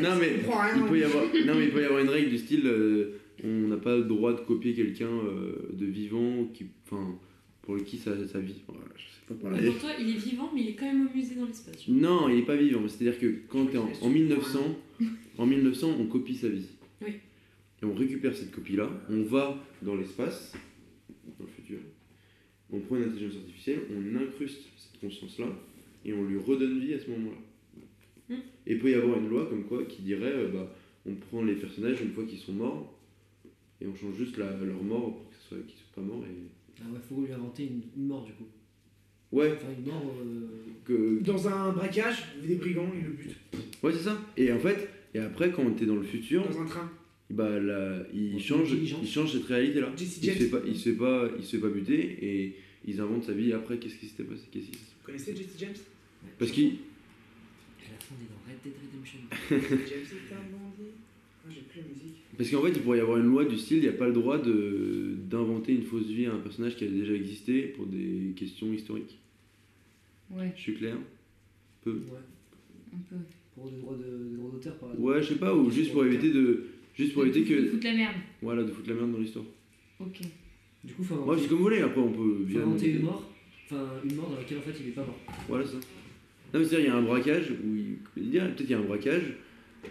S1: Non, mais
S2: Prends rien.
S1: il peut y avoir. Non, mais il peut y avoir une règle du style euh, on n'a pas le droit de copier quelqu'un euh, de vivant qui, enfin, pour qui ça, ça vit. Voilà, je sais pas
S3: Mais
S1: parler.
S3: Pour toi, il est vivant, mais il est quand même au musée dans l'espace. tu vois.
S1: Non, il est pas vivant. C'est-à-dire que quand t'es en, en 1900, en 1900, on copie sa vie.
S3: Oui.
S1: Et on récupère cette copie-là. On va dans l'espace, dans le futur. On prend une intelligence artificielle, on incruste cette conscience-là et on lui redonne vie à ce moment-là.
S3: Hmm.
S1: Et peut y avoir une loi comme quoi qui dirait, euh, bah, on prend les personnages une fois qu'ils sont morts et on change juste la- leur mort pour que ce soit- qu'ils soient pas morts. Et...
S7: Ah ouais, faut lui inventer une, une mort du coup.
S1: Ouais,
S7: Enfin, une mort. euh,
S1: que
S2: hein. Dans un braquage, il y a des brigands, il le bute.
S1: Ouais, c'est ça. Et en fait, et après, quand t'es dans le futur,
S2: Dans un train.
S1: bah, là, il,
S7: Dans
S1: change,
S7: l'intelligence.
S1: il change cette réalité-là.
S2: Jesse
S1: Ah, Il se, fait
S2: James.
S1: pas, il, se fait pas, il se fait pas buter et ils inventent sa vie après. Qu'est-ce qui s'était passé Qu'est-ce qui s'est-
S2: Vous connaissez Jesse James
S1: Parce qu'il.
S7: À la fin, il est dans Red Dead Redemption.
S2: Jesse James est un bandit. Ah, j'ai plus la musique.
S1: Parce qu'en fait, il pourrait y avoir une loi du style, il n'y a pas le droit de d'inventer une fausse vie à un personnage qui a déjà existé pour des questions historiques.
S5: Ouais,
S1: Je suis clair
S5: un
S7: Ouais.
S5: peu.
S7: Pour des droits de- des droits d'auteur, par exemple.
S1: Ouais, je sais pas, ou juste pour éviter de. Juste pour éviter
S5: Ils
S1: que.
S5: foutent la merde.
S1: Voilà, de foutre la merde dans l'histoire.
S5: Ok.
S7: Du coup, faut
S1: Moi,
S7: inventer,
S1: c'est comme vous voulez, après on peut.
S7: faut
S1: bien
S7: inventer
S1: inventer.
S7: une mort. Enfin, une mort dans laquelle en fait il est pas mort.
S1: Voilà ça. Non, mais c'est-à-dire, il y a un braquage où il. il y a- Peut-être qu'il y a un braquage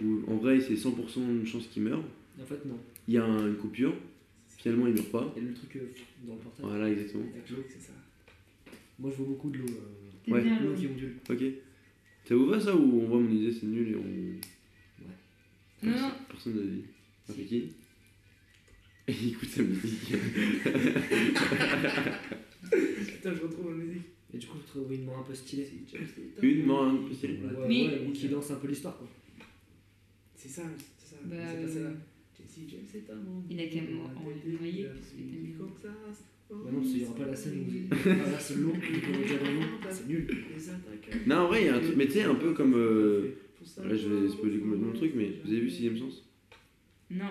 S1: où en vrai, c'est 100% de chance qu'il meurt.
S7: En fait, non.
S1: Il y a un- une coupure, finalement, il meurt pas.
S7: Il y a le truc euh, dans le portable.
S1: Voilà, exactement.
S2: Avec l'eau, c'est ça.
S7: Moi, je vois beaucoup de l'eau. euh,
S5: T'es
S1: Ouais.
S5: bien,
S7: l'eau
S5: Laurent.
S7: qui ondule.
S1: Ok. Ça vous va ça ou on voit mon idée c'est nul et on.
S5: Non, non.
S1: Personne n'a dit. Ah, c'est qui Il écoute sa musique.
S2: Putain, je retrouve la musique.
S7: Et du coup, tu trouves une mort un peu stylée.
S1: Une mort, un peu stylée.
S7: Ouais,
S5: Mais-
S7: ouais, ou qui lance un peu l'histoire quoi.
S2: C'est ça, c'est ça.
S5: Bah,
S2: c'est pas ça.
S5: euh,
S2: Jesse James est un bandit.
S5: Il a qu'à mou- en- noyer, parce qu'il était mignon.
S7: Bah non, parce qu'il y aura pas la scène où il ah, là,
S2: Oh,
S7: c'est long, il est déjà dans l'eau. C'est nul.
S1: Non en vrai il y a un truc. Mais tu sais un peu comme euh, Là je vais spoiler complètement le truc mais vous avez vu sixième sens
S5: Non.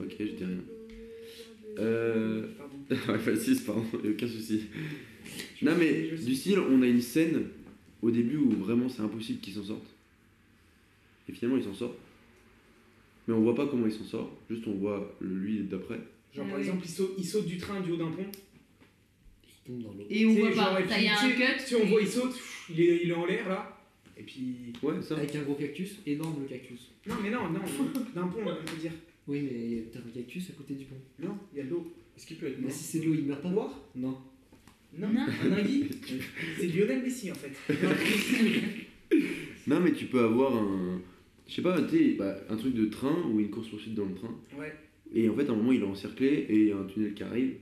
S1: Ok je dis rien. Euh.
S2: Pardon.
S1: Ouais, enfin, six, pardon, y a aucun souci. Non mais du style on a une scène au début où vraiment c'est impossible qu'ils s'en sortent. Et finalement il s'en sort. Mais on voit pas comment il s'en sort, juste on voit le lui d'après.
S2: Genre,
S5: Ah
S2: par
S5: oui.
S2: exemple, il saute, il saute du train du haut d'un pont.
S7: Il tombe dans l'eau.
S5: Et on
S2: Tu sais,
S5: voit
S2: genre,
S5: pas.
S2: et
S5: Ça
S2: puis,
S5: y a un
S2: tu sais,
S5: cut.
S2: Si on
S5: et-
S2: voit, il saute, pff, il est, il est en l'air là. Et puis.
S1: Ouais ça.
S7: Avec un gros cactus, énorme le cactus.
S2: Non, mais non, non, d'un pont, on peut dire.
S7: Oui, mais il y a peut-être un cactus à côté du pont.
S2: Non, il y a de l'eau.
S4: Est-ce qu'il peut être
S7: Mais
S4: mort
S7: si c'est de l'eau, il meurt pas.
S2: Boire
S7: Non.
S2: Non,
S5: Non.
S2: un ingui C'est Lionel Messi en fait.
S1: Non, mais tu peux avoir un. Je sais pas, tu sais, bah, un truc de train ou une course-poursuite dans le train.
S2: Ouais.
S1: Et en fait, à un moment, il est encerclé et il y a un tunnel qui arrive.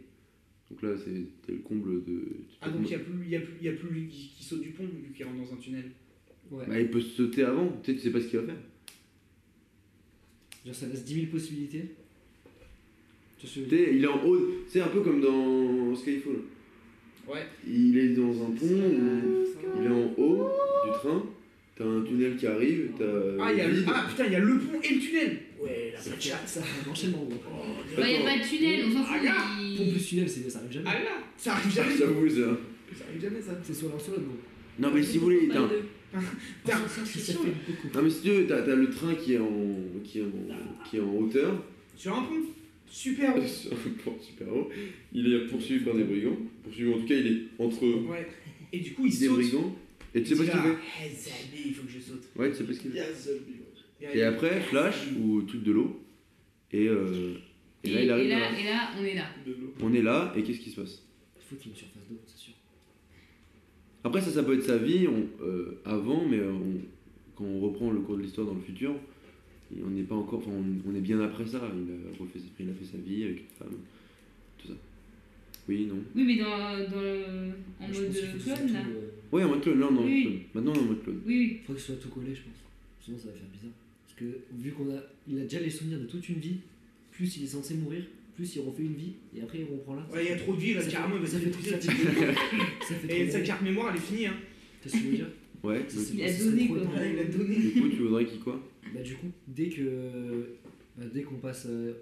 S1: Donc là, c'est t'as le comble de.
S2: Ah donc il y a plus, il y a plus, il y a plus lui qui, qui saute du pont vu qu'il rentre dans un tunnel.
S7: Ouais.
S1: Bah, il peut sauter avant, tu sais, tu sais pas ce qu'il va faire.
S7: Genre, ça laisse 10 000 possibilités. Tu vois ce que je veux
S1: Tu
S7: dire
S1: sais, il est en haut. C'est un peu comme dans Skyfall.
S2: Ouais.
S1: Il est dans un pont, où il est en haut du train. T'as un tunnel qui arrive, t'as.
S2: Ah, il y a le...
S1: vide.
S2: ah putain, il y a le pont et le tunnel Ouais, la pacha
S7: Ça, un enchaînement, gros.
S2: Oh,
S5: Bah, y a pas de tunnel, on s'en
S2: Ah, gars
S7: Pont
S5: fout.
S7: plus tunnel, c'est- ça arrive jamais.
S2: Ah là Ça arrive jamais
S1: J'avoue ça. hein.
S2: Ça arrive jamais ça
S7: C'est soit l'un soit l'autre, gros.
S1: Non mais si vous voulez, t'as-
S2: Putain,
S7: Ça
S5: hein.
S7: fait beaucoup.
S1: non mais si tu veux, t'as t'as le train qui est en qui est en, qui est en hauteur,
S2: Sur un pont Super haut
S1: sur un pont super haut. Il est poursuivi par des brigands, poursuivi en tout cas, il est entre
S2: Ouais. Et du coup, il
S1: des
S2: saute.
S1: brigands. Et tu sais pas ce qu'il fait.
S2: fait Eh, il faut que je saute.
S1: Ouais, tu sais pas ce qu'il fait.
S2: Il y a-
S1: Et après, flash ou truc de l'eau. Et, euh, et là, il arrive.
S5: et,
S1: dans la-
S5: là, et là, on est là.
S1: On est là et qu'est-ce qui se passe
S7: Il faut qu'il y ait une surface d'eau, c'est sûr.
S1: Après, ça, ça peut être sa vie on- euh, avant, mais euh, on- quand on reprend le cours de l'histoire dans le futur, et on n'est pas encore. Enfin, on, on est bien après ça. Il a, refait, sa- il a fait sa vie avec une femme, tout ça. Oui, non.
S5: Oui, mais dans, dans le- en
S7: Je
S5: mode
S7: pense qu'il faut que ce soit
S5: clone, là.
S7: tout, euh,
S1: Ouais, en mode clone, là, on est en mode
S5: Oui.
S1: clone. Maintenant, on est en mode clone.
S5: Oui, oui.
S7: Il faut que ce soit tout collé, je pense. Sinon, ça va faire bizarre. Parce que, vu qu'on a. Il a déjà les souvenirs de toute une vie, plus il est censé mourir, plus il refait une vie, et après il reprend là.
S2: Ouais, il y a trop de vie là,
S7: Ça fait-
S2: carrément, il va
S7: ça fait tout ça.
S2: s'épuiser.
S7: Ça fait
S2: Et
S7: trop
S2: sa
S7: d'années.
S2: carte mémoire, elle est finie, hein.
S7: Qu'est-ce que je veux dire
S1: Ouais,
S7: Ça, c'est-
S5: Il a
S7: ça serait
S5: donné,
S7: trop
S5: quoi.
S7: étonnant.
S2: Ah, il a donné.
S1: donc, du coup, tu voudrais qu'il quoi
S7: Bah du coup, dès que bah, dès qu'on passe euh,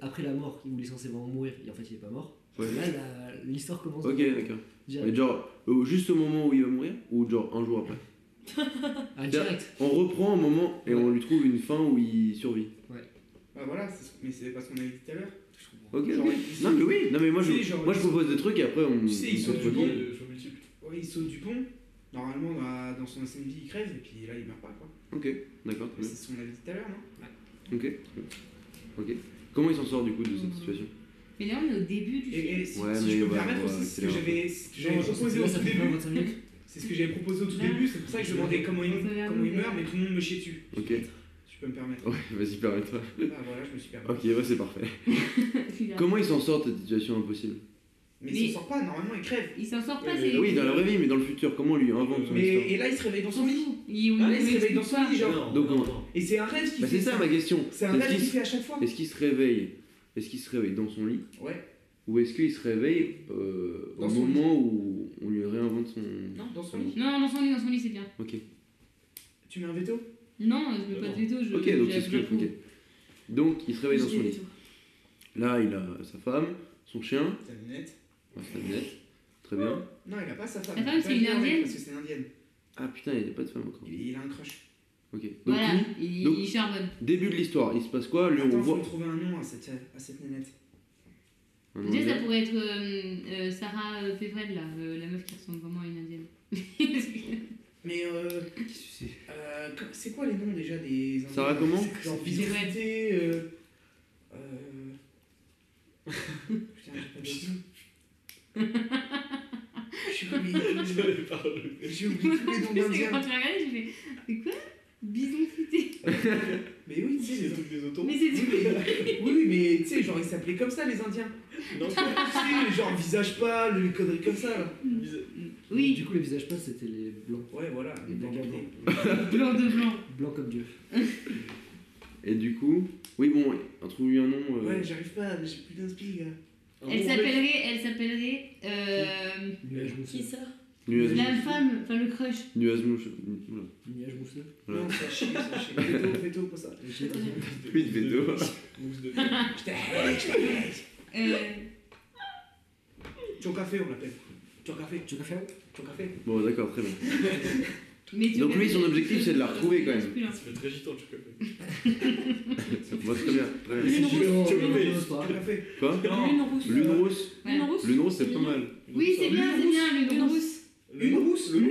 S7: après la mort où il est censé vraiment mourir et en fait il est pas mort,
S1: Ouais.
S7: là la- l'histoire commence.
S1: Ok, d'accord.
S7: direct.
S1: Et genre, euh, juste au moment où il va mourir, ou genre un jour après
S7: Ah, direct.
S1: On reprend au moment et on lui trouve une fin où il survit.
S2: Bah voilà, c'est ce- mais c'est pas ce qu'on avait dit tout à l'heure.
S7: Je comprends.
S1: Ok,
S2: Genre,
S1: oui.
S2: il-
S1: Non, mais oui, non, mais moi, je,
S2: Tu sais, genre,
S1: moi, je
S2: ils-
S1: propose des trucs et après, on.
S2: Tu sais, ils
S1: on
S2: sont
S1: se
S2: du
S1: redit.
S2: monde.
S4: choix multiple.
S2: Ouais, il saute du pont. Normalement, dans, dans son ancienne vie, il crève, et puis là, il meurt pas, quoi.
S1: Ok, d'accord, très
S2: C'est
S1: bien.
S2: ce qu'on avait dit tout à l'heure, non
S1: Ok. Ok. Comment il s'en sort du coup de cette situation
S5: Mais là, on est au début du film.
S2: Et, et si,
S1: Ouais,
S2: si
S1: mais
S2: je peux me
S1: ouais, ouais,
S2: permettre aussi, c'est ce que
S1: c'est
S2: j'avais ce que j'avais
S7: Genre,
S2: proposé au
S7: là, ça
S2: tout
S7: fait
S2: début.
S7: 25 minutes.
S2: C'est ce que j'avais proposé au tout
S5: Là.
S2: début, c'est pour ça que je demandais comment il,
S5: On peut la
S2: comment il
S5: regarder.
S2: meurt, mais tout le monde me chie dessus.
S1: Ok.
S2: Si je peux me permettre.
S1: Ouais, vas-y, permets-toi.
S2: Ah voilà, je me suis permis.
S1: Ok, ouais, c'est parfait.
S5: Il a-
S1: Comment il s'en sort de cette situation impossible
S2: Mais
S5: Mais-
S2: il s'en sort pas, normalement, il crève.
S5: Il s'en sort pas,
S4: Oui,
S5: c'est.
S1: Oui, dans la vraie vie, mais dans le futur, comment lui invente son
S2: Mais,
S1: histoire Bah,
S2: et là, il se réveille dans
S5: On
S2: son
S5: s'en
S2: lit.
S5: fout. Il on
S2: Ah,
S5: lui
S2: il se réveille dans
S5: explique
S2: son
S5: pas.
S2: lit, genre.
S4: Non,
S1: Donc,
S4: non,
S1: on-
S4: non.
S2: Et c'est un rêve qui
S1: Bah,
S2: fait
S1: c'est ça ma question.
S2: C'est un
S1: Est-ce
S2: rêve
S1: qu'il
S2: qui
S1: se-
S2: fait à chaque fois.
S1: Est-ce qu'il se réveille Est-ce qu'il se réveille dans son lit
S2: Ouais.
S1: Ou est-ce qu'il se réveille euh,
S2: Dans
S1: au
S2: son
S1: moment où on lui réinvente son.
S2: Non, dans son lit.
S5: Non, non, dans son lit, dans son lit, c'est bien.
S1: Ok.
S2: Tu mets un veto
S5: Non, je veux
S4: Ah
S5: pas
S4: non.
S5: de veto. je-
S1: Ok, donc
S5: je-
S1: c'est
S5: je
S1: ce que.
S5: l'approuve.
S1: ok. Donc il se réveille dans son lit. Là, il a sa femme, son chien,
S2: T'as une lunette
S1: ouais, sa lunette. Très bien.
S2: Non, il a pas sa femme.
S5: Sa femme, c'est
S2: Il
S5: une
S2: a pas
S5: indienne
S2: Parce que c'est une indienne.
S1: Ah putain, il n'y a pas de femme encore.
S2: Il, il a un crush.
S1: Ok. Donc
S5: Voilà,
S1: lui,
S5: il
S1: donc-
S5: il charbonne.
S1: Début de l'histoire, il se passe quoi Lui, on
S2: Attends, faut
S1: voit.
S2: trouver un nom à cette, à cette nanette.
S1: Un nom
S5: Déjà, ça
S1: de-
S5: pourrait être euh, euh, Sarah euh, Fevrel, là, euh, la meuf qui ressemble vraiment à une indienne. Sarah
S2: Mais euh,
S7: Qu'est-ce que c'est
S2: euh, co- c'est quoi les noms déjà des indiens
S1: Sarah, comment
S2: Genre bizarreté, euh... euh... Putain, j'ai pas de nom. J'ai oublié,
S4: J'avais pas relevé.
S2: j'ai oublié tous les noms
S5: Quand
S2: d'indiens.
S5: tu l'as regardé, j'ai fait. C'est quoi Bison cité.
S2: Mais oui, tu sais,
S4: C'est
S2: les
S4: le truc des autos.
S5: Mais c'est
S2: Oui,
S5: tout.
S2: mais- oui, oui, mais tu sais, genre, ils s'appelaient comme ça, les Indiens.
S4: Non,
S2: Tu sais, genre, visage pâle, les conneries comme ça, là.
S4: c'est-
S5: Oui,
S7: Du coup, les visages pâles c'était les blancs.
S2: Ouais, voilà.
S7: Les blancs, blancs.
S5: blanc de blanc.
S7: Blancs comme Dieu.
S1: Et du coup, oui, bon, on trouve lui un nom. euh,
S2: Ouais, j'arrive pas, j'ai plus d'inspi, gars.
S4: Un
S5: Elle
S4: bon
S5: s'appellerait. Elle s'appellerait. euh,
S7: Nuage
S6: Qui
S7: mousseux.
S6: ça
S1: Nuaz
S5: La
S1: Mouche-
S5: femme, enfin le crush.
S1: Nuaz Mouche- oula.
S7: Nuage mousseux.
S1: Voilà.
S2: Non, ça chie, ça chie. Veto, veto, pour ça.
S7: Je sais pas si-
S4: mec.
S1: Puis de veto.
S4: Mousse de-
S2: Je t'ai- je t'ai-
S5: Euh,
S2: Tchon café, on l'appelle. Tchon café,
S7: Tu veux faire
S2: tchon café.
S1: Bon, d'accord, très bien.
S5: mais tu
S1: Donc
S5: vois,
S1: lui, son objectif, c'est de la retrouver, quand même.
S5: Masculin.
S4: Ça fait très gitan, le chocolat.
S1: Ça va très bien. Très bien.
S6: Lune rousse.
S7: Oh,
S4: veux
S7: non,
S4: faire
S7: non, c'est pas
S6: Lune rousse. Lune rousse.
S1: Quoi Lune Rousse
S2: Tchon café.
S7: grave.
S1: Lune Rousse, c'est pas mal.
S5: Oui, c'est bien, c'est bien, le
S6: Lune
S5: rousse.
S6: rousse.
S2: Une rousse.
S5: Lune,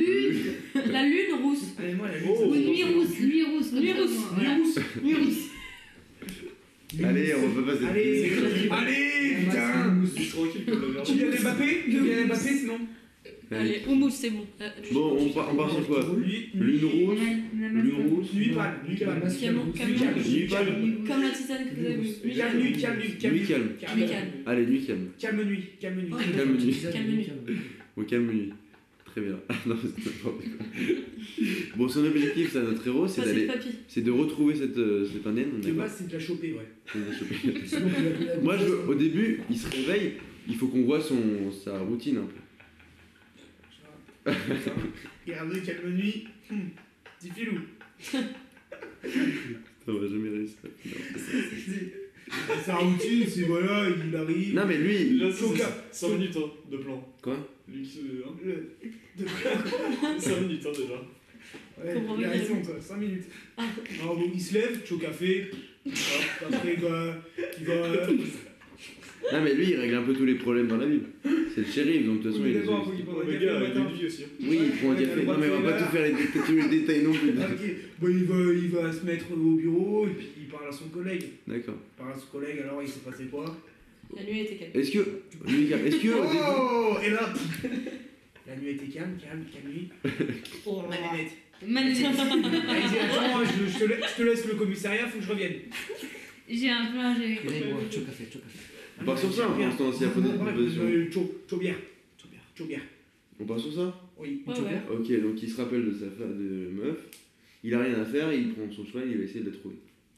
S6: La lune rousse.
S2: Allez, moi, la
S4: Oh.
S5: ou
S2: lune.
S5: nuit rousse, nuit rousse, comme
S6: Nuit
S5: ça,
S6: rousse,
S5: moi,
S2: Une
S5: voilà.
S2: rousse.
S5: Nuit rousse.
S1: Allez, on va passer.
S2: Allez, c'est- allez, putain.
S4: Je suis tranquille comme la merde.
S2: Kylian Mbappé Kylian Mbappé, sinon
S1: Allez.
S6: Allez, on mousse, c'est bon. Euh,
S1: Bon, on, part- on part sur quoi
S2: Lui-
S1: Lune
S5: On
S1: Rouge,
S5: a- on a
S1: Lune
S5: masculin.
S1: Rouge,
S2: Nuit pâle, nuit calme.
S7: Masque
S6: Camon,
S7: rousse.
S6: Camon.
S2: Calme,
S1: Nuit pâle.
S2: calme.
S6: Comme la Titane que vous avez
S7: Nuit
S6: vue.
S7: rouge.
S2: Calme nuit, calme nuit, calme
S1: Nuit
S2: nuit.
S1: calme.
S6: Nuit calme.
S1: Allez, nuit calme.
S2: Calme nuit, calme nuit.
S6: Ouais.
S1: Calme nuit.
S7: Visage
S6: Calme-lui.
S7: calme.
S1: Bon, calme nuit. rêver là. non, mais c'est n'importe quoi. bon, son objectif, c'est à notre héros, c'est
S6: Enfin, c'est
S1: d'aller,
S6: le papy.
S1: c'est de retrouver cette, euh, cette indienne. On est
S2: De
S1: d'accord
S2: base, c'est de la choper, ouais.
S1: On l'a chopé.
S7: Sinon, tu l'appelles la
S1: Moi, je
S7: grosse.
S1: veux- au début, il se réveille, il faut qu'on voit son, sa routine un peu.
S2: Regardez, calme nuit. Hum, Dis filou.
S1: Ça va jamais réussir.
S2: Sa routine, c'est voilà, il arrive.
S1: Non, mais lui,
S4: Là,
S2: Son cas.
S4: c'est 5 minutes hein, de plan.
S1: Quoi
S4: Lui qui se. Hein,
S2: Le- Euh, De...
S4: 5 minutes hein, déjà.
S2: Ouais,
S6: Comprends
S2: il a
S6: bien.
S2: raison, quoi. 5 minutes. Alors, bon, il se lève, tu au café. Hop, Après, quoi, il va.
S1: non, mais lui, il règle un peu tous les problèmes dans la ville. C'est le shérif, donc de toute façon,
S2: Oui,
S1: il
S2: d'accord, faut qu'il prenne un
S4: Le
S2: café
S4: gars,
S2: le
S4: il a
S2: matin.
S4: une vie aussi. hein.
S1: Oui, il prend un
S2: Ouais, il a
S1: café.
S2: le
S1: Non,
S2: droit
S1: mais
S2: de
S1: on va
S2: faire
S1: pas
S2: là.
S1: tout faire les, dé- tous les détails non plus.
S2: Ah, ok. Bon, il va, il va se mettre au bureau et puis il parle à son collègue.
S1: D'accord.
S2: Il parle à son collègue, alors il s'est passé quoi
S6: La nuit a été calme.
S1: Est-ce que. lui, Est-ce que. au début-
S2: Oh Et là La nuit était calme, calme, calme nuit.
S6: Oh,
S2: Ma nénette.
S5: Manette.
S2: Ah, il dit, Attends, je, je te la- je te laisse le commissariat, faut que je revienne.
S5: J'ai un plan, j'ai.
S7: Et là, il boit un choc café, choc café.
S1: On part sur ça, hein,
S2: Choc
S1: pour
S2: bière.
S1: l'instant, s'il y a pas d'autres
S2: Ouais,
S1: propositions.
S2: euh, Choc choc bière,
S7: Choc bière.
S2: choc bière.
S1: On part sur ça
S2: Oui.
S6: Ouais,
S7: Tu
S6: ouais.
S7: vois
S1: Ok, donc il se rappelle de sa fa- de meuf, il a rien à faire, il prend son cheval, il va essayer de la trouver.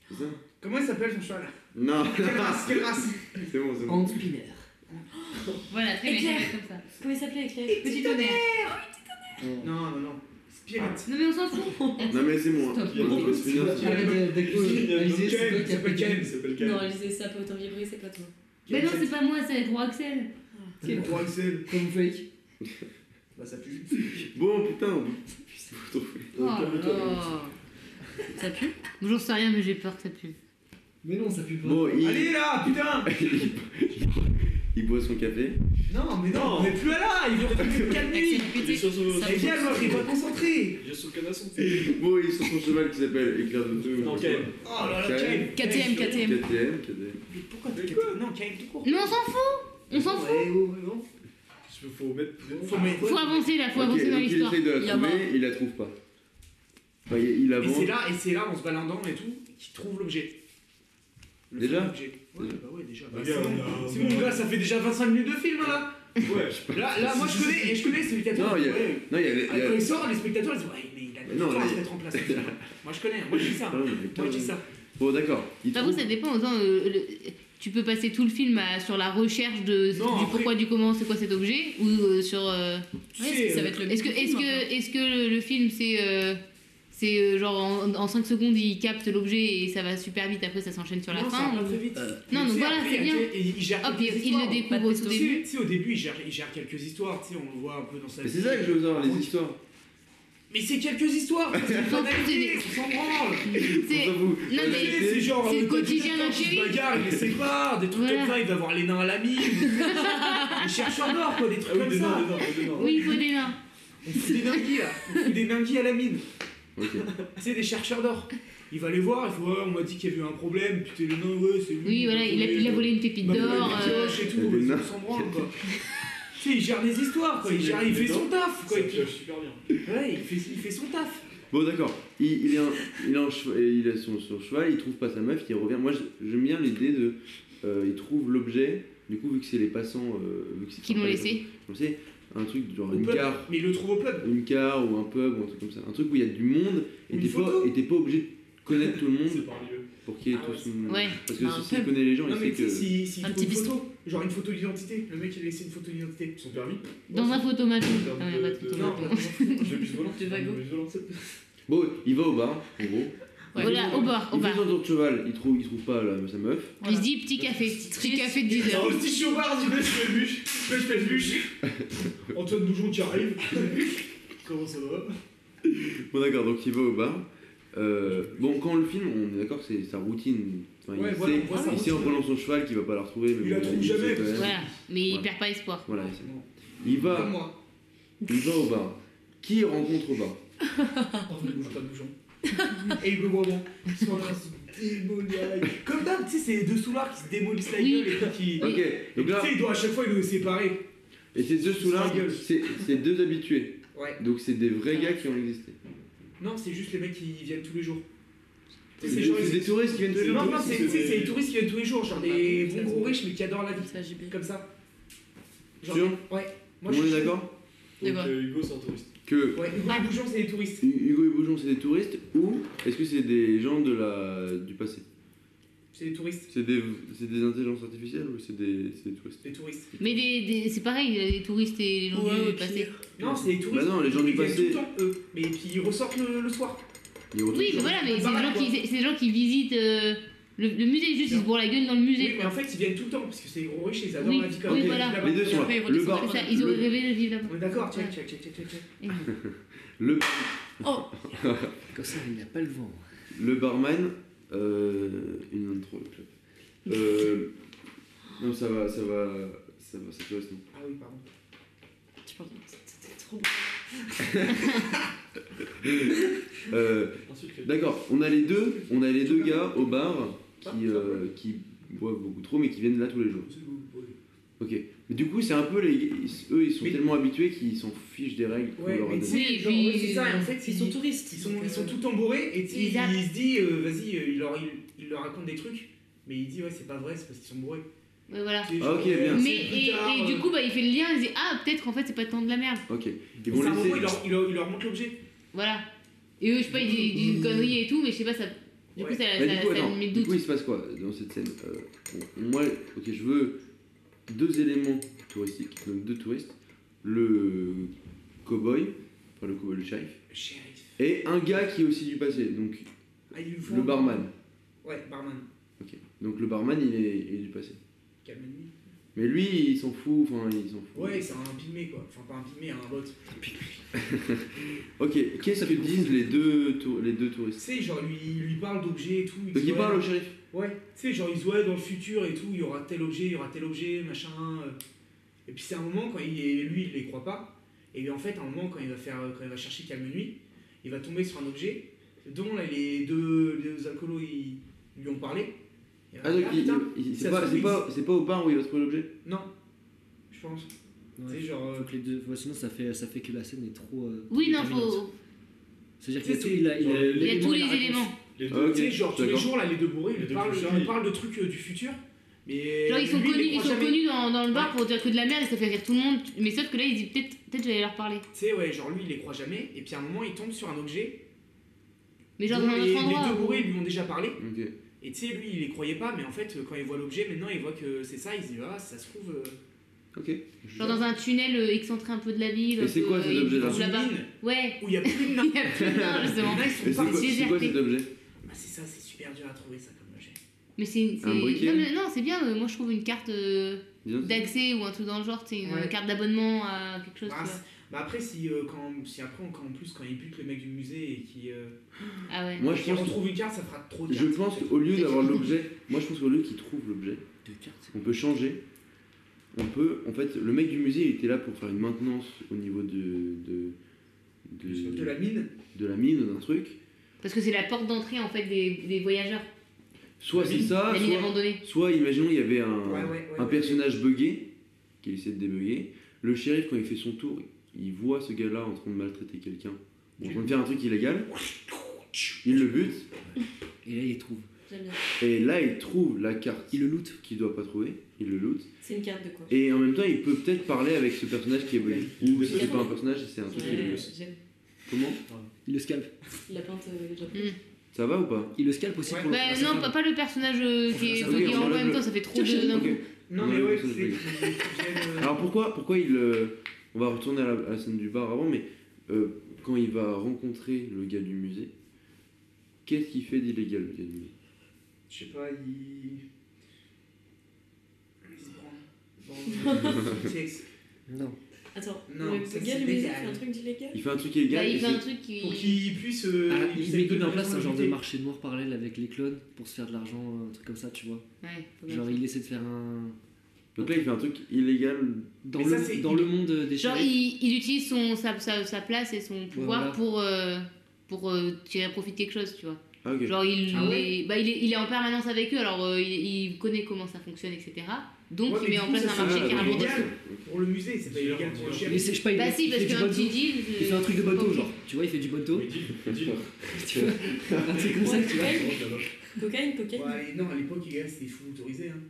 S1: C'est ça
S2: Comment il s'appelle son cheval là
S1: Non
S2: Quelle race Quelle race
S1: C'est bon, c'est bon.
S7: Hans Spinner.
S5: Voilà, très bien,
S6: Éclair.
S5: c'est comme ça.
S6: Comment il s'appelait Éclair
S5: Petit tonnerre.
S2: Non, non, non. Spirit.
S5: Non, mais on s'en fout.
S1: Non, mais c'est bon, hein.
S5: Stop.
S1: on peut se finir si tu veux.
S7: Arrête d'accuser.
S4: Ouais,
S7: Alizé, c'est toi
S2: Calme,
S7: qui as
S2: s'appelle
S7: pété.
S2: Calme.
S4: Il s'appelle
S6: Non,
S4: Kyle.
S6: elle disait ça peut autant vibrer, c'est pas toi.
S5: Mais non, c'est pas moi, c'est le gros Axel.
S2: Quel roi Axel
S7: Comme fake.
S2: Bah ça pue.
S1: Bon, putain, on peut- faut trouver.
S5: Oh
S2: Ah.
S5: là là. Ça pue Bonjour, sais rien, mais j'ai peur que ça pue.
S7: Mais non, ça pue pas.
S1: Bon, il...
S2: Allez là, putain
S1: il boit son café.
S2: Non, mais non,
S4: Non.
S2: on est plus là, il veut plus calme nuit.
S4: Il est sur son.
S5: Ça
S2: Mais viens, Eh moi, je suis pas concentré.
S4: Il est sur le canasson.
S1: Bon, il est sur son cheval qui s'appelle Éclair de Feu.
S4: Non, Kyle.
S2: Oh là là,
S1: Calme.
S2: Calme.
S5: KTM, KTM.
S1: KTM, KTM.
S2: Mais pourquoi t'es quoi Non, Calme, tout court.
S5: Mais on s'en fout On s'en fout
S2: Ouais, oh, oh.
S4: Je- Faut mettre.
S2: Faut mettre-
S5: Faut avancer là, faut
S1: Ok,
S5: avancer dans
S1: donc il
S5: l'histoire.
S1: essaye de
S6: Il y
S1: la
S6: a
S1: trouver, il la trouve pas. Enfin, il il
S2: Et
S1: avance.
S2: c'est là, et c'est là, en se baladant et tout, qu'il trouve l'objet. Le
S1: Déjà
S2: fameux objet. Ouais,
S1: Déjà.
S2: bah ouais, déjà. Bah,
S4: Bah,
S2: c'est
S4: gars,
S2: bon,
S4: on a-
S2: c'est
S4: on a-
S2: bon, gars, ça fait déjà 25 minutes de film, là.
S4: Ouais.
S2: Là, là, moi, je connais, et je connais celui qui a
S1: Non, il y a-
S2: Ouais.
S1: Non, il y a. il y
S2: Ah,
S1: a-
S2: Quand il sort, les spectateurs, ils disent, ouais, mais il a
S1: Non,
S2: du temps
S1: là,
S2: à
S1: il-
S2: se mettre en place. ce film. Moi, je connais, moi, je dis ça.
S1: Putain, mais
S2: Moi, je dis
S1: putain.
S2: ça.
S1: Bon, d'accord. il
S5: J'avoue,
S1: trouve.
S5: ça dépend. Autant, euh, le- tu peux passer tout le film à- sur la recherche
S2: Non,
S5: de, du
S2: après-
S5: pourquoi, du comment, c'est quoi cet objet, ou euh, sur. euh,
S2: Tu
S6: Ouais,
S2: sais,
S6: ça
S2: euh, hein.
S6: va être le
S5: Est-ce que, est-ce que, est-ce que le, le film c'est euh, c'est euh, genre en, 5 secondes il capte l'objet et ça va super vite après ça s'enchaîne sur la
S2: non, ça
S5: fin
S2: va
S5: ou-
S2: très
S1: Ah.
S2: vite.
S7: Euh,
S2: Mais
S5: Non,
S2: tu
S5: donc
S2: sais,
S5: voilà,
S2: après,
S5: c'est
S2: il y a-
S5: bien.
S2: et Il gère
S5: Hop,
S2: quelques
S5: il, il le
S2: histoires. Bah,
S5: découvre au tout
S2: Tu sais,
S5: début.
S2: tu sais, au début, il gère, il gère quelques histoires, tu sais, on le voit un peu dans sa
S1: Mais
S2: vie.
S1: c'est ça que je veux savoir, les
S2: Par contre,
S1: histoires.
S2: Mais c'est quelques histoires, parce qu'on
S5: Sans
S2: s'en analyse,
S5: plus
S2: on s'en branle.
S5: C'est-
S1: On s'en fout.
S5: Non,
S1: On
S5: mais-
S1: a
S2: Euh, C'est
S1: été-
S2: genre.
S5: c'est
S2: euh,
S5: le quotidien
S2: t'as
S5: d'un
S2: des gens qui
S5: chéri.
S2: se bagarrent, Il les sépare, des trucs
S5: Voilà.
S2: comme ça, il va voir les nains à l'ami. Il cherche un or, quoi, des trucs
S4: Ah oui,
S2: comme
S4: des
S2: ça.
S4: nains, des nains, des nains.
S5: Oui, il faut des nains.
S2: On fout des dinguis, là. On fout des dinguis à la mine.
S1: Ok.
S2: C'est des chercheurs d'or. Il va les voir, il faut, ouais, on m'a dit qu'il y avait eu un problème, putain, les nains, ouais, c'est lui.
S5: Oui, voilà, il a, il a volé une pépite
S2: Il m'a volé
S5: d'or.
S2: une
S5: euh,
S2: pioche et tout,
S1: Il y a des
S2: ouais,
S1: nains.
S2: on s'en branle, quoi. Tu sais, il gère des histoires, quoi. Il,
S4: C'est
S2: gère,
S4: des-
S2: il
S4: des
S2: fait son
S4: nains.
S2: taf, quoi.
S4: Ça
S2: et puis-
S4: pioche super bien.
S2: ouais, il fait, il fait son taf.
S1: Bon, d'accord. Il, il est un- il est un chev- il est sur sur cheval, il trouve pas sa meuf, il revient. Moi, je- j'aime bien l'idée de. euh, il trouve l'objet, du coup, vu que c'est les passants. euh, vu que c'est-
S5: qui l'ont
S1: enfin,
S5: laissé.
S1: On sait, un truc genre
S2: Au
S1: une
S2: pub.
S1: gare,
S2: Mais il le trouve au pub.
S1: une gare ou un pub ou un truc comme ça. Un truc où il y a du monde et
S2: Une
S1: t'es pas,
S2: photo.
S1: et t'es pas obligé de connaître tout le
S4: C'est
S1: monde
S4: parmi eux.
S1: pour qu'il y ait
S2: Ah
S1: tout
S2: ouais,
S1: son.
S5: Ouais.
S1: Parce que
S6: Bah, un
S1: si tu
S6: pub.
S1: connais les gens,
S2: Non,
S1: il
S2: mais
S1: sait
S2: tu sais,
S1: que.
S2: si, si
S5: Un
S2: il
S5: petit
S2: trouve une
S5: bistrot.
S2: photo, genre une photo d'identité, le mec il a laissé une photo d'identité.
S4: Son permis
S5: Dans un Ah, photomaton.
S4: Ouais,
S5: Non, y a pas de
S4: de-
S2: Non,
S5: photomaton.
S4: Je vais plus volant.
S6: De Vago.
S4: Je vais plus volant.
S1: Bon, il va au bar, en gros.
S6: Ouais.
S5: Voilà, au bar, au
S1: Il fait
S5: bar.
S1: son tour de cheval, il trouve, il trouve pas la- sa meuf.
S5: Il se dit petit café, petit café de 10
S2: Alors
S5: heures.
S2: le petit chômard dit mais je fais le bûche, mais je fais le bûche. Antoine Boujon qui arrive. Comment ça va
S1: Bon d'accord, donc il va au bar. Euh, bon, quand on le filme, on est d'accord, c'est sa routine. Enfin,
S2: Ouais,
S1: il,
S2: voilà,
S1: sait,
S2: on voit sa
S1: il sait en
S2: routine.
S1: prenant son cheval qu'il va pas la retrouver. Mais
S2: Il la
S1: bon,
S2: trouve
S1: sait
S2: jamais,
S1: quand même.
S2: parce
S5: Voilà, mais il
S1: Voilà.
S5: perd pas espoir.
S1: Voilà, c'est bon. Il va,
S2: Comme moi.
S1: il va au bar. Qui il rencontre au bar
S2: Antoine Boujon. Et Hugo Bourbon. Ils sont en train de se démolir la gueule. Comme d'hab, tu sais, c'est les deux soulards qui se démolissent la
S5: Oui.
S2: gueule et puis qui.
S1: Ok, donc
S2: Tu
S1: là,
S2: sais, ils doivent à chaque fois ils doivent les séparer.
S1: et ces deux sous-là,
S2: Sa gueule.
S1: c'est c'est deux habitués.
S2: Ouais.
S1: Donc c'est des vrais gars qui ont existé.
S2: Non, c'est juste les mecs qui viennent tous les jours. Tu sais,
S1: C'est
S2: c'est genre,
S1: des,
S2: ils-
S1: des touristes qui viennent de
S4: C'est
S1: là.
S2: Non, non, c'est tu sais, c'est les touristes qui viennent tous les jours,
S1: Bah,
S2: genre des
S6: Ah,
S2: bons gros riches mais qui adorent la vie.
S6: Ça, JB.
S2: Comme ça.
S1: Sûr
S2: Ouais.
S1: On
S2: je
S1: est
S2: suis-
S1: d'accord
S4: Donc
S3: D'accord.
S4: euh, Hugo, c'est un touriste.
S1: Que
S2: Ouais, Hugo et Bouchon, c'est des touristes.
S1: Hugo et Boujon, c'est des touristes ou est-ce que c'est des gens de la... du passé
S2: C'est des touristes.
S1: C'est des... c'est des intelligences artificielles ou c'est des... c'est des touristes
S2: Des touristes.
S5: Mais des, des- c'est pareil, les touristes et les gens du passé.
S2: Non, c'est des touristes.
S1: Bah non, les gens du
S2: Ils viennent
S1: passé.
S2: tout le temps, eux. Mais puis ils ressortent le, le soir.
S1: Ils retournent
S5: Oui, mais
S1: sur-
S5: voilà, mais
S2: Ils
S5: c'est des, gens
S2: parlent,
S5: qui- c'est- c'est des gens qui visitent euh, le, le musée, juste ils se bourrent la gueule dans le musée.
S2: Oui, mais en fait, ils viennent tout le temps parce que c'est des gros riches, ils adorent
S5: Oui,
S2: la vie comme
S5: oui,
S2: des-
S5: voilà.
S2: là-bas.
S1: Les deux sont là.
S3: Après, ils
S1: Le
S3: redescendent
S1: bar,
S5: C'est ça, ils auraient
S1: le-
S5: rêvé de vivre là-bas.
S2: On est d'accord, check, check, check, check, check, check.
S5: Et-
S1: le
S7: Comme ça, il n'y a pas le vent.
S1: Le barman, euh, une intro. clap. Euh, non, ça va, ça va, ça va, ça te va, sinon.
S2: Ah oui, pardon.
S3: Tu parles C'était trop
S1: Euh,
S4: Ensuite, quelqu'un.
S1: D'accord, on a les deux, on a les deux gars au bar qui, euh, qui boivent beaucoup trop, mais qui viennent là tous les jours. Ok, mais du coup, c'est un peu les, ils- eux, ils sont
S2: Mais-
S1: tellement habitués qu'ils s'en fichent des règles qu'on
S2: Ouais,
S1: leur a
S2: mais tu
S1: données.
S2: sais,
S5: Oui,
S2: genre,
S5: puis-
S2: ouais, c'est ça, et en fait,
S3: Ils sont touristes.
S2: Ils sont,
S3: donc,
S2: ils sont
S3: euh,
S2: tout embourrés et tu sais,
S5: Ils
S2: il,
S5: zappent.
S2: il se dit, euh, vas-y, euh, il leur, il, il leur raconte des trucs, mais il dit, ouais, c'est pas vrai, c'est parce qu'ils sont bourrés.
S5: Ouais, voilà.
S2: Tu sais,
S1: Ah,
S2: genre,
S1: ok,
S2: ouais,
S1: bien.
S2: c'est
S5: Mais
S2: plus
S5: et,
S2: tard,
S5: et
S2: euh,
S5: du coup, bah, il fait le lien, il se dit Ah, peut-être qu'en fait, c'est pas tant de la merde.
S1: Ok, ils
S2: c'est
S1: vont
S2: un moment, il
S1: laisser.
S2: leur, il leur, il leur montre l'objet.
S5: Voilà. Et eux, je sais pas, ils disent, ils disent une connerie et tout, mais je sais pas, ça. Du
S2: Ouais.
S5: coup, ça,
S1: Bah,
S5: ça,
S1: du coup,
S5: ça
S1: attends,
S5: met le
S1: du coup,
S5: doute.
S1: il se passe quoi dans cette scène Euh, bon, Moi, ok, je veux deux éléments touristiques, donc deux touristes, le cowboy, enfin le cowboy, le shérif,
S2: Shérif.
S1: et un gars qui est aussi du passé, donc
S2: Ah, il faut-
S1: le barman.
S2: Ouais, barman.
S1: Ok, donc le barman, il est, il est du passé.
S2: Calme-lui.
S1: Mais lui, il s'en fout, enfin, il s'en fout.
S2: Ouais, c'est un pygmée quoi. Enfin, pas un pygmée, un bot.
S1: Ok, qu'est-ce que disent les deux, tour- les deux touristes
S2: Tu sais, genre, lui, il lui parle d'objets et tout.
S1: Donc
S2: dit,
S1: il
S2: ouais,
S1: parle au shérif.
S2: Ouais, tu sais, genre ils se voient dans le futur et tout, il y aura tel objet, il y aura tel objet, machin. euh. Et puis c'est un moment quand il est, lui il les croit pas. Et en fait, à un moment quand il va faire, quand il va chercher calme nuit, il va tomber sur un objet dont là, les deux les alcoolos ils lui ont parlé. Il va
S1: Ah, donc
S2: dire, Ah,
S1: il-
S2: putain,
S1: il- il- c'est
S2: ça
S1: pas,
S2: se
S1: c'est
S2: trouve,
S1: pas, c'est pas au bar où il va se trouver l'objet
S2: non, je pense. Tu sais,
S7: Ouais.
S2: genre. euh,
S7: Faut que les deux... ouais, sinon, ça fait... ça fait que la scène est trop. euh,
S5: Oui, non,
S7: déterminante.
S5: faut.
S7: C'est-à-dire
S2: Tu sais,
S7: qu'il a tout- il a- il a
S4: c'est-
S5: Il y a tous
S7: l'élément,
S5: les
S7: la réponse.
S5: éléments.
S4: Les
S1: Ah,
S4: deux.
S1: ok.
S2: Tu sais, genre tous les
S1: d'accord.
S2: jours là, les deux bourrés, ils
S4: Les
S2: lui
S4: deux
S2: parlent,
S4: clochards,
S2: ils lui
S4: ils-
S2: parlent de trucs euh, du futur. Mais.
S5: Genre, ils sont,
S2: lui,
S5: connus,
S2: les
S5: ils
S2: croit
S5: sont
S2: jamais.
S5: connus dans, dans le bar
S2: Ouais.
S5: pour dire que de la merde et ça fait rire tout le monde. Mais sauf que là, il dit peut-être peut j'allais leur parler.
S2: Tu sais, ouais, genre lui il les croit jamais. Et puis à un moment, il tombe sur un objet.
S5: Mais genre
S2: dont
S5: dans un
S2: les,
S5: autre
S2: les
S5: endroit. hein.
S2: deux
S5: où-
S2: bourrés ils lui ont déjà parlé.
S1: Ok.
S2: Et tu sais, lui, il les croyait pas, mais en fait, euh, quand il voit l'objet, maintenant, il voit que c'est ça, il se dit, ah, ça se trouve. euh,
S1: Ok.
S5: Genre dans un tunnel euh, excentré un peu de la ville.
S1: Et
S5: un
S1: c'est
S5: peu,
S1: quoi, cet
S5: euh,
S1: objet-là
S5: dans
S2: dans
S5: la
S2: une
S5: barre.
S2: mine
S5: Ouais.
S2: où il y a plus de nains.
S5: Il y a plus de nains,
S2: Les
S5: justement.
S2: nains, ils
S1: Et
S2: sont
S1: c'est quoi,
S2: partis.
S1: c'est quoi cet objet
S2: Bah, c'est ça, c'est super dur à trouver ça comme objet.
S5: Mais c'est. c'est-
S1: Un briquet.
S5: Non, mais non, c'est bien. euh, moi, je trouve une carte euh,
S1: Dis-donc.
S5: d'accès ou un truc dans le genre. C'est une
S2: Ouais.
S5: carte d'abonnement à quelque chose.
S2: Bah,
S5: tu
S2: c'est- bah, après, si, euh, quand, si après, quand, en plus, quand il bute le mec du musée et qu'il euh,
S5: vois. Ah ouais.
S1: Moi, je
S2: qu'il
S1: pense que-
S2: retrouve une carte, ça fera trop de
S1: Je
S2: cartes,
S1: pense
S2: en fait.
S1: qu'au lieu d'avoir l'objet, moi je pense qu'au lieu qu'il trouve l'objet,
S7: Deux cartes.
S1: on peut changer. On peut, en fait, le mec du musée il était là pour faire une maintenance au niveau de de de,
S2: De la mine,
S1: de la mine ou d'un truc.
S5: Parce que c'est la porte d'entrée en fait des, des voyageurs.
S1: Soit
S2: La
S1: c'est
S2: mine
S1: ça,
S5: la ligne
S1: soit,
S5: abandonnée.
S1: soit, imaginons il y avait un,
S2: Ouais, ouais, ouais,
S1: un
S2: ouais.
S1: personnage buggé qui essaie de débugger. Le shérif quand il fait son tour, il voit ce gars-là en train de maltraiter quelqu'un, ou en train de faire un truc illégal. Il le bute
S7: Et là, il les trouve.
S3: J'aime bien.
S1: et là il trouve la carte
S7: Il le loot.
S1: qu'il doit pas trouver. Il le loot.
S3: C'est une carte de quoi
S1: Et en même temps, il peut peut-être parler avec ce personnage qui est bugué. Ou si c'est pas un personnage, c'est un truc qui est
S3: Ouais,
S1: bugué.
S3: J'aime.
S1: Comment
S7: Il le scalpe.
S3: La pinte euh, japonaise.
S2: Mm.
S1: Ça va ou pas
S7: Il le scalpe aussi
S2: Ouais.
S7: pour le
S5: Bah,
S7: pour
S5: non,
S7: sa
S5: pas,
S7: femme.
S5: pas le personnage euh, qui est
S7: Ok,
S5: bugué
S1: on
S5: en
S1: enlève
S5: même
S1: le-
S5: temps, ça fait trop de. d'un
S1: Ok.
S5: coup.
S2: Non,
S1: Ouais,
S2: mais ouais,
S1: ça,
S2: c'est.
S1: je vais-
S2: qu'il- qu'il vienne, euh,
S1: Alors pourquoi, pourquoi il. euh, on va retourner à la, à la scène du bar avant, mais euh, quand il va rencontrer le gars du musée, qu'est-ce qu'il fait d'illégal le gars du musée
S2: Je sais pas, il. Il se prend. Bon, euh, sexe.
S7: Non.
S3: Attends,
S2: Non,
S3: le
S2: ça,
S3: gars
S2: c'est
S3: du musée
S2: légal.
S3: fait un truc d'illégal
S1: Il fait un truc
S5: Bah,
S1: illégal
S5: il
S1: et
S5: fait un
S1: c'est-
S5: truc qui.
S2: Pour qu'il puisse. euh,
S7: Ah,
S2: puisse
S7: il met
S2: donner
S7: en place un genre de
S2: responsabilité.
S7: marché noir parallèle avec les clones pour se faire de l'argent, un truc comme ça, tu vois.
S5: Ouais, faut bien
S7: Genre,
S5: faire.
S7: il essaie de faire un.
S1: Donc là, il fait un truc illégal.
S7: Dans,
S2: Mais
S7: le,
S2: ça, c'est-
S7: dans le monde des
S5: Genre,
S7: shérifs.
S5: il, il utilise son, sa, sa, sa place et son pouvoir
S7: voilà.
S5: pour, euh, pour euh, tirer profit de quelque chose, tu vois.
S1: Ah, ok.
S5: Genre, il,
S7: Ah ouais
S5: est, bah, il, est, il est en permanence avec eux, alors euh, il, il connaît comment ça fonctionne, etc. Donc,
S2: Ouais,
S5: il
S2: mais
S5: met
S2: du
S5: en
S2: coup,
S5: place
S2: ça,
S5: un
S2: c'est
S5: marché
S1: Ah,
S2: un
S5: qui est
S2: peu
S5: abondant.
S2: illégal. Pour le musée, c'est pas
S4: C'est
S2: illégal
S4: genre,
S2: pour le
S4: genre,
S2: chef.
S7: Mais c'est- je sais pas, il,
S5: Bah,
S7: il
S5: si, parce
S7: fait du
S5: qu'un petit
S7: bonneteau.
S5: deal. euh,
S7: Il fait un truc de bateau, genre. Tu vois, il fait du bateau.
S4: Oui, dis- dis-
S7: Tu vois, un truc comme ça, tu vois.
S3: Cocaïne, cocaïne.
S2: Ouais, non, à l'époque, les gars, c'était fou autorisé. Hein.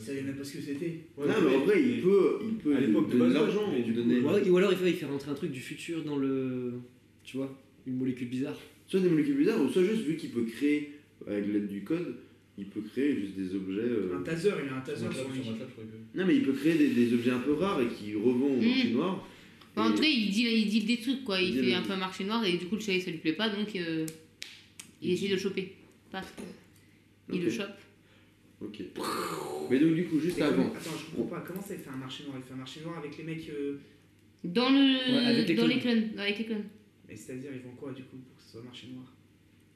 S2: Il savait même pas ce que c'était.
S1: non, mais en vrai, il peut, il peut
S4: à
S1: lui
S4: l'époque, de
S1: donner de
S4: base,
S1: l'argent.
S4: mais du
S1: lui
S4: coup,
S1: donner-
S7: Ou alors, ou alors il, fait, il fait rentrer un truc du futur dans le. Tu vois, une molécule bizarre.
S1: Soit des molécules bizarres, ou soit juste vu qu'il peut créer, avec l'aide du code, il peut créer juste des objets. euh,
S2: Un taser, il a un taser
S4: Sur
S2: sur lui.
S4: Matlab, je crois que.
S1: Non, mais il peut créer des, des objets un peu rares et qui revend au marché
S5: Mm.
S1: noir.
S5: Enfin, en
S1: Et-
S5: tout cas, il dit, il dit des trucs, quoi. Il
S1: Il dit
S5: fait
S1: le-
S5: un peu un marché noir et du coup, le chevalier, ça lui plaît pas, donc euh, il essaie de le choper. Paf. Il
S1: Ok.
S5: le chope.
S1: Ok. Mais donc, du coup, juste
S2: Mais comment-
S1: avant.
S2: Attends, je comprends pas. Comment ça, il fait un marché noir Il fait un marché noir avec les mecs. euh,
S5: Dans le.
S7: Ouais, avec les
S5: dans
S7: clones.
S5: les clones. dans- Avec les clones.
S2: Mais c'est-à-dire, ils vont quoi du coup pour que ce soit un marché noir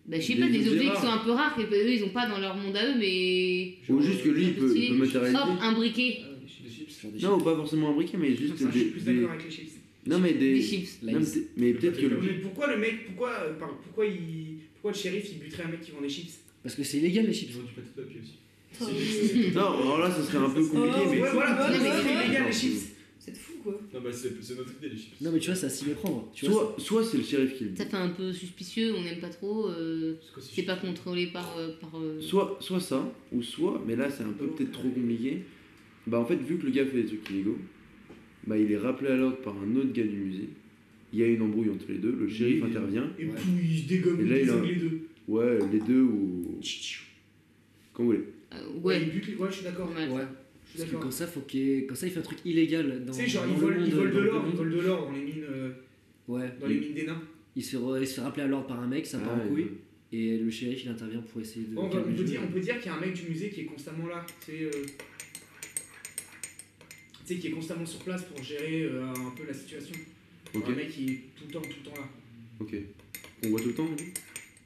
S5: Bah, je sais
S1: Des
S5: pas, des
S1: objets
S5: objets qui
S1: rares.
S5: sont un peu rares, que eux, ils ont pas dans leur monde à eux, mais.
S1: Ou juste que lui, il peut, il peut matérialiser.
S5: Hop, un briquet.
S2: Ah, les chips.
S4: Des euh, chips.
S7: Genre
S1: Non,
S7: des
S1: pas forcément un briquet, mais juste
S2: Ça, je
S1: des.
S2: suis plus
S1: des-
S2: d'accord avec les chips.
S1: Non, mais des.
S5: Des chips.
S1: non, mais c'est- mais peut-être que. le-
S2: Mais pourquoi le mec, pourquoi, euh, par- pourquoi, il, pourquoi le shérif il buterait un mec qui vend des chips
S7: Parce que c'est illégal les
S4: Ils
S7: chips.
S4: ont du pâté de papier aussi.
S6: Putain,
S4: C'est-
S6: mais-
S1: Non, alors là, ce serait un peu compliqué,
S6: Oh,
S1: mais.
S2: Ouais, voilà,
S6: Ouais,
S2: c'est
S6: ouais, ouais.
S2: illégal
S1: Non,
S2: les chips.
S6: C'est de fou quoi.
S4: Non, bah c'est c'est notre idée, les chips.
S7: Non mais tu vois, ça s'y méprendre. Tu vois,
S1: Soit, soit c'est le shérif qui le
S5: Ça fait un peu suspicieux, on n'aime pas trop. euh,
S4: C'est quoi ces
S5: c'est
S4: chips
S5: pas contrôlé par. euh, par euh,
S1: Soit, soit ça, ou soit, mais là c'est un peu peut-être trop compliqué, bah en fait vu que le gars fait des trucs illégaux, bah il est rappelé à l'ordre par un autre gars du musée, il y a une embrouille entre les deux, le shérif
S2: Oui.
S1: intervient,
S2: Et
S7: Ouais.
S2: puis il se dégomme
S1: Et là,
S2: il
S1: il a-
S2: désingue les deux.
S1: ouais les deux ou... Quand vous voulez.
S5: euh,
S2: Ouais,
S5: ouais.
S2: il bute les- ouais, je suis d'accord.
S5: Normal.
S7: Ouais.
S2: Je suis
S7: Parce que
S2: d'accord.
S7: comme ça, faut qu'il y ait- comme ça, il fait un truc illégal dans.
S2: Tu sais, genre,
S7: dans
S2: ils
S7: le
S2: volent,
S7: monde,
S2: ils volent
S7: dans
S2: de
S7: le
S2: l'or, ils
S7: monde.
S2: volent de l'or dans les mines, euh,
S7: Ouais.
S2: dans les mines des nains.
S7: Il se fait, re- il se fait rappeler à l'ordre par un mec, ça part
S1: Ah,
S7: en couille. Et le shérif il intervient pour essayer de.
S2: Bon, on, va- on
S7: calmer
S2: peut
S7: le
S2: dire,
S7: jeu.
S2: on peut dire qu'il y a un mec du musée qui est constamment là, tu sais, euh, tu sais, qui est constamment sur place pour gérer euh, un peu la situation.
S1: Ok,
S2: Un mec qui est tout le temps, tout le temps là.
S1: ok. On voit tout le temps lui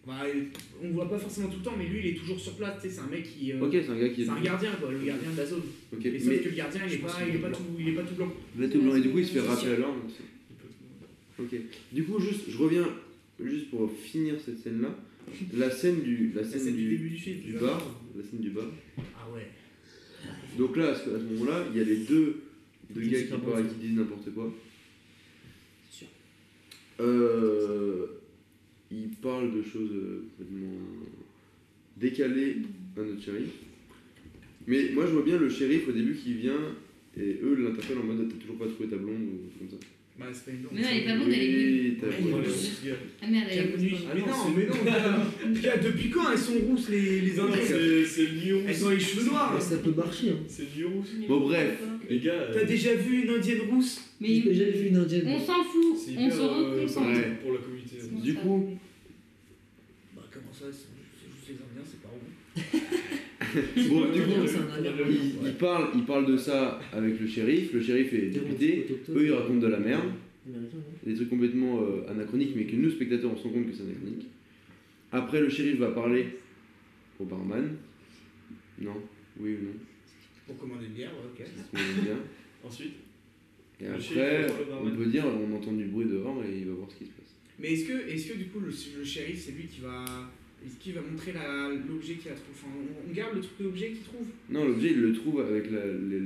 S2: Bah, euh, on le voit pas forcément tout le temps, mais lui, il est toujours sur place, tu sais, c'est un mec qui... euh,
S1: Ok, c'est un gars qui est...
S2: C'est un gardien, quoi, le gardien de la zone.
S1: Ok,
S2: Et sauf que
S1: mais
S2: le gardien, il est,
S7: je pense
S2: pas,
S7: qu'il
S2: il, est
S7: est
S2: pas
S7: blanc.
S2: tout, il est pas tout blanc.
S1: là tout blanc, et du coup il se fait rappeler à l'ordre. c'est-
S4: Il peut tout-
S1: Ok. Du coup juste, je reviens, juste pour finir cette scène là, la scène du... La
S2: Ça,
S1: scène
S2: C'est du
S1: du...
S2: début du film.
S1: Du
S2: ça.
S1: bar, la scène du bar.
S2: Ah ouais.
S1: Donc là, à ce à ce moment-là, il y a les deux, deux
S7: Qui
S1: gars
S7: disent
S1: qui,
S7: n'importe
S1: parlent-
S7: quoi.
S1: qui disent n'importe quoi.
S7: C'est sûr.
S1: Euh, ils parlent de choses euh, complètement décalées à notre shérif. Mais moi, je vois bien le shérif au début qui vient et eux l'interpellent en mode T'as toujours pas trouvé ta blonde ou un truc comme ça.
S2: Bah, c'est pas une
S5: Mais non, elle est pas
S1: Oui,
S5: bonne, elle est nulle.
S1: t'as-
S2: Ouais,
S4: Dans les
S1: ouais.
S4: petites guerres.
S5: Ah merde, elle est
S2: Calme-lui.
S5: grosse, quoi.
S2: Ah mais non, mais non, gars. Gars, depuis quand elles sont rousses, les, les
S4: Non, non,
S2: Indiennes
S4: c'est c'est Lyon.
S2: Elles ont les cheveux noirs.
S8: Mais ça peut marcher. Hein.
S4: C'est Lyon.
S1: Bon, bref.
S4: Les gars. euh,
S2: T'as déjà vu une Indienne rousse
S8: J'ai
S5: Mais
S8: jamais vu une indienne.
S5: on s'en fout,
S4: C'est
S5: on
S4: hyper
S5: se
S4: euh,
S5: reconcentre.
S1: ouais.
S4: pour la communauté.
S5: C'est bon,
S1: Du
S5: ça.
S1: coup,
S2: Bah, comment ça, c'est juste les Indiens, c'est pas roux.
S1: bon, du coup,
S8: C'est un indien.
S1: ils, ils parlent, ils parlent de ça avec le shérif. Le shérif est député. Eux, ils racontent de la merde.
S8: Américain, non
S1: des trucs complètement euh, anachroniques, mais que nous, spectateurs, on se rend compte que c'est anachronique. Après, le shérif va parler au barman. Non Oui ou non
S2: Pour commander une bière, ouais, ok.
S1: C'est ce qu'on aime bien.
S4: Ensuite,
S1: Et
S4: Le
S1: après,
S4: shérif va parler au
S1: on
S4: barman.
S1: peut dire, on entend du bruit dehors et il va voir ce qui se passe.
S2: Mais est-ce que, est-ce que du coup, le, le shérif, c'est lui qui va. Est-ce qu'il va montrer la- l'objet qu'il a trouvé Enfin, on, on garde le truc l'objet qu'il trouve.
S1: Non, l'objet, il le trouve avec la- les,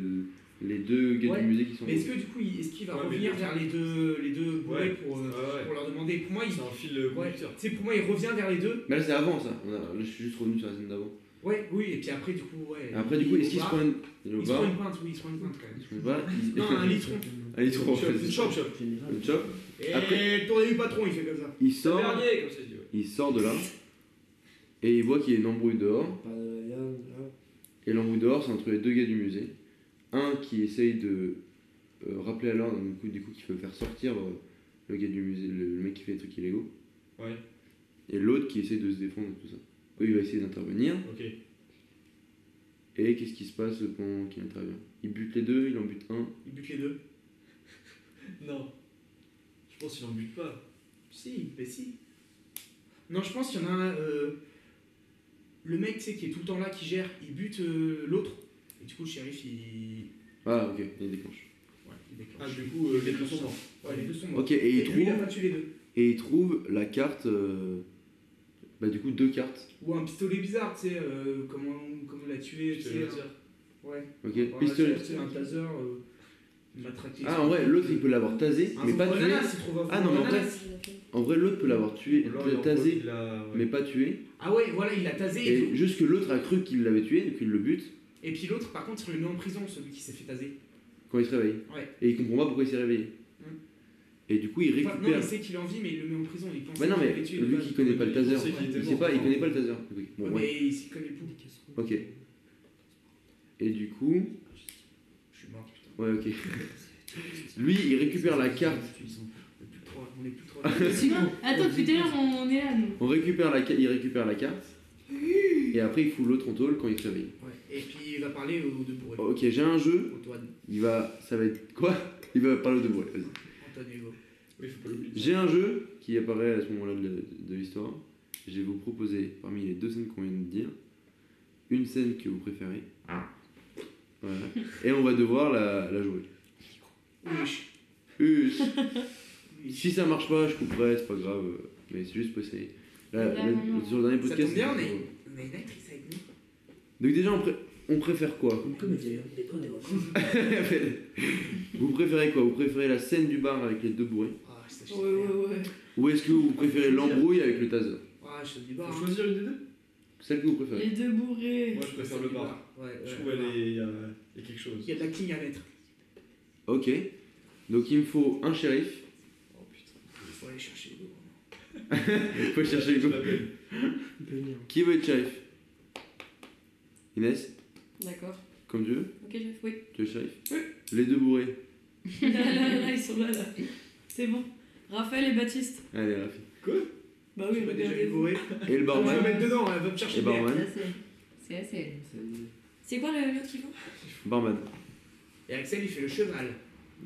S1: les deux gars
S2: Ouais,
S1: du musée qui sont...
S2: Mais est-ce que du coup, il- est-ce qu'il va
S4: Ouais, mais
S2: revenir
S4: le-
S2: vers les deux, les deux boulets
S4: Ouais.
S2: pour, euh,
S4: Ah ouais.
S2: pour leur demander Pour moi, il.
S4: c'est un fil euh,
S2: Ouais.
S4: conducteur.
S2: Tu sais, pour moi, il revient vers les deux.
S1: Mais là, c'est avant, ça. On a- Je suis juste revenu sur la scène d'avant.
S2: Ouais, oui, et puis après, du coup, ouais.
S1: Après, du coup,
S2: il-
S1: est-ce qu'il
S2: il
S1: se
S2: va-
S1: prend une... Il
S2: Il se prend une pointe, oui, il se prend une pointe quand même.
S1: se prend une- il se prend
S2: Non, un
S1: une-
S2: litron.
S1: Ah, il se prend, en fait.
S4: Chop, chop, chop.
S8: Général.
S1: Une chope.
S2: Et
S1: Après-
S2: tournez-lui patron, il fait comme ça.
S1: Il sort,
S4: Dernier, comme ça, il dit, ouais.
S1: il sort de là, et il voit qu'il y a une embrouille dehors.
S8: Pas de la viande, hein.
S1: Et l'embrouille dehors, c'est entre les deux gars du musée. Un qui essaye de euh, rappeler à l'ordre, du coup, du coup, qui veut faire sortir euh, le gars du musée, le, le mec qui fait des trucs illégaux.
S4: Ouais.
S1: Et l'autre qui essaye de se défendre et tout ça. Eux, il va essayer d'intervenir.
S4: Ok.
S1: Et qu'est-ce qui se passe pendant qu'il intervient Il bute les deux, il en bute un.
S2: Il bute les deux.
S4: Non. Je pense qu'il en bute pas.
S2: Si, mais si. Non, je pense qu'il y en a un. euh, le mec, tu sais, qui est tout le temps là, qui gère, il bute euh, l'autre. Et du coup, le shérif, il.
S1: Ah, ok, il déclenche.
S2: Ouais, il déclenche.
S4: Ah, du coup, euh, les deux sont morts.
S2: Ouais, les deux sont morts.
S1: Ok, et il
S2: Et lui, il a
S1: trouve,
S2: pas tué les deux.
S1: et il trouve la carte. euh, Bah, du coup, deux cartes.
S2: Ou un pistolet bizarre, tu sais, euh, comment, comment l'a tué, tu
S4: Je te
S2: sais.
S4: le
S2: hein.
S4: dire.
S2: Ouais.
S1: Ok,
S2: Voilà,
S1: pistolet.
S2: tu sais, un taser, euh, matraqué.
S1: Ah, en vrai, l'autre il peut l'avoir tasé,
S2: Un
S1: mais pas
S2: faux
S1: tué.
S2: ananas, il trouve un
S1: Ah,
S2: faux
S1: non, mais en
S2: ananas.
S1: En vrai, l'autre peut l'avoir tué,
S4: Là,
S1: peut
S4: il en-
S1: tasé,
S4: il a- ouais.
S1: mais pas tué.
S2: Ah ouais, voilà, il a tasé. et tout.
S1: Et juste que l'autre a cru qu'il l'avait tué, donc il le bute.
S2: Et puis l'autre, par contre, il le met en prison, celui qui s'est fait taser.
S1: Quand il se réveille.
S2: Ouais.
S1: Et il comprend pas pourquoi il s'est réveillé.
S2: Hmm.
S1: Et du coup, il
S2: Enfin, non,
S1: récupère.
S2: il sait qu'il a envie, mais il le met en prison. Il pense
S1: Ouais, non,
S2: qu'il
S1: mais
S2: avait tué de
S1: lui
S2: base.
S1: qui connaît pas le
S4: Il
S1: taser,
S4: pensait qu'il était
S1: il sait
S4: mort,
S1: pas, il
S4: enfin.
S1: connaît pas le taser. Oui, bon,
S2: Ouais,
S1: ouais.
S2: Mais il s'y connaît pas.
S1: Ok. Et du coup,
S2: Je suis mort, putain.
S1: ouais, ok. Lui, il récupère la carte.
S2: On est plus que trois, on est plus que trois.
S5: Sinon, attends, depuis tout à l'heure, on on est là, nous.
S1: On récupère la, ca- il récupère la carte. Et après, il fout l'autre en tôle quand il se réveille.
S2: Ouais. Et puis il va parler aux deux bourrés.
S1: Ok, j'ai un jeu.
S2: Antoine,
S1: Il va, ça va être quoi Il va parler de bois. Vas-y.
S2: Antoine et Hugo.
S4: Oui, faut pas l'oublier.
S1: J'ai un jeu qui apparaît à ce moment-là de, de l'histoire. Je vais vous proposer, parmi les deux scènes qu'on vient de dire, une scène que vous préférez.
S2: Ah.
S1: Voilà. Et on va devoir la, la jouer.
S2: Wesh.
S1: Euh,
S2: Wesh.
S1: si ça marche pas, je couperai, c'est pas grave. euh, Mais c'est juste pour essayer. Là,
S5: Là,
S1: là,
S5: maintenant.
S1: sur le dernier
S2: Ça
S1: podcast.
S2: tombe bien, on
S1: c'était-
S2: est on est une actrice avec nous.
S1: Donc déjà, on, pré- on préfère quoi
S7: Une comédie, hein. Des comédiens.
S1: Vous préférez quoi Vous préférez la scène du bar avec les deux bourrés
S2: Ah, je
S3: Ouais, ouais, ouais.
S1: Ou est-ce que vous préférez l'embrouille avec le taser
S2: Ah, je te dis
S4: Faut
S2: pas.
S4: choisir une des deux
S1: Celle que vous préférez.
S3: Les deux bourrés.
S4: Moi, je préfère le bar.
S2: Ouais,
S4: Je
S2: ouais,
S4: trouve
S2: le
S4: elle
S2: bar.
S4: est- il y a il y a quelque chose.
S2: Il y a de la king à mettre.
S1: Ok. Donc il me faut un shérif.
S4: Oh putain.
S2: Il faut aller chercher Hugo.
S1: Faut chercher
S4: Je
S1: Hugo.
S4: l'appelle.
S7: Il peut venir.
S1: Qui veut être shérif Inès
S3: D'accord.
S1: Comme tu veux
S3: Ok, je oui.
S1: Tu veux shérif
S3: Oui.
S1: Les deux bourrés.
S3: là, là, là, ils sont là, là. C'est bon. Raphaël et Baptiste.
S1: Allez, Rafi.
S3: Bah
S2: Tu
S3: oui,
S2: m'as déjà
S3: regardez.
S2: eu bourré.
S1: Et le
S4: Ah, bah,
S2: On va
S1: barman
S2: mettre dedans, hein, va me chercher
S1: Et
S2: une bière.
S1: barman
S5: C'est assez.
S3: C'est quoi le- l'autre qui va
S1: Barman.
S2: Et Axel, il fait le cheval.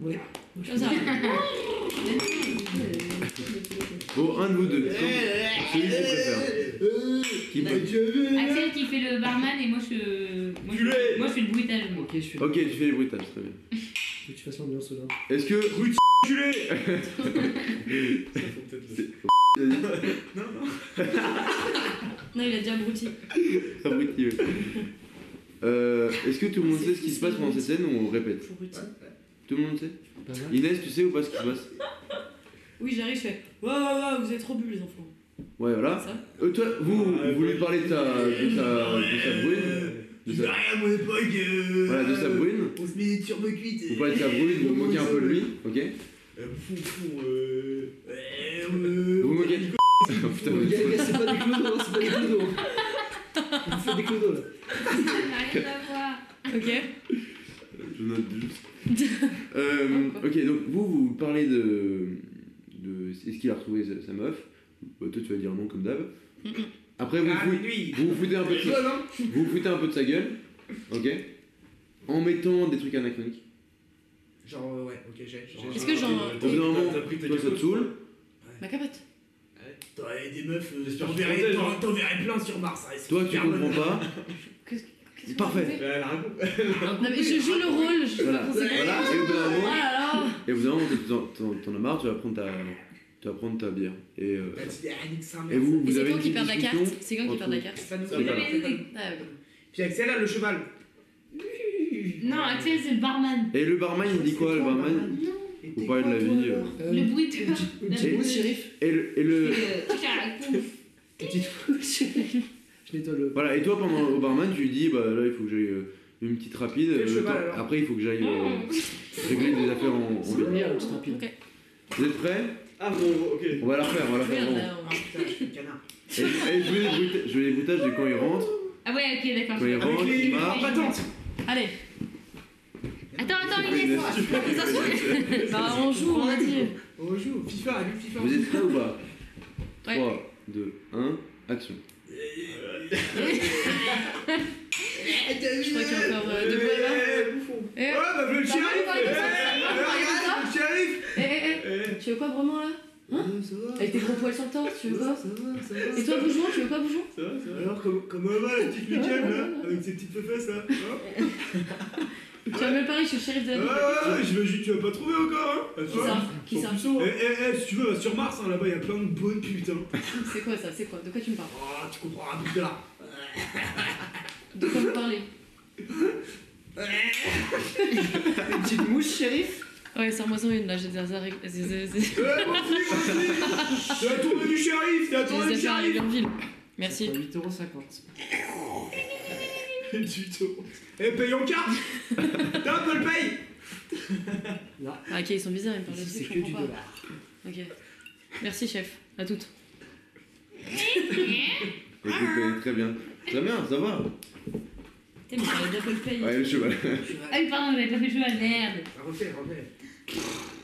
S7: Ouais.
S3: Comme ça.
S1: Bon, un de vous deux. Celui celui que tu préfères. Qui peut-
S5: Axel qui fait le barman et moi je. Moi je, moi, je fais le bruitage, moi.
S9: Ok, je suis.
S1: Ok, tu fais les bruitages, très bien.
S7: Que tu fasses l'ambiance là.
S1: Est-ce que. Rue de
S4: Ça, faut peut-être le-
S2: Non, non.
S3: Non, il a déjà abruti.
S1: Abruti, ouais. Euh, Est-ce que tout le monde sait ce qui se passe pendant cette scène ou on répète
S3: Abruti.
S1: Tout le monde sait
S7: Pas mal.
S1: Inès, tu sais ou pas ce qui se passe
S3: Oui, j'arrive, je fais. Ouais, ouais, ouais, vous êtes trop bu, les enfants.
S1: Ouais, voilà.
S3: Ça
S1: Euh, toi, vous, vous voulez parler de ta, de ta, de ta brune
S2: Euh,
S1: de
S2: Tu
S1: sa-
S2: verrais à mon époque. euh,
S1: Voilà, de sa brune
S2: On se met des turbo cuites.
S1: Vous parlez de sa brune, vous vous moquez un peu de lui, ok
S4: Euh, Fou, fou, euh.
S2: Ouais, euh,
S1: Vous vous moquez
S2: on-
S1: Putain,
S2: on-
S7: Les gars, les gars, c'est pas des clodos, hein, c'est pas des clodos. Vous faites des clodos là.
S5: Ça n'a rien à voir.
S3: Ok.
S1: Je note juste. Euh, ok, donc vous, vous parlez de. de Est-ce qu'il a retrouvé sa, sa meuf Bah, Toi, tu vas dire non comme d'hab. Après, vous
S2: Ah,
S1: vous,
S2: mais lui.
S1: vous vous foutez un peu de
S2: Toi, non
S1: vous vous foutez un peu de sa gueule, ok En mettant des trucs anachroniques.
S2: Genre, euh, ouais, ok, j'ai. j'ai-
S3: Est-ce que genre-
S4: T'as-
S1: Au bout d'un
S4: t'as-
S1: moment,
S4: t'as pris ta
S1: toi, ça te
S4: capote,
S1: saoule.
S3: Ma capote.
S2: T'aurais des meufs, euh,
S4: J'espère
S2: t'en
S4: que tu
S2: verrais-
S4: protèges,
S2: t'en-
S4: hein.
S2: t'en verrais plein sur Mars. hein,
S1: Toi, tu
S2: super
S1: comprends
S2: bonne.
S1: pas.
S3: Qu'est-ce que
S1: Parfait.
S3: vous faites
S4: Bah, elle raconte.
S3: Non, mais je joue le rôle. Je...
S1: Voilà. Voilà, et au bout d'un
S3: Oh
S1: moment,
S3: là là.
S1: et au bout d'un moment, t'en- t'en- t'en as marre, tu vas prendre ta, tu vas prendre ta bière. Et, euh,
S2: Bah, tu- ah, nique sa mère,
S1: et vous,
S3: Et
S1: vous
S3: c'est
S1: avez
S3: quand
S1: une
S3: qui perd la carte
S1: discussion.
S3: C'est quand qui perd la carte
S2: ça nous
S4: Ça
S2: fait
S4: va.
S2: mal, ça fait mal.
S3: Ah, ok.
S2: Puis Axel a le cheval.
S5: Non, Axel c'est le barman.
S1: Et le barman, il dit quoi, le barman
S2: Et
S1: Vous
S2: t'es
S1: parlez de la
S2: quoi,
S1: vie.
S2: toi,
S1: euh,
S7: Euh,
S5: Le
S7: une
S5: bruiteur.
S7: petite- une
S5: La
S7: petite
S1: Et-
S7: mousse,
S5: bruiteuse.
S7: shérif.
S1: Et le, et le,
S5: Euh, caracouf.
S7: Une petite mousse, shérif. Je nettoie le.
S1: Voilà, et toi, pendant au barman, tu lui dis, bah là, il faut que j'aille euh, une petite rapide.
S2: Fais le
S1: euh,
S2: cheval,
S1: attends,
S2: alors. Mm.
S1: après, il faut que j'aille euh, régler des affaires en, en
S7: C'est le
S1: ville.
S7: meilleur, le petit rapide.
S3: Ok.
S1: Vous êtes prêts
S4: Ah bon, ok.
S1: On va la refaire, on va la refaire.
S3: Merde,
S1: vraiment.
S3: là,
S2: Ah,
S3: ouais.
S2: putain, je suis le canard.
S1: Et, et je veux les bruita- je veux les bruitages de quand il rentre.
S5: Ah ouais, ok, d'accord.
S1: Quand il
S2: Avec
S1: rentre,
S2: les
S1: il
S2: trois
S1: marche.
S2: patentes.
S3: Allez.
S5: Attends, attends,
S1: C'est
S5: Inès.
S1: pas
S3: Ça se- Bah, on joue, on a dit.
S2: On joue, FIFA, lui, FIFA.
S1: Vous êtes prêts ou pas
S3: Ouais.
S1: 3, 2, 1, action.
S3: Je crois qu'il y a encore euh, deux bois là. Eh,
S2: Ouais, bah, le shérif
S3: mal, quoi,
S2: Eh,
S3: comme ça.
S2: Regarde, le shérif
S3: eh, eh, eh. Tu veux quoi vraiment là
S2: Ouais, Ça va,
S3: Avec tes gros poils sur le torse, tu veux
S2: ça va,
S3: quoi
S2: ça va, ça va.
S3: Et toi, bougeon, tu veux quoi, bougeon
S4: Ça va, ça va.
S2: Alors, comment comment elle va la petite Mickaël là Avec ses petites fesses là hein Ah,
S3: Tu vas me le pari, je suis le shérif de
S2: Ouais,
S3: la ville.
S2: ouais, ouais, j'imagine que tu vas pas trouver encore hein
S3: Qui ça Qui ça
S2: Eh, eh, eh, si tu veux, va sur Mars, hein, là-bas, il y a plein de bonnes putains.
S3: C'est quoi ça C'est quoi De quoi tu me parles
S2: Oh, tu comprends, bouge de là.
S3: De quoi me parler
S2: Une petite mouche, shérif
S3: Ouais, c'est en moisson une là, j'ai des affaires avec- j'ai- j'ai- j'ai- j'ai
S2: Eh, mon fils, mon fils C'est la tournée du shérif, c'est la
S3: des
S2: tournée du
S3: affaires avec
S2: shérif
S3: la ville. Merci.
S9: 8,50€.
S2: du tout. Eh, paye en carte T'as le paye
S3: Ah, ok, ils sont bizarres, ils me parlent
S7: Ici,
S3: dessus,
S7: c'est
S3: je
S7: que du
S3: comprends pas.
S7: dollar.
S3: Ok. Merci, chef. À toutes.
S5: Ah.
S1: Écoutez, très bien. Très bien, ça va.
S5: Putain, mais j'aurais bien fait le paye.
S1: Ouais, le cheval.
S5: Ah oui, pardon, j'avais pas fait le cheval, merde.
S2: Refais, refais.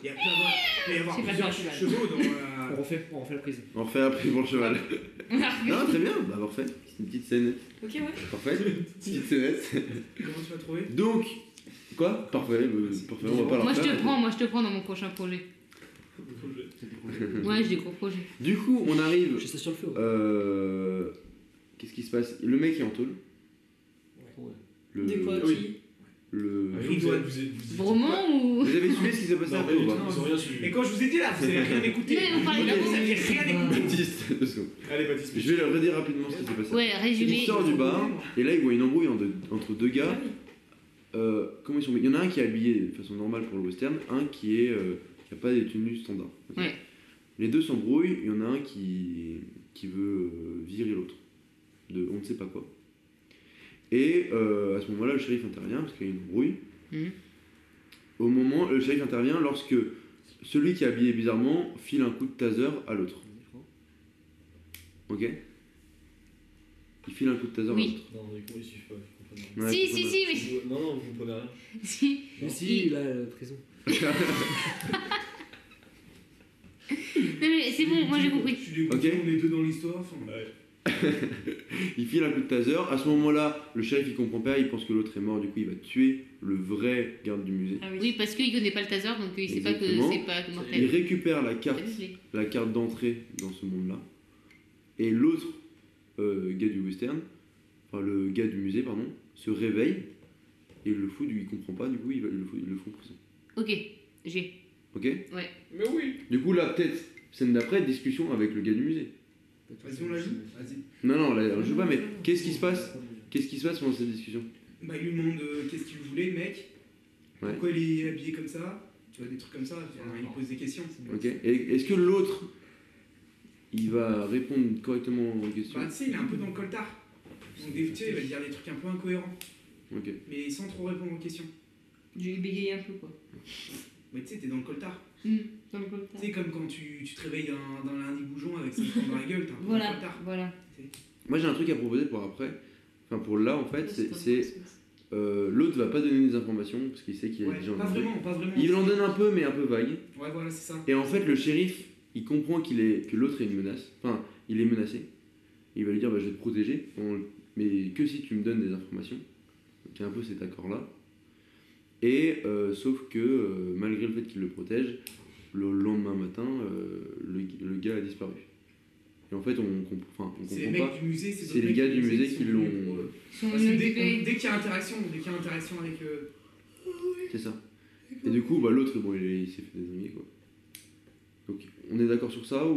S2: Il y a plein de- il peut y avoir
S5: C'est pas
S2: plusieurs
S5: grave, cheval.
S2: chevaux dans
S7: On
S2: la.
S7: refait, on refait la prise.
S1: On refait après pour le cheval.
S5: On a refait.
S1: Non, très bien, bah parfait. C'est une petite scène.
S3: Ok, ouais.
S1: Parfait. Petite scénette.
S2: Comment tu vas trouver
S1: Donc, quoi Parfait, bah, parfait, on va pas la
S5: Moi je
S1: refaire.
S5: te prends, moi je te prends dans mon prochain projet.
S1: Euh.
S5: Ouais, j'ai des gros projets.
S1: Du coup, on arrive.
S7: J'étais sur le feu. ouais.
S1: Euh, Qu'est-ce qui se passe Le mec est en tôle.
S7: Ouais.
S1: Le,
S3: De quoi
S4: oui.
S3: qui
S1: le...
S4: Ah, vous avez- vous avez- vous avez-
S5: Bromont ou.
S1: Vous avez suivi ce qui s'est passé
S4: Non, pas
S1: après
S4: du
S1: ou
S4: tout,
S1: pas
S4: ils ont rien
S2: Et
S4: suivi.
S2: quand je vous ai dit là, vous avez rien écouté.
S5: Non, mais on parlait
S2: Vous
S5: de
S2: avez-
S5: vous.
S2: vous avez rien écouté.
S1: Baptiste, deux secondes.
S4: Allez, Baptiste,
S1: Je vais leur redire rapidement ce qui s'est passé.
S5: Ouais, résumé.
S1: Il sort du bar et là il voit une embrouille en deux- entre deux gars. Euh, comment ils sont Il y en a un qui est habillé de façon normale pour le western, un qui est euh, qui a pas des tenues standards. Ok.
S5: Ouais.
S1: Les deux s'embrouillent, il y en a un qui, qui veut euh, virer l'autre. De on ne sait pas quoi. Et euh, à ce moment-là, le shérif intervient parce qu'il y a une embrouille.
S5: Mhm.
S1: Au moment, le shérif intervient lorsque celui qui est habillé bizarrement file un coup de taser à l'autre. Ok Il file un coup de taser
S5: Oui.
S1: à l'autre.
S4: Non, ils ils suivent pas, ils comprennent rien.
S1: Ouais,
S5: Si,
S1: c'est
S5: si,
S1: pas
S5: si, mais.
S4: Vous- Non, non, vous comprenez rien.
S5: Si.
S7: Mais si, il a la prison.
S5: Non, mais c'est bon, moi j'ai compris.
S2: Je suis dégoûté,
S1: Ok.
S2: on est deux dans l'histoire. enfin.
S1: Il file un coup de taser. À ce moment-là, le shérif il comprend pas, il pense que l'autre est mort, du coup il va tuer le vrai garde du musée.
S3: Ah
S5: Oui, parce qu'il connaît pas le taser, donc il sait pas que
S1: Exactement.
S5: c'est pas
S1: Il
S5: mortel.
S1: récupère la carte, la carte d'entrée dans ce monde-là. Et l'autre euh, gars du western, enfin le gars du musée, pardon, se réveille et le fout, du- il comprend pas, du coup il, va- il le, fout, il le fout en prison.
S5: Ok, j'ai.
S1: Ok
S4: Mais oui
S1: Du coup là, peut-être, scène d'après, discussion avec le gars du musée.
S2: Vas-y, on la joue. Vas-y.
S1: Non, non, là, je sais pas, mais qu'est-ce qui se passe Qu'est-ce qui se passe pendant cette discussion
S2: Bah, il lui demande euh, qu'est-ce qu'il voulait, le mec.
S1: Ouais.
S2: Pourquoi il est habillé comme ça Tu vois, des trucs comme ça. Enfin, il pose des questions.
S1: Ok. Et Est-ce que l'autre, il va répondre correctement aux questions
S2: Bah, tu sais, il est un peu dans le coltard. Donc, des, tu sais, il va dire des trucs un peu incohérents,
S1: Ok.
S2: mais sans trop répondre aux questions.
S5: J'ai bégayé un peu quoi.
S2: Mais tu sais, t'es dans le coltard.
S5: Dans le coltard.
S2: Tu sais, comme quand tu, tu te réveilles dans, dans lundi bougeon avec ses prend dans la gueule, t'es un peu dans
S5: Voilà,
S2: le coltard.
S5: voilà.
S1: Moi j'ai un truc à proposer pour après. Enfin pour là en fait,
S3: Bah,
S1: c'est- c'est euh, l'autre va pas donner des informations parce qu'il sait qu'il a
S2: Ouais,
S1: déjà
S2: pas
S1: entendu.
S2: vraiment, pas vraiment.
S1: Il en donne un peu mais un peu vague.
S2: Ouais, voilà, c'est ça.
S1: Et en fait le shérif, il comprend qu'il est que l'autre est une menace. Enfin, il est menacé. Il va lui dire bah, je vais te protéger, en- mais que si tu me donnes des informations. Donc il y a un peu cet accord là. Et euh, sauf que euh, malgré le fait qu'il le protège, le lendemain matin, euh, le, le gars a disparu. Et en fait on, comprend- enfin, on
S2: C'est les
S1: comprend pas.
S2: mecs du musée, c'est
S1: C'est
S2: d'autres
S1: les
S2: mecs
S1: gars
S2: du
S1: du musée
S2: qui
S1: qui
S2: sont
S1: l'ont.
S2: venus pour eux.
S5: Son
S2: Parce que dès
S5: occupé.
S2: qu'on- dès qu'il y a interaction, dès qu'il y a interaction avec. euh,
S1: C'est ça. Et du coup, bah, l'autre, bon, il, il s'est fait désigner quoi. Donc, on est d'accord sur ça ou.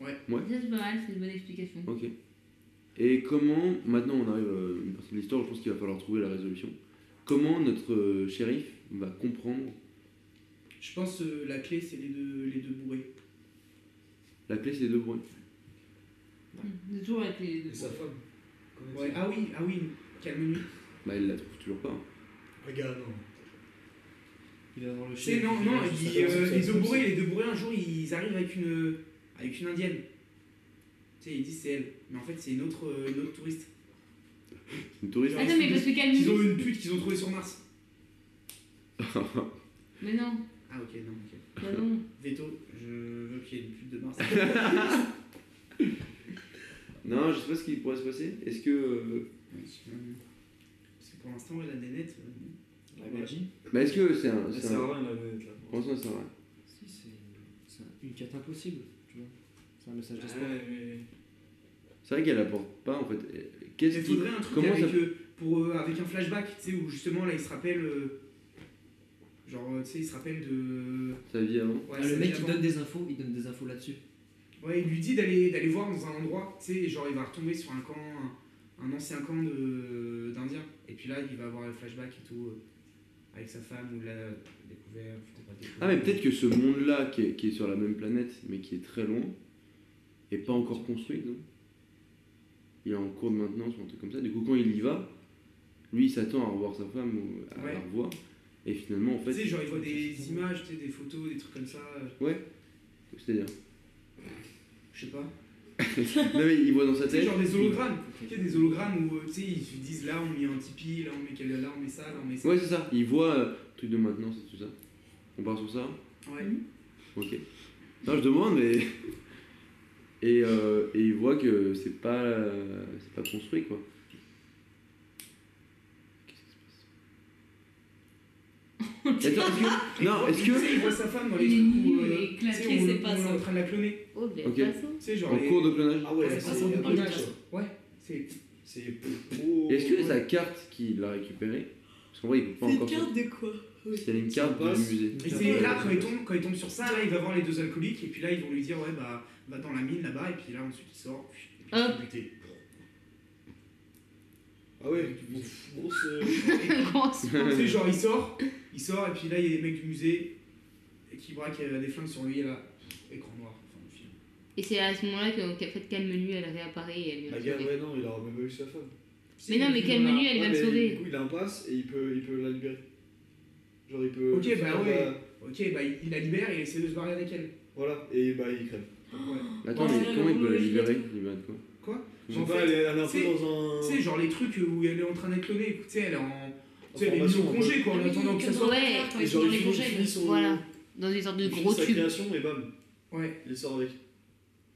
S5: Ça, C'est pas mal, c'est une bonne explication.
S1: Ok. Et comment. Maintenant, on arrive à une partie de l'histoire, je pense qu'il va falloir trouver la résolution. Comment notre euh, shérif va comprendre.
S2: Je pense euh, la clé, c'est les deux, les deux bourrés.
S1: La clé, c'est les deux bruits.
S5: C'est toujours avec les deux.
S4: Et sa femme Comment
S2: Ouais. Ah oui, ah oui, calme-nous.
S1: Bah, il la trouve toujours pas.
S4: c'est Les gars, non.
S7: Il va voir le
S2: Tu sais,
S7: chien.
S2: non, non,
S4: c'est
S2: ils,
S4: ça,
S2: euh,
S4: c'est
S2: les
S4: ça,
S2: deux
S4: c'est
S2: bourrés,
S4: ça.
S2: les deux bourrés, un jour, ils arrivent avec une, avec une indienne. Tu sais, ils disent c'est elle, mais en fait, c'est une autre, euh, une autre touriste.
S1: C'est une touriste.
S5: Attends, mais parce que
S2: Ils ont
S5: calme
S2: une pute qu'ils ont trouvée sur Mars.
S5: Mais non,
S2: Ah, ok, non, ok.
S5: bah non.
S2: Veto, je veux qu'il y ait une pute de Mars.
S1: Non, je sais pas ce qui pourrait se passer. Est-ce que. euh,
S2: Parce que pour l'instant, ouais, la nénette. euh,
S7: La magie.
S1: Bah, est-ce que c'est un.
S4: Elle
S1: C'est
S4: sert
S1: un...
S4: à rien, la lunette, là.
S1: Pour l'instant, c'est un-
S7: Si, c'est- c'est un- une quête impossible, tu vois. C'est un message
S2: Ah,
S7: d'espoir.
S4: Ouais, mais-
S1: C'est vrai qu'elle apporte pas en fait.
S2: Il
S1: Qu'est-ce qui.
S2: faudrait un truc
S1: Comment
S2: avec,
S1: ça.
S2: euh, pour, euh, avec un flashback, tu sais, où justement, là, il se rappelle. euh, genre, euh, tu sais, il se rappelle de.
S1: Sa vie avant
S2: Ouais,
S7: Ah, le
S2: ça
S7: mec
S2: vient
S7: il
S2: avant.
S7: donne des infos, il donne des infos là-dessus.
S2: Ouais, il lui dit d'aller d'aller voir dans un endroit, tu sais, genre il va retomber sur un camp, un, un ancien camp de- d'Indiens. Et puis là, il va avoir le flashback et tout, euh, avec sa femme, ou la découverte. enfin, pas découverte.
S1: Ah mais peut-être que ce monde-là qui est, qui est sur la même planète mais qui est très loin est pas encore construit, non Il est en cours de maintenance ou un truc comme ça. Du coup quand il y va, Lui, il s'attend à revoir sa femme ou à
S2: Ouais.
S1: la revoir. Et finalement, en fait.
S2: Tu sais, genre, il voit des images, tu sais, des photos, des trucs comme ça. euh,
S1: Ouais. C'est-à-dire.
S2: Je sais pas.
S1: non, mais il voit dans sa
S2: Tu sais,
S1: tête.
S2: genre des hologrammes.
S7: Ok.
S2: Tu sais, des hologrammes où, euh, tu sais, ils se disent là, on met un Tipeee, là, on met quel- là, on met ça, là, on met ça.
S1: Ouais, c'est ça. Il voit euh, truc de maintenance et tout ça. On part sur ça
S2: Ouais.
S1: Ok. Non, je demande, mais. Et, euh, et il voit que c'est pas, euh, c'est pas construit, quoi. Qu'est-ce qui se passe Attends, est-ce que. Non, Ah, est-ce
S2: Tu
S1: que.
S2: sais, il voit sa femme dans les
S5: Il est
S2: trucs où, euh,
S5: nul, il est
S2: tu sais,
S5: claqué,
S2: on-
S5: c'est pas
S2: on est
S5: ça.
S2: en train de la cloner.
S8: Oh,
S5: ben,
S8: mais
S1: Ok.
S8: pas ça.
S2: Tu sais, genre.
S1: En
S2: les-
S1: cours de clonage
S2: Ah ouais,
S3: Ah,
S2: c'est
S3: c'est
S2: un
S3: un
S2: peu
S3: peu
S2: Ouais, c'est.
S4: C'est. Oh.
S1: Et Est-ce que sa carte qu'il a récupérée Parce qu'en vrai, il peut pas
S3: C'est une
S1: encore.
S3: carte de quoi
S1: Il y a une carte
S4: Passe.
S1: du musée.
S2: Et c'est là, quand il, tombe, quand il tombe sur ça, là, il va voir les deux alcooliques, et puis là, ils vont lui dire, ouais, bah, va dans la mine là-bas, et puis là, ensuite, il sort. et puis il
S5: Hop.
S2: se fait buter.
S4: Ah ouais, ouf, grosse. euh,
S5: Grosse.
S2: Tu sais, genre, il sort, il sort, et puis là, il y a les mecs du musée et qui braquent euh, des flingues sur lui, et là, écran noir. Enfin, le film.
S5: Et c'est à ce moment-là que qu'en fait, Calme Menu, elle réapparaît et elle vient
S4: La
S5: le
S4: gare,
S5: sauver.
S4: ouais, non, il aura même eu sa femme.
S5: Mais non, mais Calme Menu, elle
S4: Ouais,
S5: va le
S4: mais
S5: sauver.
S4: Du coup, il a un pass et il peut, il peut la libérer. Genre, il peut.
S2: Ok, bah
S4: faire,
S2: ouais.
S4: euh,
S2: Ok, bah, il il la libère et il essaie de se barrer avec elle.
S4: Voilà, et bah il crève.
S5: Oh
S2: Ouais.
S1: Attends,
S3: Ouais,
S1: mais comment il peut la
S3: l'horloge,
S1: libérer
S3: je l'ai
S1: Il libère de quoi
S4: Je
S2: En
S4: sais pas,
S2: fait,
S4: elle est, elle est un peu
S2: c'est-
S4: dans un.
S2: Tu sais, genre, les trucs où elle est en train d'être clonée, tu sais, elle est en. Tu sais, elle est mise
S4: Formation,
S2: au congé, quoi, en
S3: Ah oui,
S2: attendant que ça
S3: comme
S2: soit.
S3: dans la
S5: Ouais.
S3: carte, quand
S4: Et
S3: ils sont dans
S4: genre, il
S3: les
S4: finit,
S3: congés,
S4: il
S3: là.
S4: finit son.
S5: Voilà. Dans une sorte de
S4: Il finit
S5: gros
S4: sa
S5: tube.
S4: création et bam,
S2: Ouais.
S4: il sort avec.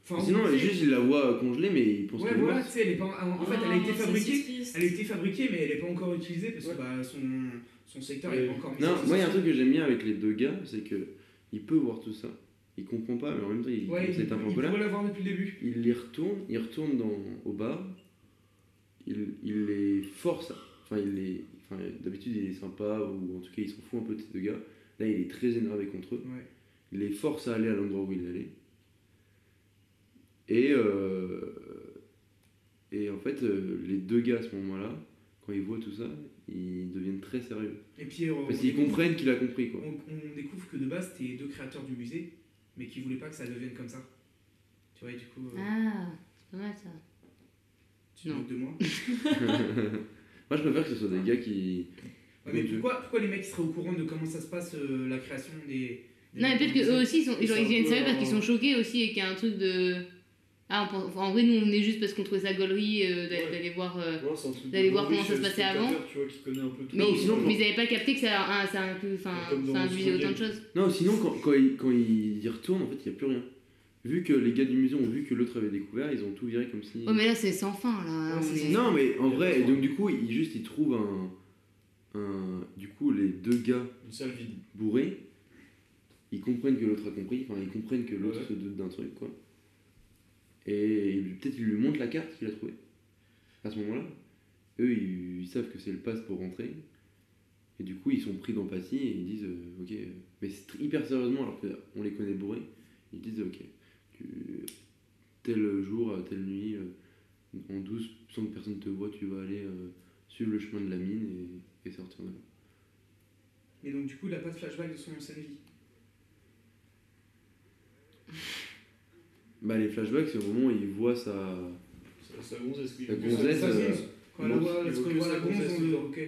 S2: Enfin,
S1: Sinon,
S2: tu sais,
S1: juste, il la voit congelée, mais il pense
S2: Ouais,
S1: qu'elle est
S2: voilà,
S1: morte.
S2: tu sais, elle est pas. En en fait, elle a
S3: Ah,
S2: été
S3: c'est
S2: fabriquée.
S3: triste.
S2: Elle a été fabriquée, mais elle n'est pas encore utilisée parce que bah, son, son secteur n'est
S4: Euh,
S2: pas encore mis
S1: Non,
S2: sur-
S1: moi, il y a un truc que j'aime bien avec les deux gars, c'est que il peut voir tout ça. Il comprend pas, mais en même temps, il
S2: Ouais, il,
S1: c'est un peu en
S2: il
S1: colère.
S2: pourrait l'avoir depuis le début.
S1: Il les retourne, il retourne dans, au bar, il, il les force, enfin, il les. Enfin, d'habitude, il est sympa, ou en tout cas, il s'en fout un peu de ces deux gars. Là, il est très énervé contre eux.
S2: Ouais.
S1: Il les force à aller à l'endroit où il allait. Et, euh, et en fait, euh, les deux gars à ce moment-là, quand ils voient tout ça, ils deviennent très sérieux.
S2: Et puis, euh, on,
S1: Parce qu'ils
S2: découvre-
S1: comprennent qu'il a compris, quoi.
S2: on, on découvre que de base, c'était deux créateurs du musée, mais qui voulaient pas que ça devienne comme ça. Tu vois, et du coup, euh,
S5: Ah, c'est pas mal ça.
S2: tu te
S5: non.
S2: moques de moi.
S1: Moi, je préfère que ce soit des gars qui.
S2: Ouais, mais
S1: Donc,
S2: pourquoi, pourquoi les mecs seraient au courant de comment ça se passe, euh, la création des. des
S5: Non, mais peut-être
S2: du musée
S5: qu'eux aussi, ils sont,
S2: Ils
S5: genre,
S2: sont
S5: ils
S2: un
S5: viennent
S2: peu
S5: sérieux parce
S2: en-
S5: qu'ils sont choqués aussi et qu'il y a un truc de. Ah, on pense- en vrai, nous on venait juste parce qu'on trouvait ça gaulerie euh, d'aller
S4: Ouais.
S5: d'aller voir. euh,
S4: Voilà, c'est un truc de
S5: D'aller voir
S4: gros
S5: comment ça se
S4: riche,
S5: passait
S4: euh, spectateur,
S5: avant.
S4: Tu vois, qui connaît un peu tout.
S5: Mais,
S1: Non, sinon,
S5: mais ils avaient pas capté que ça, un- ça inclut. Enfin,
S4: Comme dans
S5: ça induisait
S4: Squid
S5: autant de
S4: Game.
S5: choses.
S1: Non, sinon, quand, quand ils quand ils y retournent, en fait, il n'y a plus rien. Vu que les gars du musée ont vu que l'autre avait découvert, ils ont tout viré comme si.
S5: Oh, mais là c'est sans fin là.
S2: Ouais,
S5: on
S2: c'est
S5: est-
S1: Non, mais en
S4: Il y a pas
S1: vrai, et
S4: de
S1: donc du coup, ils, juste ils trouvent un, un. Du coup, les deux gars
S4: Une salle vide.
S1: bourrés, ils comprennent que l'autre a compris, enfin, ils comprennent que l'autre
S4: Ouais.
S1: se doute d'un truc, quoi. Et il- peut-être ils lui montrent la carte qu'il a trouvée. À ce moment-là, eux, ils, ils savent que c'est le passe pour rentrer. Et du coup, ils sont pris d'empathie et ils disent euh, Ok, euh, mais c'est tr- hyper sérieusement, alors qu'on les connaît bourrés, ils disent Ok, tu- tel jour, à telle nuit, euh, en douce, sans que personne te voit, tu vas aller euh, suivre le chemin de la mine et, et sortir de là.
S2: Mais donc, du coup, il n'a pas de flashback de son ancienne vie.
S1: Bah, les flashbacks, c'est au moment où il voit sa.
S4: Ça, ça gonzesse, oui.
S1: La
S4: Il veut que ça-
S1: gonzesse,
S4: ça
S1: euh,
S4: gonzesse.
S2: Quand elle
S1: Non,
S2: voit,
S4: il
S2: parce
S4: faut
S2: qu'on
S4: que
S2: voit
S4: ça
S2: la gonze,
S4: consiste
S2: on le.
S4: dedans.
S2: Ok.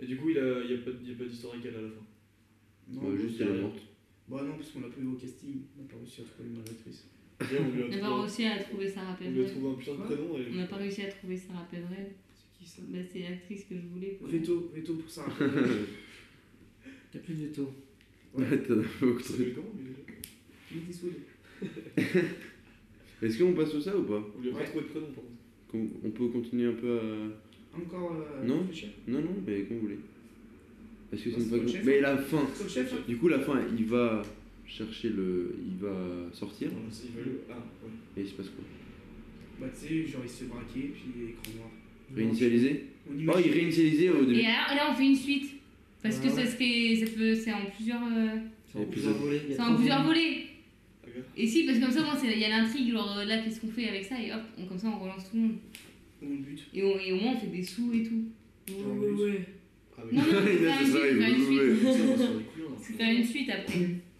S4: Et du coup, il a, il y a pas de il y a pas d'historique à la fin.
S2: Non,
S1: euh, juste,
S4: c'est
S1: elle est
S4: rien.
S1: morte.
S2: Bah non, parce qu'on l'a pas eu au casting, on n'a pas réussi à trouver une narratrice.
S4: Et on lui a
S5: On n'a
S4: trouvé-
S5: pas réussi à trouver Sarah
S4: on lui a
S5: Peverell.
S4: trouvé un putain de prénom
S5: On
S4: et.
S5: n'a pas réussi à trouver Sarah Peverell.
S2: C'est qui ça
S5: Bah, c'est l'actrice que je voulais. pour-
S2: Veto, veto pour ça.
S7: T'as plus de veto.
S1: Ouais, t'en as beaucoup
S4: Ça
S1: trouvé.
S4: s'appelle comment lui, déjà
S2: Mettez sous les-
S1: Est-ce qu'on passe sur ça ou pas
S4: On lui a pas
S2: Ouais.
S4: trouvé de prénom par contre.
S1: Qu'on- On peut continuer un peu à.
S2: Encore. euh,
S1: Non.
S2: réfléchir.
S1: Non, non, mais comme vous voulez. Parce que
S2: Bah,
S1: c'est
S2: c'est
S1: une
S2: pas le
S1: fois
S2: chef,
S1: Mais la fin
S2: C'est le chef hein
S1: Du coup, la fin, il va chercher le. Il va sortir
S4: Voilà, c'est- il veut le- Ah, ouais.
S1: et il se passe quoi
S2: Bah tu sais, genre il se braquait, puis écran noir.
S1: Réinitialiser
S2: On
S1: Oh, il réinitialisait au début.
S5: Et alors là on fait une suite. Parce que
S7: Ouais, ouais.
S5: ça se fait. Ça peut, c'est en plusieurs. euh,
S7: C'est en
S1: Et puis
S7: plusieurs
S1: ça-
S7: volets. il y a
S5: c'est en
S7: trois
S5: plusieurs
S7: volets.
S5: volets.
S4: Ah, gars.
S5: Et si, parce que comme ça, au moins, c'est- il y a l'intrigue, genre euh, là, qu'est-ce qu'on fait avec ça Et hop, on- comme ça, on relance tout le monde.
S2: On le bute.
S5: Et, on- et au moins, on fait des sous et tout.
S3: Ouais, ouais, ouais.
S4: Ah,
S5: euh, Non, non,
S1: Il
S5: c'est
S1: a
S5: pas
S1: fait
S5: une
S1: ça,
S5: suite,
S1: il
S5: pas une
S1: voulait.
S5: suite.
S4: mais ça, on va sur les couilles, hein.
S5: C'est pas une suite après.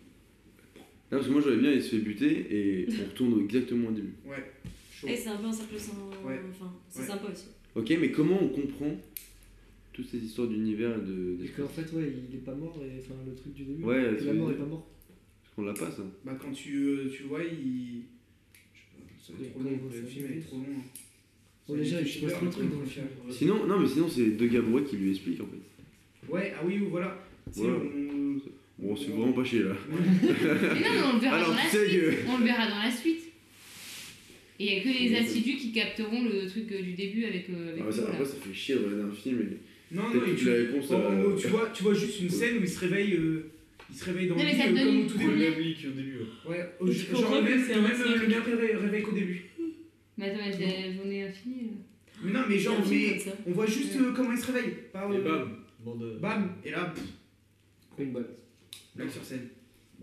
S1: Non, parce que moi, j'avais bien, il se fait buter et on retourne exactement au début.
S2: Ouais. Chaud.
S3: Et c'est un Eh, peu un cercle sans.
S2: Ouais.
S3: Enfin, c'est
S2: Ouais.
S3: sympa aussi.
S1: Ok, mais comment on comprend toutes ces histoires d'univers et de.
S7: Et qu'en fait, ouais, il est pas mort, et enfin, le truc du début.
S1: Ouais,
S7: que
S1: c'est-
S7: la mort est pas mort.
S1: Parce qu'on l'a hein. pas ça.
S2: Bah, quand tu, euh, tu vois, il. Je sais pas, ça va
S7: Et
S2: être trop long.
S7: comment
S2: Le
S7: ça
S2: film
S7: fait
S2: est trop long. hein.
S7: Bon, déjà,
S2: Ça
S7: il se passe
S2: fait
S7: plein de
S2: peur,
S7: trucs dans
S2: le
S7: le
S2: film.
S7: film.
S1: Sinon, non, mais sinon, c'est deux gabouettes qui lui expliquent en fait.
S2: Ouais, ah oui, ou voilà. Tu sais,
S1: Ouais.
S2: on-
S1: Bon, c'est vraiment pas chier là.
S5: Mais non, mais on le verra
S1: Alors,
S5: dans la
S1: Ah tu sais que.
S5: On le verra dans la suite. Et il n'y a que les
S1: Oui, oui.
S5: assidus qui capteront le truc euh, du début avec, euh, avec
S1: Ah ouais, ça-
S5: nous, là.
S1: Après, ça fait chier de regarder un film et.
S2: Non, non,
S1: Peut-être
S2: et
S1: que
S2: tu,
S1: la réponse,
S2: en- en
S1: euh,
S2: gros, tu, vois, tu vois juste une scène où il se réveille, euh, il se réveille dans
S5: Non,
S2: le
S5: mais
S2: lit,
S5: ça te
S2: euh,
S5: donne
S2: comme
S5: une
S2: au tout
S4: C'est le
S2: début.
S4: même lit qu'au début. hein. ouais.
S2: Ouais,
S6: Et
S2: au-
S6: tu
S2: genre
S6: comprends
S2: le
S6: que
S2: même,
S6: c'est
S2: le
S6: un
S2: même, euh, le
S6: siècle.
S2: même réveil, réveil qu'au début.
S5: Mais attends, mais c'est la journée infinie. là.
S2: Mais non, mais genre,
S6: Il y a un
S2: mais
S6: film comme ça.
S2: on voit juste euh, comment il se réveille. Pas,
S4: Et
S2: euh,
S4: bam, bande.
S2: bam, et là, pff,
S7: Une balle.
S2: blague sur scène.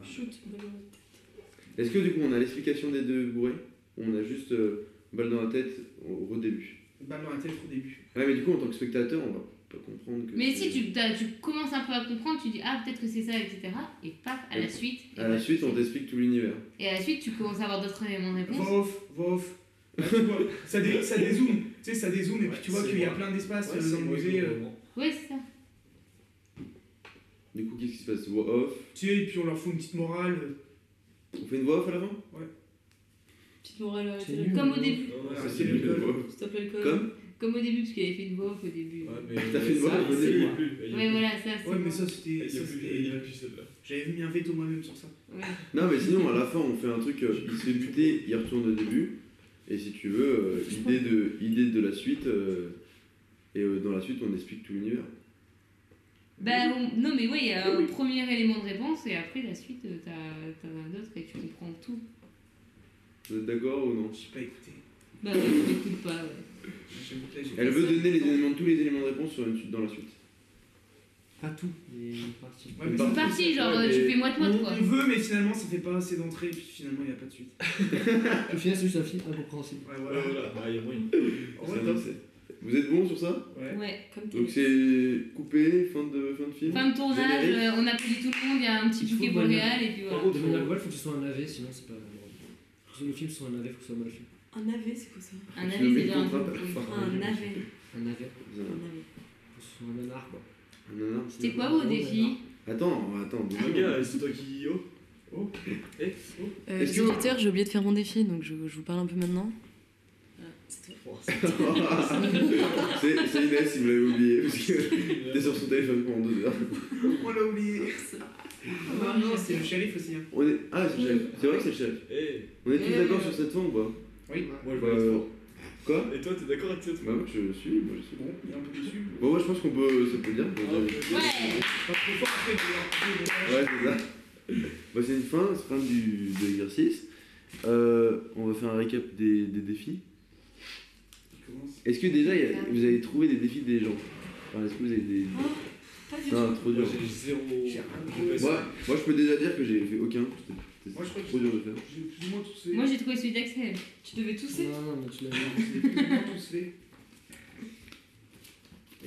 S6: Shoot, balle dans la tête.
S1: Est-ce que du coup, on a l'explication des deux bourrés ou On a juste euh, balle dans la tête au, au début. Ah
S2: Bam dans la tête au début.
S1: Ouais, mais du coup, en tant que spectateur, on va pas comprendre que.
S5: Mais
S1: c'est-
S5: si tu, t'as- tu commences un peu à comprendre, tu dis ah peut-être que c'est ça, etc. Et paf, à la suite. et
S1: À la
S5: paf.
S1: suite, on t'explique tout l'univers.
S5: Et à la suite, tu commences à avoir d'autres éléments de réponse.
S2: Voix off, voix off. Là, tu vois, ça, dé- ça dézoome, tu sais, ça dézoome, et puis
S4: Ouais,
S2: tu vois
S4: c'est
S2: qu'il y a
S4: moi.
S2: plein d'espace
S4: Ouais,
S2: euh,
S4: c'est
S2: dans le
S4: moi,
S2: musée.
S4: je
S2: euh,
S4: comprends.
S5: Ouais, c'est ça.
S1: Du coup, qu'est-ce qui se passe Voix off
S2: tu sais, et puis on leur fout une petite morale. euh,
S1: On fait une voix off à la fin
S6: Petite morale, euh,
S7: C'est
S6: t'as-
S7: nul.
S5: Comme au début.
S4: Non, non,
S2: Ah,
S1: Ça,
S4: c'est-
S1: c'est
S2: c'est
S1: nul,
S2: le
S1: la voix off.
S6: Stop l'alcool.
S1: hein. Comme
S5: Comme au début, parce qu'il avait fait une voix off au début.
S4: Ouais,
S5: Ouais,
S4: mais.
S1: T'as fait une voix
S4: ça,
S1: off au
S4: c'est
S1: début.
S4: lui, lui, elle-
S5: voilà, ça c'est.
S2: Ouais, mais
S5: bon.
S2: ça,
S4: Il
S2: c'était.
S4: y a
S2: ça,
S4: plus-
S2: c'était-
S4: il y a plus celle-là.
S2: J'avais mis un veto moi-même sur ça.
S5: Ouais.
S1: Non, mais sinon, à la fin, on fait un truc, euh, il se fait buter, il retourne au début. Et si tu veux, euh, idée, de, idée de la suite. euh, et euh, dans la suite, on explique tout l'univers.
S5: Bah on- non, mais ouais, il y
S1: Eh
S5: a un premier élément de réponse et après la suite, euh, t'as t'en as d'autres et tu comprends tout.
S1: Vous êtes d'accord ou non
S2: J'ai pas écouté.
S5: Bah ouais, tu n'écoutes pas, ouais.
S2: J'avoue que là, j'ai-
S1: Elle veut donner les éléments, tous les éléments de réponse sur une suite dans la suite.
S7: Pas tout, mais une partie.
S2: Ouais, mais
S1: Bah,
S2: ça-
S5: C'est parti, genre
S1: Ouais,
S5: euh,
S1: mais-
S5: tu fais moite-moite
S2: On,
S5: quoi.
S2: on veut, mais finalement, ça fait pas assez d'entrées, puis finalement, il n'y a pas de suite.
S7: Au final, c'est juste un film incompréhensible.
S2: Ouais,
S4: Voilà,
S2: voilà.
S4: voilà. Ah, il y a moyen.
S2: En
S1: Ça,
S2: vrai, top.
S1: c'est- Vous êtes bon sur ça
S2: Ouais.
S5: Ouais.
S6: Comme
S1: Donc
S6: t'es.
S1: c'est coupé, fin de, fin de film
S5: Fin de tournage,
S1: Générique.
S5: euh, on applaudit tout le monde, il y a un petit
S7: Il faut
S5: bouquet
S7: bonne-
S5: boréal et puis voilà.
S7: De manière globale, faut que ce soit un AV, sinon c'est pas vraiment drôle. Si le film soit un AV, faut que ce soit mal fait.
S6: Un AV, c'est quoi ça
S5: Un
S1: Tu
S5: avis,
S1: mets
S5: c'est déjà
S1: le
S5: un peu.
S1: contrat à la fin.
S6: Un AV.
S7: Un AV,
S1: C'est un-
S6: Un AV.
S7: faut que ce soit un nanar, quoi.
S1: un nanar.
S5: C'était quoi vos
S7: Ouais,
S5: défis
S1: Attends, attends, deux
S4: Les
S1: secondes.
S4: gars, c'est toi qui. Oh Oh Eh Oh
S6: Euh,
S1: Est-ce
S6: les
S1: que-
S6: auditeurs, j'ai oublié de faire mon défi, donc je, je vous parle un peu maintenant. Ah, c'est toi.
S4: Ah,
S1: c'est c'est Inès, si vous l'avez oublié, parce que t'es sur son téléphone pendant deux heures.
S2: On l'a oublié. non, Ah, non, c'est le shérif aussi. Hein.
S1: On est... Ah, c'est le chef. C'est vrai que c'est le chef.
S4: Eh
S1: On est tous
S5: Eh.
S1: d'accord sur cette fin ou pas
S2: Oui.
S4: Moi, je
S1: Bah,
S4: vais être fort.
S1: Quoi
S4: Et toi, t'es d'accord avec cette
S1: Bah, moi je suis, moi je suis.
S2: Bon, il est un peu déçu.
S1: Bon, moi je pense qu'on peut. Ça peut le dire. on peut dire.
S5: Ouais
S2: Pas trop fort après, mais il est un peu-
S1: Ouais, c'est ça. Bah, c'est une fin, c'est fin du, de l'exercice. Euh, on va faire un récap des, des défis.
S2: Il commence.
S1: Est-ce que déjà il y a- vous avez trouvé des défis des gens Enfin, Est-ce que vous avez des.
S6: Ah, pas du tout.
S1: Non, trop dur.
S4: Moi, j'ai zéro.
S2: J'ai un peu-
S1: Moi, moi je peux déjà dire que j'ai fait aucun. C'était
S2: Moi, je
S1: c'était
S2: crois que
S1: trop dur de faire.
S2: J'ai plus ou moins tous fait.
S5: Moi j'ai trouvé celui d'Axel.
S6: Tu devais tousser
S7: Non, non, mais tu l'as vu.
S2: J'ai plus ou moins tous fait.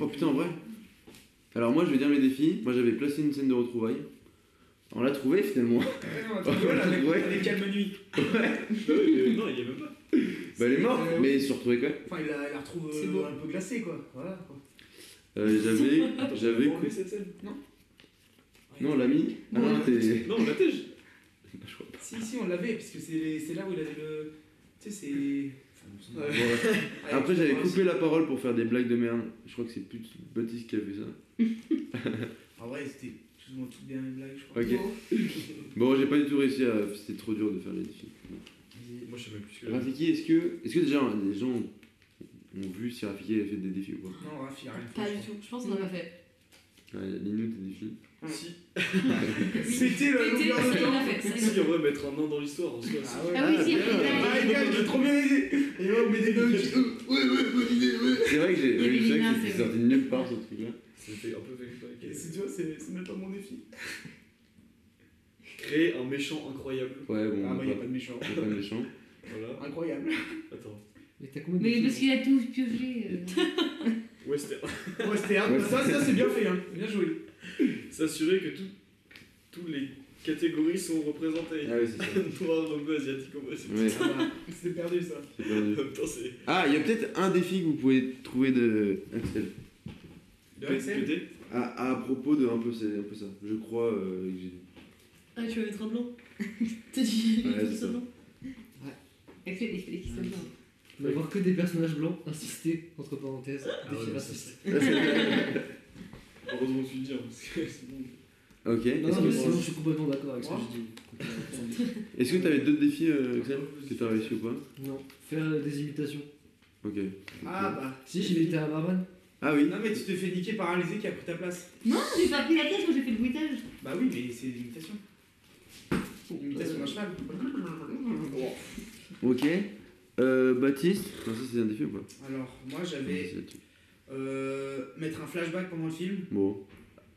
S1: Oh putain, en vrai Alors moi je vais dire mes défis. Moi j'avais placé une scène de retrouvailles. On l'a trouvé finalement.
S2: Ouais, non, attends, voilà, avec,
S1: Ouais.
S2: avec Calme Nuit.
S4: Non, mais- non, il y a même pas.
S1: Bah elle est morte,
S2: Euh,
S1: mais ils se sont retrouvés quand même.
S2: Enfin, il la, il la retrouve
S6: C'est
S2: euh,
S6: beau.
S2: un peu glacée, quoi. Voilà, quoi.
S1: Euh,
S4: Attends,
S1: j'avais. J'avais.
S4: on met cette scène
S1: Non, l'ami. Ah
S5: Bon.
S1: non, t'es. Bah,
S4: Non, on la tège
S2: Si, si, on l'avait, parce que c'est les- c'est là où il avait le. Tu sais, c'est.
S1: Bon,
S2: Ouais.
S1: ouais.
S2: Avec
S1: Après j'avais
S2: Florence.
S1: coupé la parole pour faire des blagues de merde. Je crois que c'est plus Baptiste qui a fait ça.
S2: En vrai, c'était plus ou moins toutes les mêmes blagues, je crois.
S1: Ok. Bon, j'ai pas du tout réussi à. C'était trop dur de faire les défis.
S4: Moi, je sais même plus ce que
S1: Rafiki, est-ce que. Est-ce que déjà les gens ont vu si Rafiki avait fait des défis ou
S2: Non, Raph, il a rien fait,
S6: Pas
S2: je
S6: du
S2: crois.
S6: tout. Je pense qu'on en a fait.
S1: pas Ouais, Linou, tes défis.
S4: Si,
S2: C'était la
S6: C'était-
S2: longueur de
S6: c'était-
S2: temps.
S6: on a fait. ça,
S4: si, on va mettre un an dans l'histoire en soi. c'est-
S2: Ah ouais.
S5: Ah oui, si,
S1: bien.
S5: après,
S2: Ah, les gars, j'ai trop bien aidé. Et là, on met des bugs.
S1: C'est vrai que j'ai.
S5: Il y avait
S1: c'est vrai
S5: Lina,
S1: que c'est
S5: c'est
S1: sorti de nulle part ce truc là.
S4: C'était un peu fait avec,
S2: Et
S4: euh,
S2: c'est tu vois, c'est c'est même pas mon défi.
S4: Créer un méchant incroyable.
S1: Ouais, bon.
S2: Ah, bah,
S1: bah,
S2: y a pas de méchant.
S1: C'est pas méchant.
S4: Voilà.
S2: Incroyable.
S4: Attends.
S7: Mais t'as combien de
S5: Mais
S7: défis
S5: parce qu'il a tout pioché. euh.
S4: Western.
S2: Ouais, c'était un.
S1: Ouais,
S2: Ça, ça, c'est bien fait, hein. Bien joué.
S4: S'assurer que tout, toutes les catégories sont représentées.
S1: Ah oui, c'est ça.
S4: Noir, rebeu, asiatique, on va essayer.
S1: Ouais,
S2: Ah, bah, c'est perdu, ça.
S1: c'est perdu.
S4: En même temps, c'est.
S1: Ah, il y a peut-être un défi que vous pouvez trouver de Axel.
S4: Pété,
S2: Axel
S4: pété.
S1: À, à propos de un peu, c'est un peu ça. Je crois euh, que j'ai dit.
S6: Ah, tu vas mettre un blanc. T'as dit
S1: Ouais,
S6: tout
S1: c'est ça.
S6: ça blanc.
S5: Axel, il fallait qu'il soit blanc.
S7: On va voir que des personnages blancs, insistés, entre parenthèses, des
S4: ouais,
S7: filles
S4: mais
S7: racistes.
S4: Heureusement que tu le dis, hein, parce que sinon.
S1: Ok.
S7: Non, non,
S1: Est-ce
S7: mais
S1: que-
S7: sinon je suis complètement d'accord avec ce que je dis.
S1: Est-ce que t'avais d'autres défis, euh, Axel Que t'as réussi ou pas
S7: Non, faire des imitations.
S1: Ok.
S2: Ah bah.
S7: Si, j'ai imité à Barman.
S1: Ah oui.
S2: Non mais tu te fais niquer par un lésé qui a pris ta place.
S5: Non, j'ai pas pris la tête quand j'ai fait le bruitage.
S2: Bah oui, mais c'est une imitation. Une imitation
S5: Oh.
S2: d'un cheval.
S1: Ok. Euh, Baptiste Non, ça c'est un défi ou pas
S2: Alors, moi
S1: Non, ça,
S2: j'avais
S1: c'est le truc.
S2: euh, mettre un flashback pendant le film.
S1: Bon.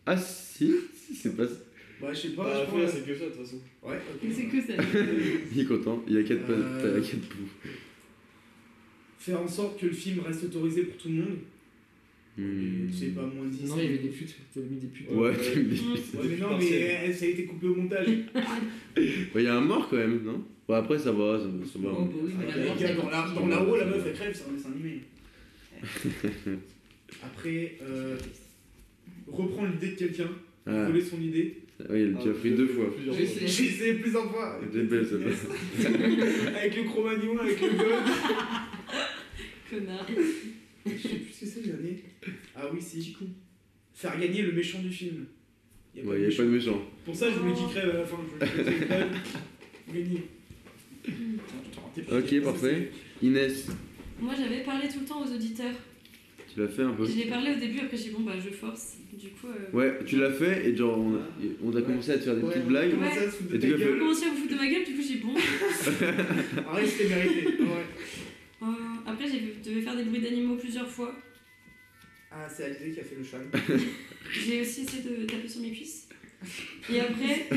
S1: Ah si, si, c'est pas ça.
S2: Bah, je sais pas,
S4: Bah,
S2: je
S4: après,
S2: pense.
S4: c'est que ça, de toute façon.
S2: Ouais,
S5: Mais c'est
S2: ok.
S5: que ça.
S1: Il est content, il a 4 pas
S2: Euh.
S1: t'as 4 poux.
S2: Faire en sorte que le film reste autorisé pour tout le monde.
S1: Hmm.
S2: Et C'est pas moins 10.
S7: Non, il y avait des putes, t'avais mis des putes.
S1: Ouais,
S4: Ouais.
S1: il
S2: Ouais, mais non, mais euh, ça a été coupé au montage.
S1: y a un mort quand même, non Bon après ça va, ça va. Ça va.
S5: Oh, bah oui,
S2: Ah,
S5: mais
S2: les
S5: la mort,
S2: gars,
S5: ça
S2: dans, la,
S5: continue.
S2: dans la roue, la meuf elle crève, c'est un dessin animé. Après, euh, reprendre l'idée de quelqu'un,
S1: Ah,
S2: voler son idée.
S1: oui, il tu as pris deux fois.
S4: Plusieurs
S7: J'ai
S4: fois.
S2: J'ai essayé plusieurs fois.
S1: Elle était belle, celle-là.
S2: Avec le cro-magnon, avec le gold.
S3: Connard.
S2: Je sais plus ce que c'est le dernier. Ah oui, si. Faire gagner le méchant du film. Y a pas
S1: Ouais,
S2: de
S1: il n'y a
S2: méchant.
S1: pas de méchant.
S2: Pour ça, je voulais qu'il crève à la fin. Je voulais qu'il crève. Gagner.
S1: Ok, parfait. Inès,
S3: Moi j'avais parlé tout le temps aux auditeurs.
S1: tu l'as fait un peu
S3: Je l'ai parlé au début, après j'ai dit bon bah je force. Du coup. euh,
S1: Ouais, tu l'as fait et genre on a, on a commencé à te faire des petites blagues.
S2: Comment ça, se foutre de
S1: Et
S2: ta
S1: tu l'as fait-
S3: Vous
S2: gueule
S3: commencez à vous foutre de ma gueule, du coup j'ai dit, bon.
S2: Arrête, c'était mérité. Ah Ouais.
S3: euh, après j'ai devais faire des bruits d'animaux plusieurs fois.
S2: Ah, c'est Alizé qui a fait le cheval.
S3: J'ai aussi essayé de taper sur mes cuisses. Et après,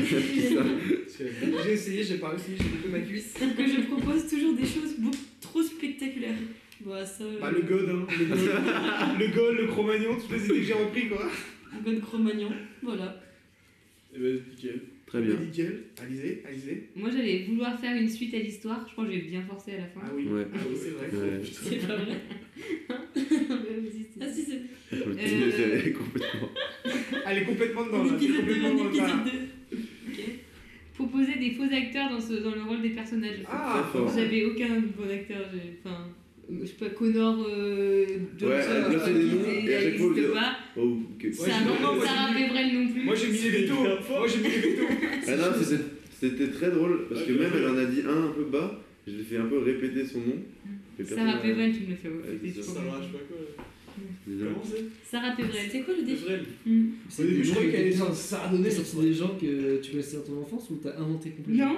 S4: C'est la
S2: J'ai essayé, j'ai pas réussi, j'ai coupé ma cuisse.
S3: sauf que je propose toujours des choses beaucoup trop spectaculaires. Bah ça.
S2: Bah, le god, hein. Le god, le, god, le cro-magnon, toutes les idées que j'ai repris, quoi.
S3: Un god Cro-Magnon, voilà.
S4: Eh ben, nickel.
S1: Très bien.
S2: Nickel. Alizé, Alizé.
S5: Moi, j'allais vouloir faire une suite à l'histoire. Je crois que j'ai bien forcé à la fin.
S2: Ah oui.
S1: Ouais.
S2: Ah oui, c'est vrai.
S1: Ouais.
S3: C'est pas vrai. Ah si c'est
S1: Inès, elle
S2: Euh,
S1: est complètement.
S2: Elle est complètement dedans, là.
S3: un
S2: Elle est
S3: épisode 2,
S2: complètement dans
S3: un
S2: le tas.
S3: épisode 2.
S5: Proposer des faux acteurs dans, ce, dans le rôle des personnages.
S2: Ah,
S1: Très fort.
S5: J'avais aucun bon acteur. j'ai- Enfin, je sais pas, Connor, euh, Johnson,
S1: Ouais, elle fait des noms, et à chaque fois, vous
S5: n'existe
S1: dites-
S5: pas.
S1: Oh, ok.
S2: Ouais, j'ai- non, non, moi,
S5: Sarah Pevrel non plus.
S2: Moi, j'ai mis les vétos. Moi, j'ai mis les vétos.
S1: Ah non, c'était- c'était très drôle parce que
S4: Ouais,
S1: même
S4: ouais.
S1: elle en a dit un un peu bas. Je l'ai fait un peu répéter son nom. euh, Mais personne
S5: Sarah
S1: n'a-
S5: Pevrel, tu me l'as fait. ouais,
S1: Ouais, c'est
S5: c'était trop
S4: Ça
S5: bien.
S4: va, je sais pas quoi. là.
S1: Désolé.
S4: Comment c'est
S5: Sarah Pevrel.
S3: C'était quoi le
S4: Le
S3: défi
S4: vrai.
S5: Hmm.
S7: C'est
S2: Au
S7: des
S2: début, je
S7: gens
S2: croyais
S7: que
S2: qu'elle allait
S7: t'as-
S2: sortir Sardonnay,
S7: c'est
S2: sortir
S7: des gens que tu connaissais dans ton enfance ou t'as inventé complètement
S5: Non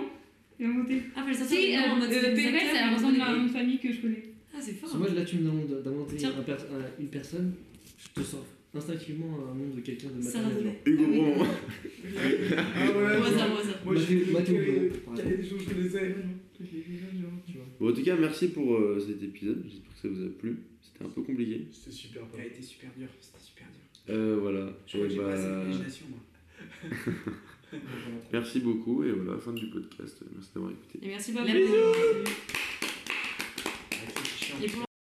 S5: J'ai inventé.
S3: Ah fallait sortir
S5: Si,
S3: des noms en mode
S5: euh,
S3: des acteurs,
S5: Pevrel, ça
S3: des
S5: ressemble à un
S3: noms.
S5: nom de famille que je connais.
S3: Ah c'est fort.
S7: Parce que moi, là, tu me demandes d'inventer
S3: Tiens.
S7: un per- un- une personne, je te sors instinctivement un nom de quelqu'un de
S3: Sarah
S7: maternel.
S1: Hugo
S3: Ah oui.
S1: Brown.
S2: Ah,
S3: Au
S2: ouais.
S3: hasard, au hasard.
S2: Moi, j'ai
S7: Mathéo
S2: j'ai-
S7: Bureau, par
S2: qu'il y avait des choses que je
S3: Euh,
S2: connaissais.
S1: Bon, en tout cas, merci pour euh, cet épisode. J'espère que ça vous a plu. C'était un peu compliqué.
S4: C'était super pas
S2: Elle a été super dure, c'était super dur.
S1: Euh, voilà.
S2: Je crois
S1: Et
S2: que j'ai
S1: bah,
S2: pas assez d'imagination, moi.
S7: Tu vois.
S1: merci beaucoup et voilà, fin du podcast. Merci d'avoir écouté.
S3: Et merci Babou.
S5: Bisous.
S2: Ah,